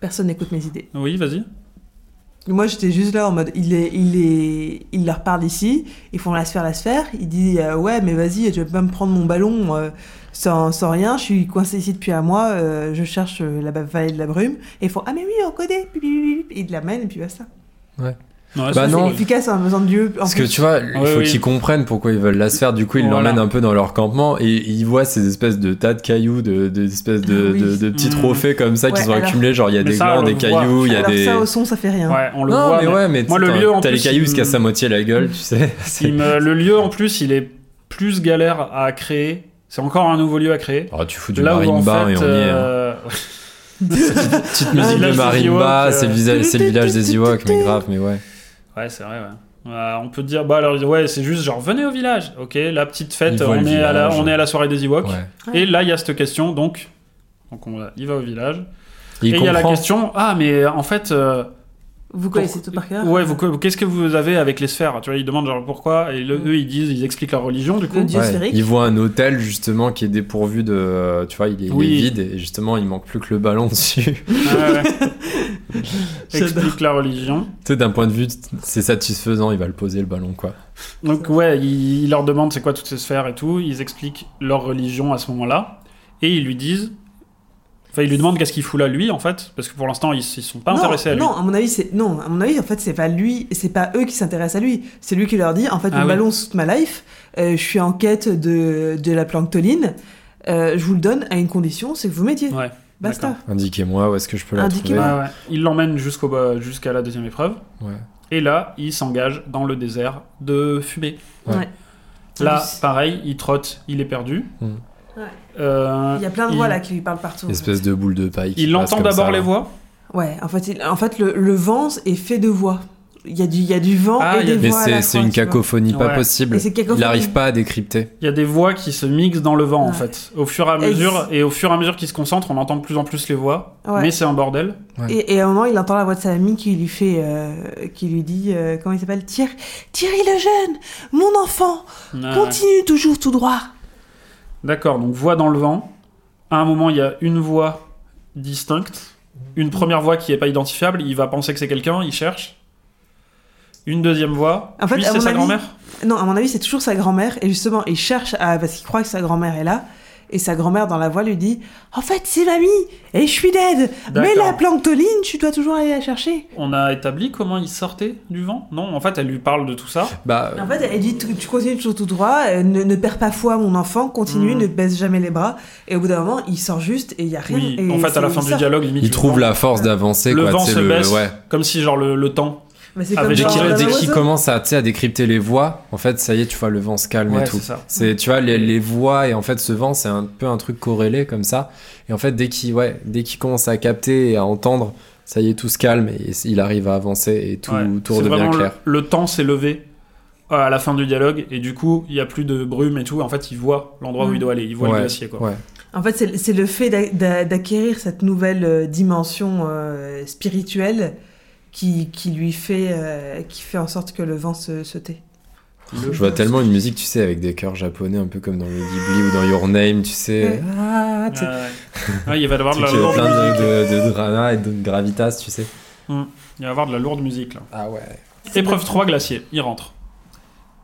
S3: Personne n'écoute mes idées.
S2: Oui, vas-y.
S3: Moi, j'étais juste là en mode il, est, il, est, il leur parle ici, ils font la sphère, la sphère. Il dit euh, Ouais, mais vas-y, tu vas pas me prendre mon ballon euh, sans, sans rien, je suis coincé ici depuis un mois, euh, je cherche euh, la ba- vallée de la brume. Et ils font Ah, mais oui, on connaît Puis, puis, puis, puis, Ils l'amènent et puis basta.
S2: Non,
S1: Bah
S2: c'est-
S1: non.
S2: c'est-
S3: Efficace en besoin de Dieu. En
S1: Parce que
S3: plus.
S1: tu vois, il
S2: Ouais,
S1: faut
S2: oui.
S1: qu'ils comprennent pourquoi ils veulent la se faire. Du coup, ils
S2: Voilà.
S1: l'emmènent un peu dans leur campement et ils voient ces espèces de tas de cailloux, de, des espèces de,
S3: Ah Oui.
S1: de- de petits
S2: Mm.
S1: trophées comme ça qui
S3: Ouais,
S1: sont
S3: alors-
S1: accumulés. Genre, il y a
S2: Mais
S1: des
S2: ça,
S1: glands,
S2: on le
S1: des
S2: voit.
S1: cailloux, il y a
S3: Alors,
S1: des.
S3: ça, au son, ça fait rien.
S2: Ouais, on le
S1: hein. non,
S2: voit.
S1: mais,
S2: mais-
S1: ouais, mais
S2: Moi, le
S1: t'as-
S2: lieu, en
S1: t'as les
S2: plus,
S1: cailloux
S2: il-
S1: qui cassent à moitié la gueule, tu sais. C'est-
S2: Il me- euh, le lieu en plus, il est plus galère à créer. C'est encore un nouveau lieu à créer.
S1: Oh, tu fous du
S2: Là où en
S1: marimba et
S2: fait,
S1: on y est. hein.
S2: euh,
S1: Petite
S2: le
S1: musique de
S2: village des
S1: marimba,
S2: Ewoks,
S1: c'est le
S2: euh.
S1: village- c'est le village des Ewoks, mais grave, mais ouais.
S2: ouais, c'est vrai. Ouais. Ouais, on peut dire, bah alors, ouais, c'est juste genre venez au village. Ok, la petite fête.
S1: Il voit
S2: On
S1: le
S2: est à la,
S1: village.
S2: on est à la soirée des Ewoks.
S1: ouais.
S2: Et là, il y a cette question, donc, donc on, va- il va au village.
S1: Il
S2: et il y a la
S1: comprend.
S2: question. Ah, mais en fait, euh,
S3: Vous connaissez tout par cœur
S2: ouais, vous, qu'est-ce que vous avez avec les sphères Tu vois, ils demandent genre pourquoi. Et le- eux, ils disent, ils expliquent leur religion du coup.
S3: Mm. Le dieu
S1: Ouais,
S3: sphérique.
S1: Il voit un hôtel justement qui est dépourvu de. Tu vois, il est, il est
S2: Oui.
S1: vide et justement il manque plus que le ballon dessus.
S2: Ouais, ouais.
S3: J'adore.
S2: Explique la religion.
S1: Tu sais, d'un point de vue, c'est satisfaisant, il va le poser le ballon, quoi.
S2: Donc ouais, il, il leur demande c'est quoi toutes ces sphères et tout. Ils expliquent leur religion à ce moment-là et ils lui disent. Enfin, ils lui demandent qu'est-ce qu'il fout là lui en fait, parce que pour l'instant ils, ils sont pas
S3: non,
S2: intéressés à lui.
S3: Non, à mon avis, c'est non, à mon avis, en fait, c'est pas lui, c'est pas eux qui s'intéressent à lui. C'est lui qui leur dit, en fait,
S2: Ah
S3: mon
S2: oui.
S3: ballon toute ma life, euh, je suis en quête de, de la planctoline. Euh, je vous le donne à une condition, c'est que vous mettiez.
S2: Ouais,
S3: Basta.
S1: Indiquez-moi où est-ce que je peux la trouver.
S3: Indiquez-moi.
S2: Ouais, ouais. Il l'emmène jusqu'au bas- jusqu'à la deuxième épreuve
S1: Ouais.
S2: et là il s'engage dans le désert de fumée.
S1: Ouais.
S3: Ouais.
S2: Là,
S3: Ah Oui.
S2: pareil, il trotte, il est perdu.
S1: Hmm.
S3: Ouais.
S2: Euh,
S3: Il y a plein de
S2: il-
S3: voix là qui lui parlent partout. en fait.
S1: Espèce de boule de paille. qui
S2: Il
S1: passe
S2: entend
S1: comme ça,
S2: d'abord
S1: là.
S2: les voix.
S3: Ouais, en fait, il- en fait, le, le vent est fait de voix. Il y, a du- il y a du vent
S2: Ah,
S3: et
S2: il y a
S3: des
S2: des-
S1: Mais
S3: voix. à la
S1: c'est- c'est
S3: fois,
S1: une
S3: tu vois.
S1: cacophonie pas
S2: Ouais.
S1: possible.
S3: Et c'est
S1: Il
S3: cacophonie.
S1: n'arrive pas à décrypter.
S2: Il y a des voix qui se mixent dans le vent en
S3: Ouais.
S2: fait. Au fur et à
S3: Et
S2: mesure, et au fur et à mesure qu'ils se concentrent, on entend de plus en plus les voix.
S3: Ouais.
S2: Mais c'est un bordel.
S3: Et, et à un moment, il entend la voix de sa amie qui lui fait, euh, qui lui dit, euh, comment il s'appelle Thierry, Thierry le jeune, mon enfant,
S2: Ah,
S3: continue toujours tout droit.
S2: D'accord, donc voix dans le vent. À un moment, il y a une voix distincte. Une première voix qui n'est pas identifiable. Il va penser que c'est quelqu'un, il cherche. Une deuxième voix.
S3: En fait,
S2: puis
S3: à
S2: c'est
S3: mon
S2: sa
S3: avis-
S2: grand-mère.
S3: Non, à mon avis, c'est toujours sa grand-mère. Et justement, il cherche à, parce qu'il croit que sa grand-mère est là. Et sa grand-mère dans la voix lui dit, en fait, c'est mamie et je suis dead. Mais
S2: D'accord.
S3: la planctoline, tu dois toujours aller la chercher.
S2: On a établi comment il sortait du vent Non, en fait, elle lui parle de tout ça.
S1: Bah,
S3: En fait, elle dit, tu tu continues toujours tout droit, euh, ne, ne perds pas foi, mon enfant, continue,
S2: Mm.
S3: ne baisse jamais les bras. Et au bout d'un moment, il sort juste et il y a rien.
S2: Oui,
S3: et
S2: en fait, à la
S3: c'est-
S2: fin
S3: il
S2: du
S3: sort.
S2: dialogue, limite.
S1: il
S2: le
S1: trouve
S2: vent-
S1: la force d'avancer.
S2: Le
S1: quoi,
S2: vent
S1: tu sais,
S2: se baisse,
S1: ouais.
S2: comme si, genre, le, le temps.
S3: Mais c'est
S2: Ah,
S3: comme
S2: mais
S1: Dès
S2: Genre,
S3: dans
S1: qu'il
S2: un
S1: dès qu'il
S3: oiseau.
S1: commence à, tu sais, à décrypter les voix, en fait, ça y est, tu vois, le vent se calme
S2: Ouais,
S1: et tout.
S2: c'est ça.
S1: C'est, tu vois, les, les voix et en fait, ce vent, c'est un peu un truc corrélé comme ça. Et en fait, dès qu'il ouais, dès qu'il commence à capter et à entendre, ça y est, tout se calme et il arrive à avancer et tout,
S2: Ouais.
S1: tout
S2: C'est
S1: redevient
S2: vraiment le-
S1: clair.
S2: Le, temps s'est levé euh, à la fin du dialogue et du coup il n'y a plus de brume et tout. En fait, il voit l'endroit où
S3: Mm.
S2: il doit aller, il voit
S1: Ouais.
S2: le glacier quoi.
S1: Ouais.
S3: En fait, c'est c'est le fait d'a- d'a- d'acquérir cette nouvelle euh, dimension euh, spirituelle qui, qui lui fait, euh, qui fait en sorte que le vent se, se tait.
S2: Le-
S1: Je vois tellement une musique, tu sais, avec des chœurs japonais, un peu comme dans le Ghibli ou dans Your Name, tu sais.
S3: Ouais.
S1: Ah,
S2: Ouais,
S1: tu sais.
S2: ouais. Ouais, il va y avoir de
S1: Truc,
S2: la
S1: euh,
S2: lourde
S1: plein
S2: musique.
S1: de, de, de drama et de gravitas, tu sais.
S2: Il va y avoir de la lourde musique là.
S1: Ah ouais.
S2: Épreuve 3 glacier, il rentre.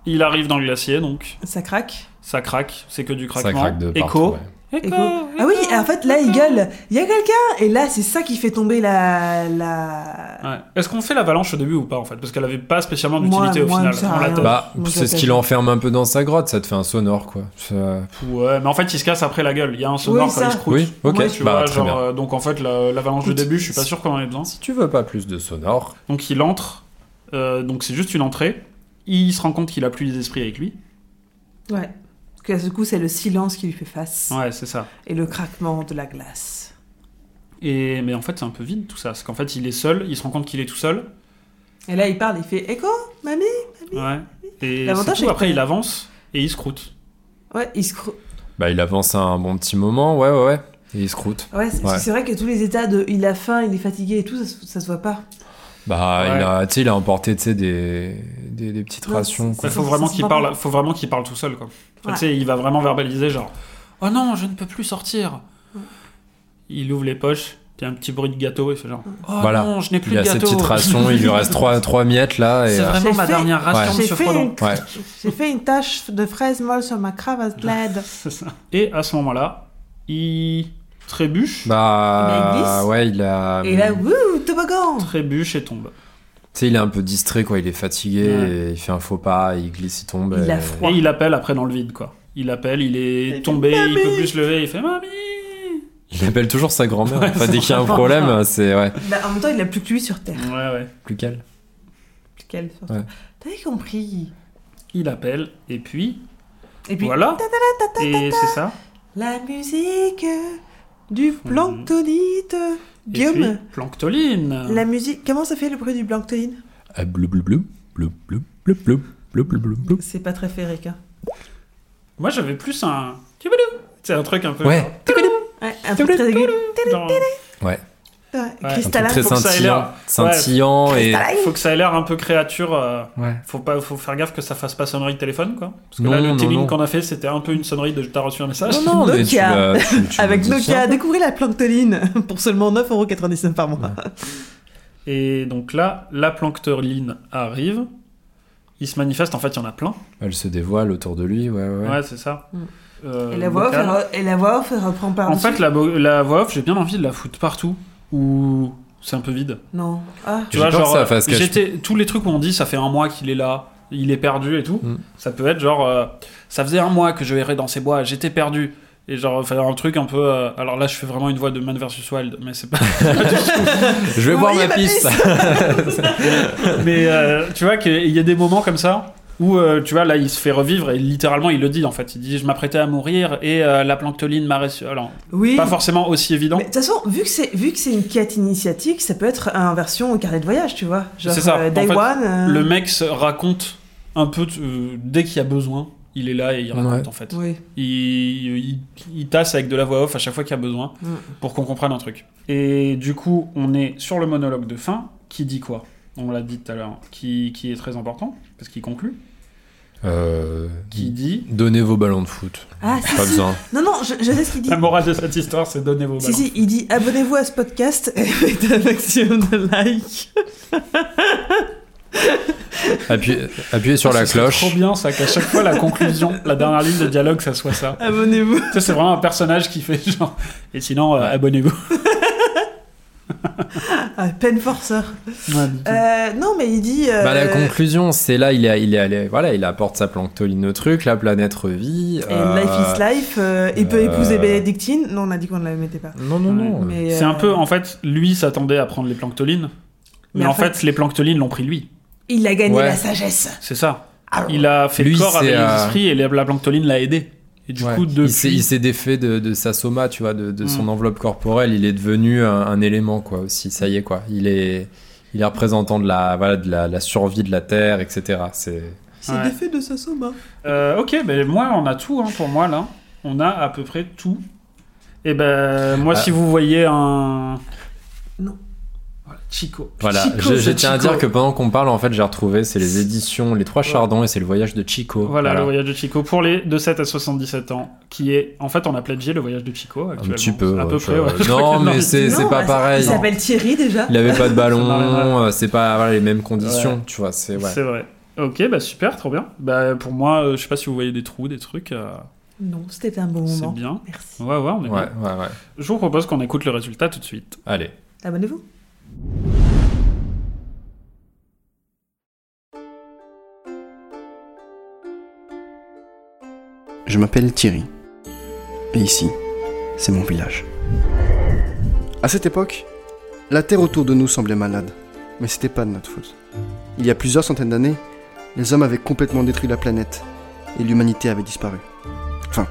S2: Il arrive dans le glacier donc
S3: Ça craque.
S2: ça craque, c'est que du craquement.
S1: Ça craque de partout.
S2: Écho.
S1: ouais.
S3: Écho. Ah oui, et en fait, là, il gueule. Il y a quelqu'un Et là, c'est ça qui fait tomber la... la...
S2: Ouais. Est-ce qu'on fait l'avalanche au début ou pas en fait Parce qu'elle avait pas spécialement
S3: Moi-
S2: d'utilité au
S3: moi,
S2: final.
S3: elle me sert à
S2: On la
S3: rien.
S2: tape.
S1: Bah,
S3: Moi,
S1: c'est ce
S3: j'appelle.
S1: qui l'enferme un peu dans sa grotte, ça te fait un sonore, quoi. Ça-
S2: Ouais, mais en fait il se casse après la gueule. Il y a un sonore
S3: Oui,
S2: quand il
S3: ça.
S2: se croûte.
S1: Oui, ok,
S3: Ouais,
S2: Tu
S1: bah
S2: vois,
S1: très
S2: genre,
S1: bien.
S2: euh, donc en fait la- l'avalanche de
S1: Écoute,
S2: début, je suis pas sûr qu'on en ait besoin.
S1: Si tu veux pas plus de sonore,
S2: Donc il entre, euh, donc c'est juste une entrée. Il se rend compte qu'il a plus les esprits avec lui.
S3: Ouais. Parce qu'à ce coup, c'est le silence qui lui fait face.
S2: Ouais, c'est ça.
S3: Et le craquement de la glace.
S2: Et mais en fait c'est un peu vide tout ça, parce qu'en fait il est seul, il se rend compte qu'il est tout seul.
S3: Et là, il parle, il fait « Écho, mamie
S2: Ouais. Et
S3: L'avantage,
S2: c'est
S3: c'est
S2: tout.
S3: que-
S2: après il avance et il scroute. ».
S3: Ouais, il se... cro-
S1: bah il avance à un bon petit moment, ouais, ouais, ouais, et il scroute.
S3: Ouais, c'est
S1: Ouais.
S3: c'est vrai que tous les états de « il a faim, il est fatigué et tout », ça, se- ça se voit pas.
S1: Bah
S2: Ouais.
S1: il a, tu sais, il a emporté, tu sais, des, des, des petites
S3: Non,
S1: rations,
S3: c'est-
S1: quoi.
S2: Il Bah, faut
S3: ça
S2: vraiment
S3: se
S2: qu'il
S3: voit pas.
S2: parle, faut vraiment qu'il parle tout seul quoi. Enfin,
S3: Ouais.
S2: Tu sais, il va vraiment verbaliser genre "Oh non, je ne peux plus sortir."
S3: Ouais.
S2: Il ouvre les poches, puis un petit bruit de gâteau et fait genre "Oh
S1: Voilà.
S2: non, je n'ai plus
S1: Il
S2: de
S1: a
S2: gâteau."
S1: ses petites rations, il lui reste trois, trois miettes là. Et,
S2: C'est
S1: euh,
S2: vraiment
S3: J'ai
S2: ma
S3: fait-
S2: dernière ration,
S3: J'ai
S2: monsieur
S3: fait,
S2: Frodon.
S3: une...
S1: Ouais.
S3: j'ai fait une tache de fraise molle sur ma cravate
S2: Ah.
S3: plaide.
S2: C'est ça. Et à ce moment-là, il trébuche,
S3: Il a
S1: bah
S3: glisse.
S1: ouais, il
S2: Ah,
S1: a.
S3: Et là, wouh, toboggan
S2: trébuche et tombe.
S1: Tu sais, il est un peu distrait, quoi. Il est fatigué,
S2: Ouais.
S1: et il fait un faux pas, il glisse, il tombe.
S3: Il
S1: et-
S3: a froid.
S2: Et il appelle après dans le vide, quoi. Il appelle, il est
S3: Et
S2: tombé,
S3: puis,
S2: il peut
S3: Mamie
S2: plus se lever, il fait Mamie
S1: Il appelle toujours sa grand-mère. Enfin, dès qu'il y a un
S2: vraiment
S1: problème, c'est ouais,
S3: Bah, En même temps, il a plus que lui sur Terre.
S2: Ouais, ouais.
S1: plus calme.
S3: Plus qu'elle sur
S1: Ouais.
S3: Terre. T'avais compris
S2: Il appelle, et puis,
S3: Et puis,
S2: voilà. Et c'est ça.
S3: la musique du planctonite.
S2: Mhm. Et
S3: Guillaume,
S2: puis, euh, Planctoline
S3: la musique... Comment ça fait le bruit du planctonite
S1: Ah, blou, blou, blou, blou, blou, blou, blou, blou, blou, blou, blou.
S3: C'est pas très féerique. Hein.
S2: Moi, j'avais plus un. Tchiboudou C'est un truc un peu.
S1: Ouais.
S3: Ouais, un truc très aigu.
S2: genre-
S1: Ouais.
S3: Ouais,
S1: Un truc
S3: Cristallin.
S1: très
S2: Faut que ça ait
S1: scintillant,
S2: l'air.
S1: scintillant et
S2: Faut que ça ait l'air un peu créature. euh,
S1: ouais.
S2: Faut, pas, faut faire gaffe que ça fasse pas sonnerie de téléphone, quoi. Parce que
S1: Non,
S2: là,
S1: non,
S2: le
S1: non.
S2: téling qu'on a fait, c'était un peu une sonnerie de t'as reçu un
S3: Ah,
S2: message.
S1: Non, non, mais tu
S3: Nokia.
S1: l'as- tu- tu
S3: Avec
S1: l'as dit
S3: Nokia, découvrez la planctonine pour seulement 9,99€ par mois.
S2: Et donc là, la planctoline arrive. Il se manifeste, en fait, il y en a plein.
S1: bien. Elle se dévoile autour de lui, ouais, ouais.
S2: Ouais,
S1: ouais.
S2: c'est ça.
S3: Mm.
S2: Euh,
S3: Et la voix off,
S2: vocal.
S3: elle, re- et la voix off, elle reprend par
S2: En fait, la, bo- la voix off, j'ai bien envie de la foutre partout où c'est un peu vide.
S3: Non. Ah.
S2: Tu
S1: J'ai
S2: vois,
S1: peur
S2: genre,
S1: que ça fasse cache-
S2: j'étais tous les trucs où on dit ça fait un mois qu'il est là, il est perdu et tout.
S1: Mm.
S2: Ça peut être genre, euh, ça faisait un mois que je errais dans ces bois, j'étais perdu. Et genre, faire un truc un peu. euh, alors là, je fais vraiment une voix de Man vs Wild, mais c'est pas.
S1: Je vais
S3: Vous
S1: voir
S3: voyez
S1: ma
S3: ma
S1: piste.
S2: mais euh, tu vois qu'il y a des moments comme ça où euh, tu vois là il se fait revivre et littéralement il le dit en fait il dit je m'apprêtais à mourir et euh, la planctoline m'a reçu alors
S3: Oui.
S2: pas forcément aussi évident
S3: Mais de toute façon, vu que c'est vu que c'est une quête initiatique, ça peut être en version carnet de voyage, tu vois. Genre,
S2: C'est ça.
S3: euh, day
S2: En fait,
S3: one. euh,
S1: Ah.
S2: le mec se raconte un peu euh, dès qu'il y a besoin il est là et il raconte
S1: Ouais.
S2: en fait
S3: Oui.
S2: il, il, il tasse avec de la voix off à chaque fois qu'il y a besoin
S3: Mm.
S2: pour qu'on comprenne un truc et du coup on est sur le monologue de fin qui dit quoi on l'a dit tout à l'heure qui, qui est très important parce qu'il conclut
S1: Euh,
S2: qui dit
S1: Donnez vos ballons de foot.
S3: Ah, si,
S1: Pas
S3: si.
S1: besoin.
S3: Non, non, je, je sais ce qu'il dit.
S2: la morale de cette histoire c'est donnez vos
S3: Si,
S2: ballons
S3: si, il dit abonnez-vous à ce podcast et mettez un maximum de likes.
S1: Appuyez, appuyez sur
S2: Ça,
S1: la
S2: Ah, ce serait
S1: cloche.
S2: trop bien ça, qu'à chaque fois la conclusion, la dernière ligne de dialogue, ça soit ça.
S3: Abonnez-vous.
S2: Tu sais, c'est vraiment un personnage qui fait genre. Et sinon, euh,
S1: Ouais.
S2: abonnez-vous.
S3: Ah, peine forceur. Euh, non, mais il dit. euh,
S1: Bah, la conclusion, c'est là, il, est, il, est allé, voilà, il apporte sa planctoline au truc, la planète revit.
S3: Et Life is life, euh, il peut
S1: euh,
S3: épouser Bénédictine. Non, on a dit qu'on ne la mettait pas.
S1: Non, non, non.
S3: Mais,
S2: C'est
S3: euh,
S2: un peu. En fait, lui s'attendait à prendre les planctolines, mais,
S3: Mais en
S2: en fait, les planctolines l'ont pris lui.
S3: Il a gagné
S1: Ouais.
S3: la sagesse. Ah.
S2: C'est ça. Il a fait
S1: Lui,
S2: corps
S1: c'est,
S2: avec les
S1: euh,
S2: esprits et la, la planctoline l'a aidé. Et du
S1: Ouais.
S2: coup,
S1: Il s'est- Il
S2: depuis.
S1: s'est défait de, de sa soma, tu vois, de, de son
S2: Mm.
S1: enveloppe corporelle. Il est devenu un, un élément, quoi, aussi. Ça y est, quoi. Il est, il est représentant de la, voilà, de la, la survie de la Terre, etc. C'est
S3: C'est
S2: Ouais.
S3: défait de sa soma.
S2: Euh, ok, mais moi, on a tout hein, pour moi là. On a à peu près tout. Et ben, moi,
S1: Ah.
S2: si vous voyez un.
S3: Non.
S2: Voilà, Chico.
S1: voilà.
S2: Chico,
S1: je
S2: ce
S1: je tiens à
S2: Chico.
S1: dire que pendant qu'on parle, en fait, j'ai retrouvé, c'est les éditions, les trois chardons et c'est le voyage de Chico.
S2: Voilà, le voyage de Chico pour les de 7 à 77 ans, qui est en fait on a plagié le voyage de Chico
S1: Un
S2: actuellement.
S1: petit peu.
S2: à peu
S1: ouais,
S2: près.
S1: ça-
S2: ouais. Je crois
S1: Non,
S2: que-
S1: mais
S2: il-
S1: c'est
S3: Non,
S1: c'est pas
S3: bah,
S1: pareil.
S3: Il s'appelle Thierry déjà.
S1: Il avait pas de
S2: Ça m'arrive,
S1: ballon, euh, c'est pas voilà, les mêmes conditions,
S2: Ouais.
S1: tu vois. C'est ouais.
S2: C'est vrai. Ok, bah super, trop bien. Bah pour moi, euh, je sais pas si vous voyez des trous, des trucs, euh,
S3: Non, c'était un bon
S2: c'est
S3: moment.
S2: bien.
S3: Merci.
S2: Ouais, ouais, on est
S1: Ouais, ouais,
S2: bien.
S1: ouais.
S2: Je vous propose qu'on écoute le résultat tout de suite.
S1: Allez.
S3: Abonnez-vous.
S5: Je m'appelle Thierry. Et ici, c'est mon village. À cette époque, la terre autour de nous semblait malade, mais c'était pas de notre faute. Il y a plusieurs centaines d'années, les hommes avaient complètement détruit la planète et l'humanité avait disparu. Enfin,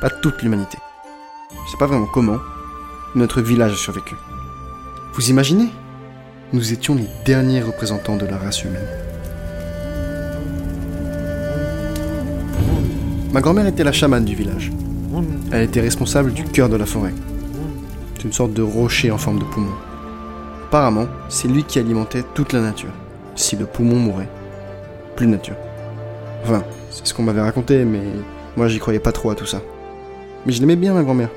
S5: pas toute l'humanité. Je sais pas vraiment comment, mais notre village a survécu. Vous imaginez Nous étions les derniers représentants de la race humaine. Ma grand-mère était la chamane du village. Elle était responsable du cœur de la forêt. C'est une sorte de rocher en forme de poumon. Apparemment, c'est lui qui alimentait toute la nature. Si le poumon mourait, plus de nature. Enfin, c'est ce qu'on m'avait raconté, mais moi j'y croyais pas trop à tout ça. Mais je l'aimais bien, ma grand-mère.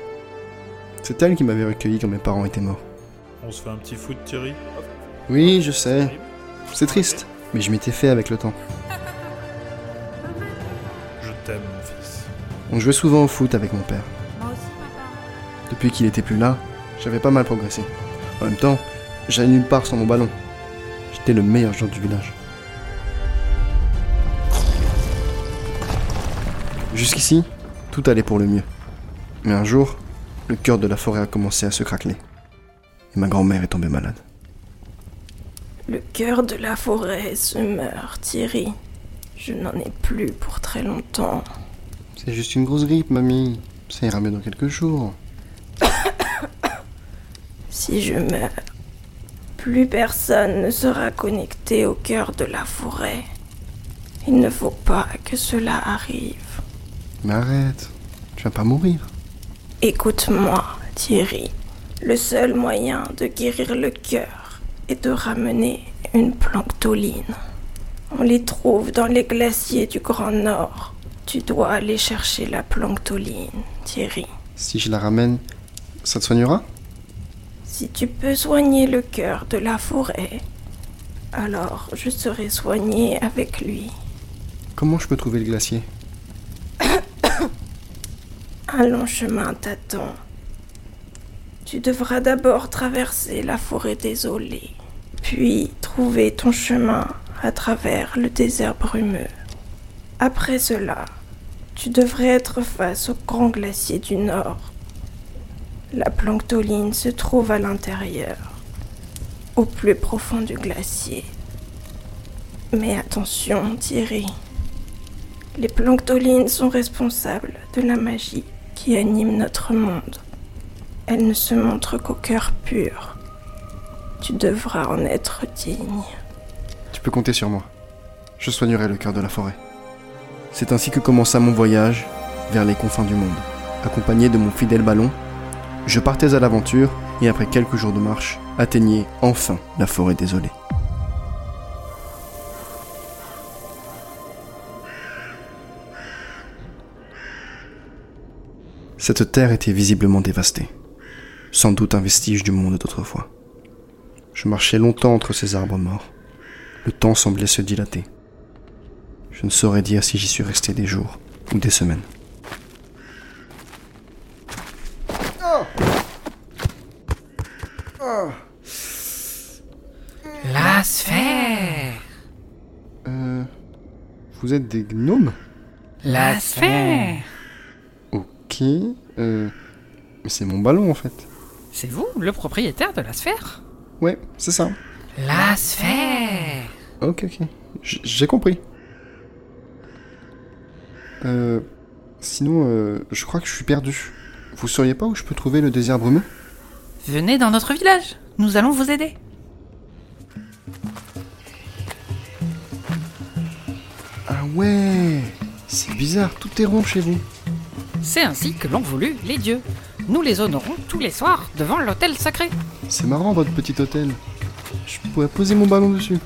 S5: C'est elle qui m'avait recueilli quand mes parents étaient morts.
S6: On se fait un petit foot, Thierry
S5: Oui, je sais. C'est triste, mais je m'étais fait avec le temps.
S6: Je t'aime, mon fils.
S5: On jouait souvent au foot avec mon père. Depuis qu'il était plus là, j'avais pas mal progressé. En même temps, j'allais nulle part sans mon ballon. J'étais le meilleur joueur du village. Jusqu'ici, tout allait pour le mieux. Mais un jour, le cœur de la forêt a commencé à se craqueler. Et ma grand-mère est tombée malade.
S7: Le cœur de la forêt se meurt, Thierry. Je n'en ai plus pour très longtemps.
S5: C'est juste une grosse grippe, mamie. Ça ira mieux dans quelques jours.
S7: Si je meurs, plus personne ne sera connecté au cœur de la forêt. Il ne faut pas que cela arrive.
S5: Mais arrête, tu vas pas mourir.
S7: Écoute-moi, Thierry. Le seul moyen de guérir le cœur est de ramener une planctoline. On les trouve dans les glaciers du Grand Nord. Tu dois aller chercher la planctoline, Thierry.
S5: Si je la ramène, ça te soignera
S7: Si tu peux soigner le cœur de la forêt, alors je serai soigné avec lui.
S5: Comment je peux trouver le glacier
S7: Un long chemin t'attend. Tu devras d'abord traverser la forêt désolée, puis trouver ton chemin à travers le désert brumeux. Après cela, tu devrais être face au grand glacier du nord. La planctoline se trouve à l'intérieur, au plus profond du glacier. Mais attention, Thierry, Les planctolines sont responsables de la magie qui anime notre monde. Elle ne se montre qu'au cœur pur. Tu devras en être digne.
S5: Tu peux compter sur moi. Je soignerai le cœur de la forêt. C'est ainsi que commença mon voyage vers les confins du monde. Accompagné de mon fidèle ballon, je partais à l'aventure et après quelques jours de marche, atteignais enfin la forêt désolée. Cette terre était visiblement dévastée, sans doute un vestige du monde d'autrefois. Je marchais longtemps entre ces arbres morts. Le temps semblait se dilater. Je ne saurais dire si j'y suis resté des jours ou des semaines.
S8: La sphère
S5: Euh. Vous êtes des gnomes
S8: La sphère
S5: Ok. Euh. Mais c'est mon ballon en fait.
S8: C'est vous, le propriétaire de la sphère
S5: Ouais, c'est ça.
S8: La sphère
S5: Ok, ok. J- J'ai compris. Euh. Sinon, euh, je crois que je suis perdu. Vous sauriez pas où je peux trouver le désert brumeux
S8: Venez dans notre village, nous allons vous aider.
S5: Ah ouais C'est bizarre, tout est rond chez vous.
S8: C'est ainsi que l'ont voulu les dieux. Nous les honorons tous les soirs devant l'autel sacré.
S5: C'est marrant votre petit hôtel. Je pourrais poser mon ballon dessus.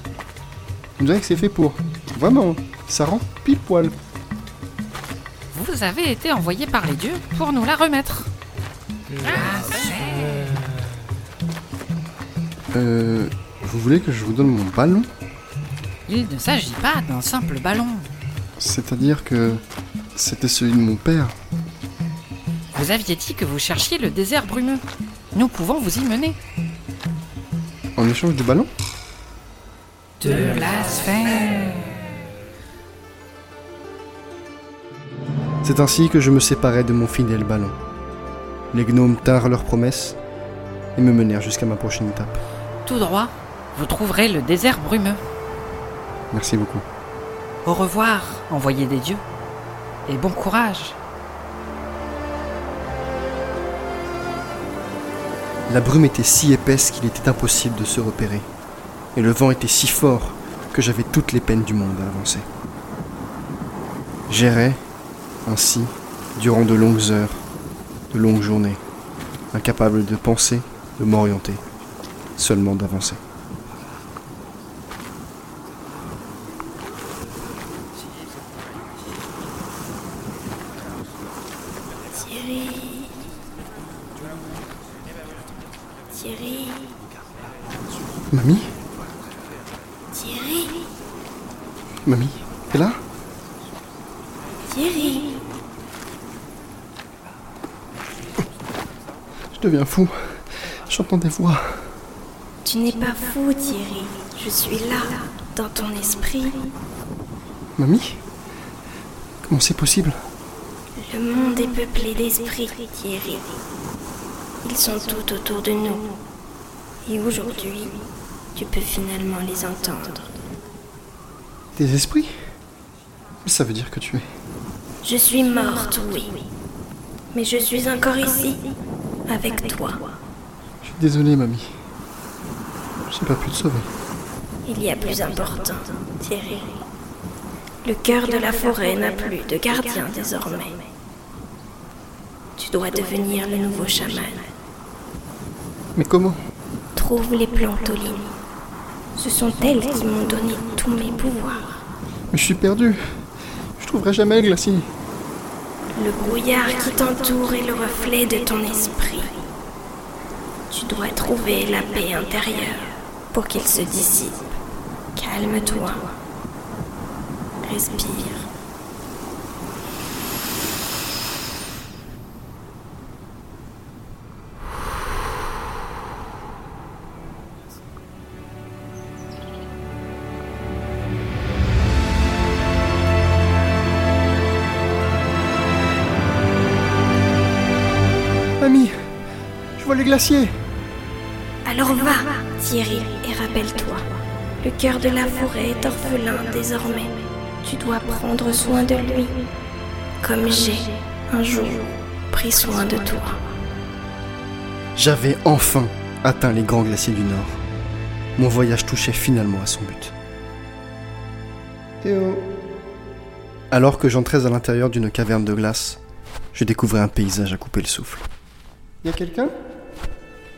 S5: On dirait que c'est fait pour. Vraiment, ça rend pile poil.
S8: Vous avez été envoyé par les dieux pour nous la remettre. La sphère
S5: Euh. Vous voulez que je vous donne mon ballon
S8: Il ne s'agit pas d'un simple ballon.
S5: C'est-à-dire que c'était celui de mon père.
S8: Vous aviez dit que vous cherchiez le désert brumeux. Nous pouvons vous y mener.
S5: En échange du ballon
S8: De la sphère
S5: C'est ainsi que je me séparai de mon fidèle ballon. Les gnomes tinrent leurs promesses et me menèrent jusqu'à ma prochaine étape.
S8: Tout droit, vous trouverez le désert brumeux.
S5: Merci beaucoup.
S8: Au revoir, envoyé des dieux. Et bon courage.
S5: La brume était si épaisse qu'il était impossible de se repérer. Et le vent était si fort que j'avais toutes les peines du monde à avancer. J'errais, ainsi, durant de longues heures, de longues journées, incapable de penser, de m'orienter, seulement d'avancer.
S7: Thierry. Thierry.
S5: Mamie
S7: Thierry.
S5: Mamie T'es là
S7: Thierry.
S5: Je deviens fou. J'entends des voix.
S7: Tu n'es pas fou, Thierry. Je suis là, dans ton esprit.
S5: Mamie Comment c'est possible
S7: Le monde est peuplé d'esprits, Thierry. Ils sont tout autour de nous. Et aujourd'hui, tu peux finalement les entendre.
S5: Des esprits Ça veut dire que tu es...
S7: Je suis morte, oui. Mais je suis encore ici, avec toi.
S5: Je suis désolé, mamie. J'ai pas pu te sauver.
S7: Il y a plus important, Thierry. Le cœur de la forêt n'a plus de gardien désormais. Tu dois devenir le nouveau chaman.
S5: Mais comment
S7: Trouve les plantolines. Ce sont elles qui m'ont donné tous mes pouvoirs.
S5: Mais je suis perdu. Je trouverai jamais le glacier.
S7: Le brouillard qui t'entoure est le reflet de ton esprit. Tu dois trouver la paix intérieure pour qu'il se dissipe. Calme-toi. Respire.
S5: Mamie, je vois les glaciers.
S7: Alors va, Thierry, et rappelle-toi. Le cœur de la forêt est orphelin désormais. tu dois prendre soin de lui, comme j'ai un jour pris soin de toi.
S5: J'avais enfin atteint les grands glaciers du Nord. Mon voyage touchait finalement à son but. Théo. Alors que j'entrais à l'intérieur d'une caverne de glace, je découvrais un paysage à couper le souffle. Y a quelqu'un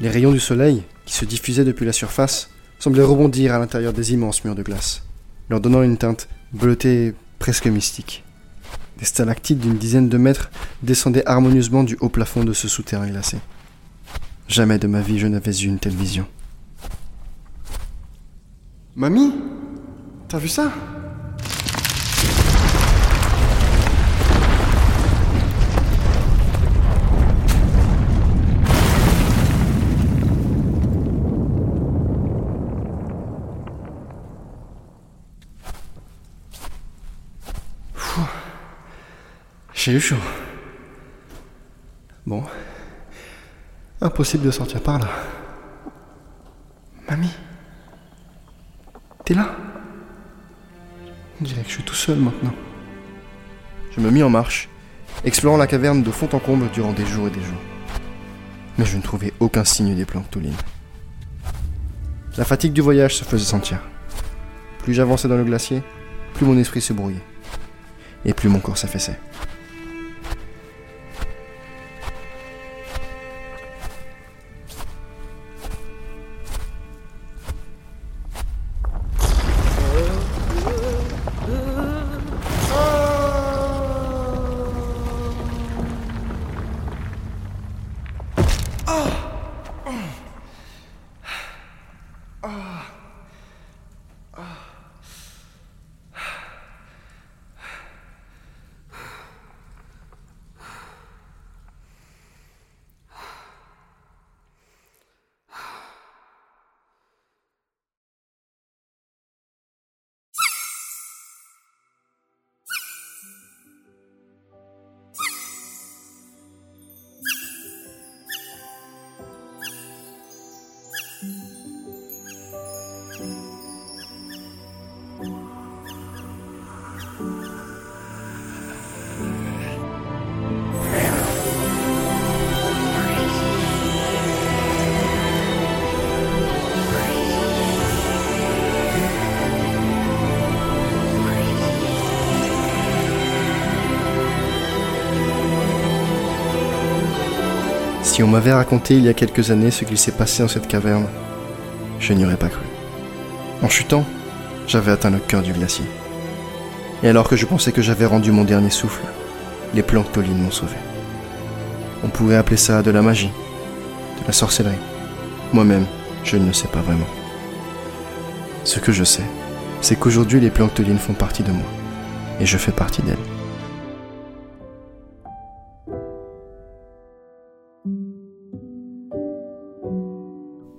S5: Les rayons du soleil, qui se diffusaient depuis la surface, semblaient rebondir à l'intérieur des immenses murs de glace, leur donnant une teinte bleutée presque mystique. Des stalactites d'une dizaine de mètres descendaient harmonieusement du haut plafond de ce souterrain glacé. Jamais de ma vie je n'avais eu une telle vision. Mamie T'as vu ça Pfff. J'ai eu chaud. Bon. Impossible de sortir par là. Mamie T'es là On dirait que je suis tout seul maintenant. Je me mis en marche, explorant la caverne de fond en comble durant des jours et des jours. Mais je ne trouvais aucun signe des planctolines. La fatigue du voyage se faisait sentir. Plus j'avançais dans le glacier, plus mon esprit se brouillait. Et plus mon corps s'affaissait. Si on m'avait raconté il y a quelques années ce qu'il s'est passé dans cette caverne, je n'y aurais pas cru. En chutant, j'avais atteint le cœur du glacier. Et alors que je pensais que j'avais rendu mon dernier souffle, les planctolines m'ont sauvé. On pourrait appeler ça de la magie, de la sorcellerie. Moi-même, je ne le sais pas vraiment. Ce que je sais, c'est qu'aujourd'hui les planctolines font partie de moi, et je fais partie d'elles.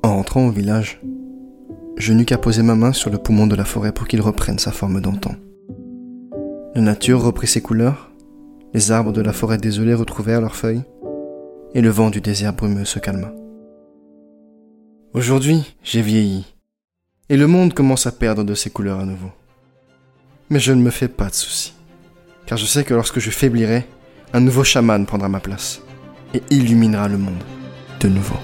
S5: En rentrant au village, je n'eus qu'à poser ma main sur le poumon de la forêt pour qu'il reprenne sa forme d'antan. La nature reprit ses couleurs, les arbres de la forêt désolée retrouvèrent leurs feuilles, et le vent du désert brumeux se calma. Aujourd'hui, j'ai vieilli, et le monde commence à perdre de ses couleurs à nouveau. Mais je ne me fais pas de soucis, car je sais que lorsque je faiblirai, un nouveau chaman prendra ma place, et illuminera le monde, de nouveau.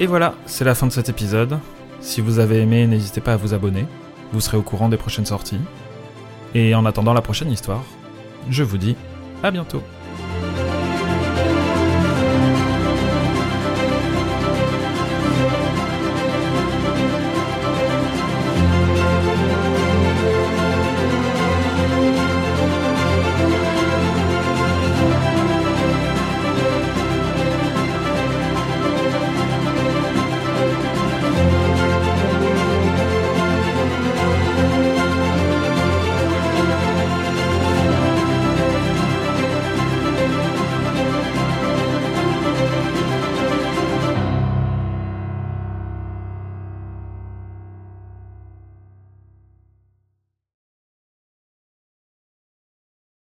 S4: Et voilà, c'est la fin de cet épisode. Si vous avez aimé, n'hésitez pas à vous abonner. Vous serez au courant des prochaines sorties. Et en attendant la prochaine histoire, je vous dis à bientôt.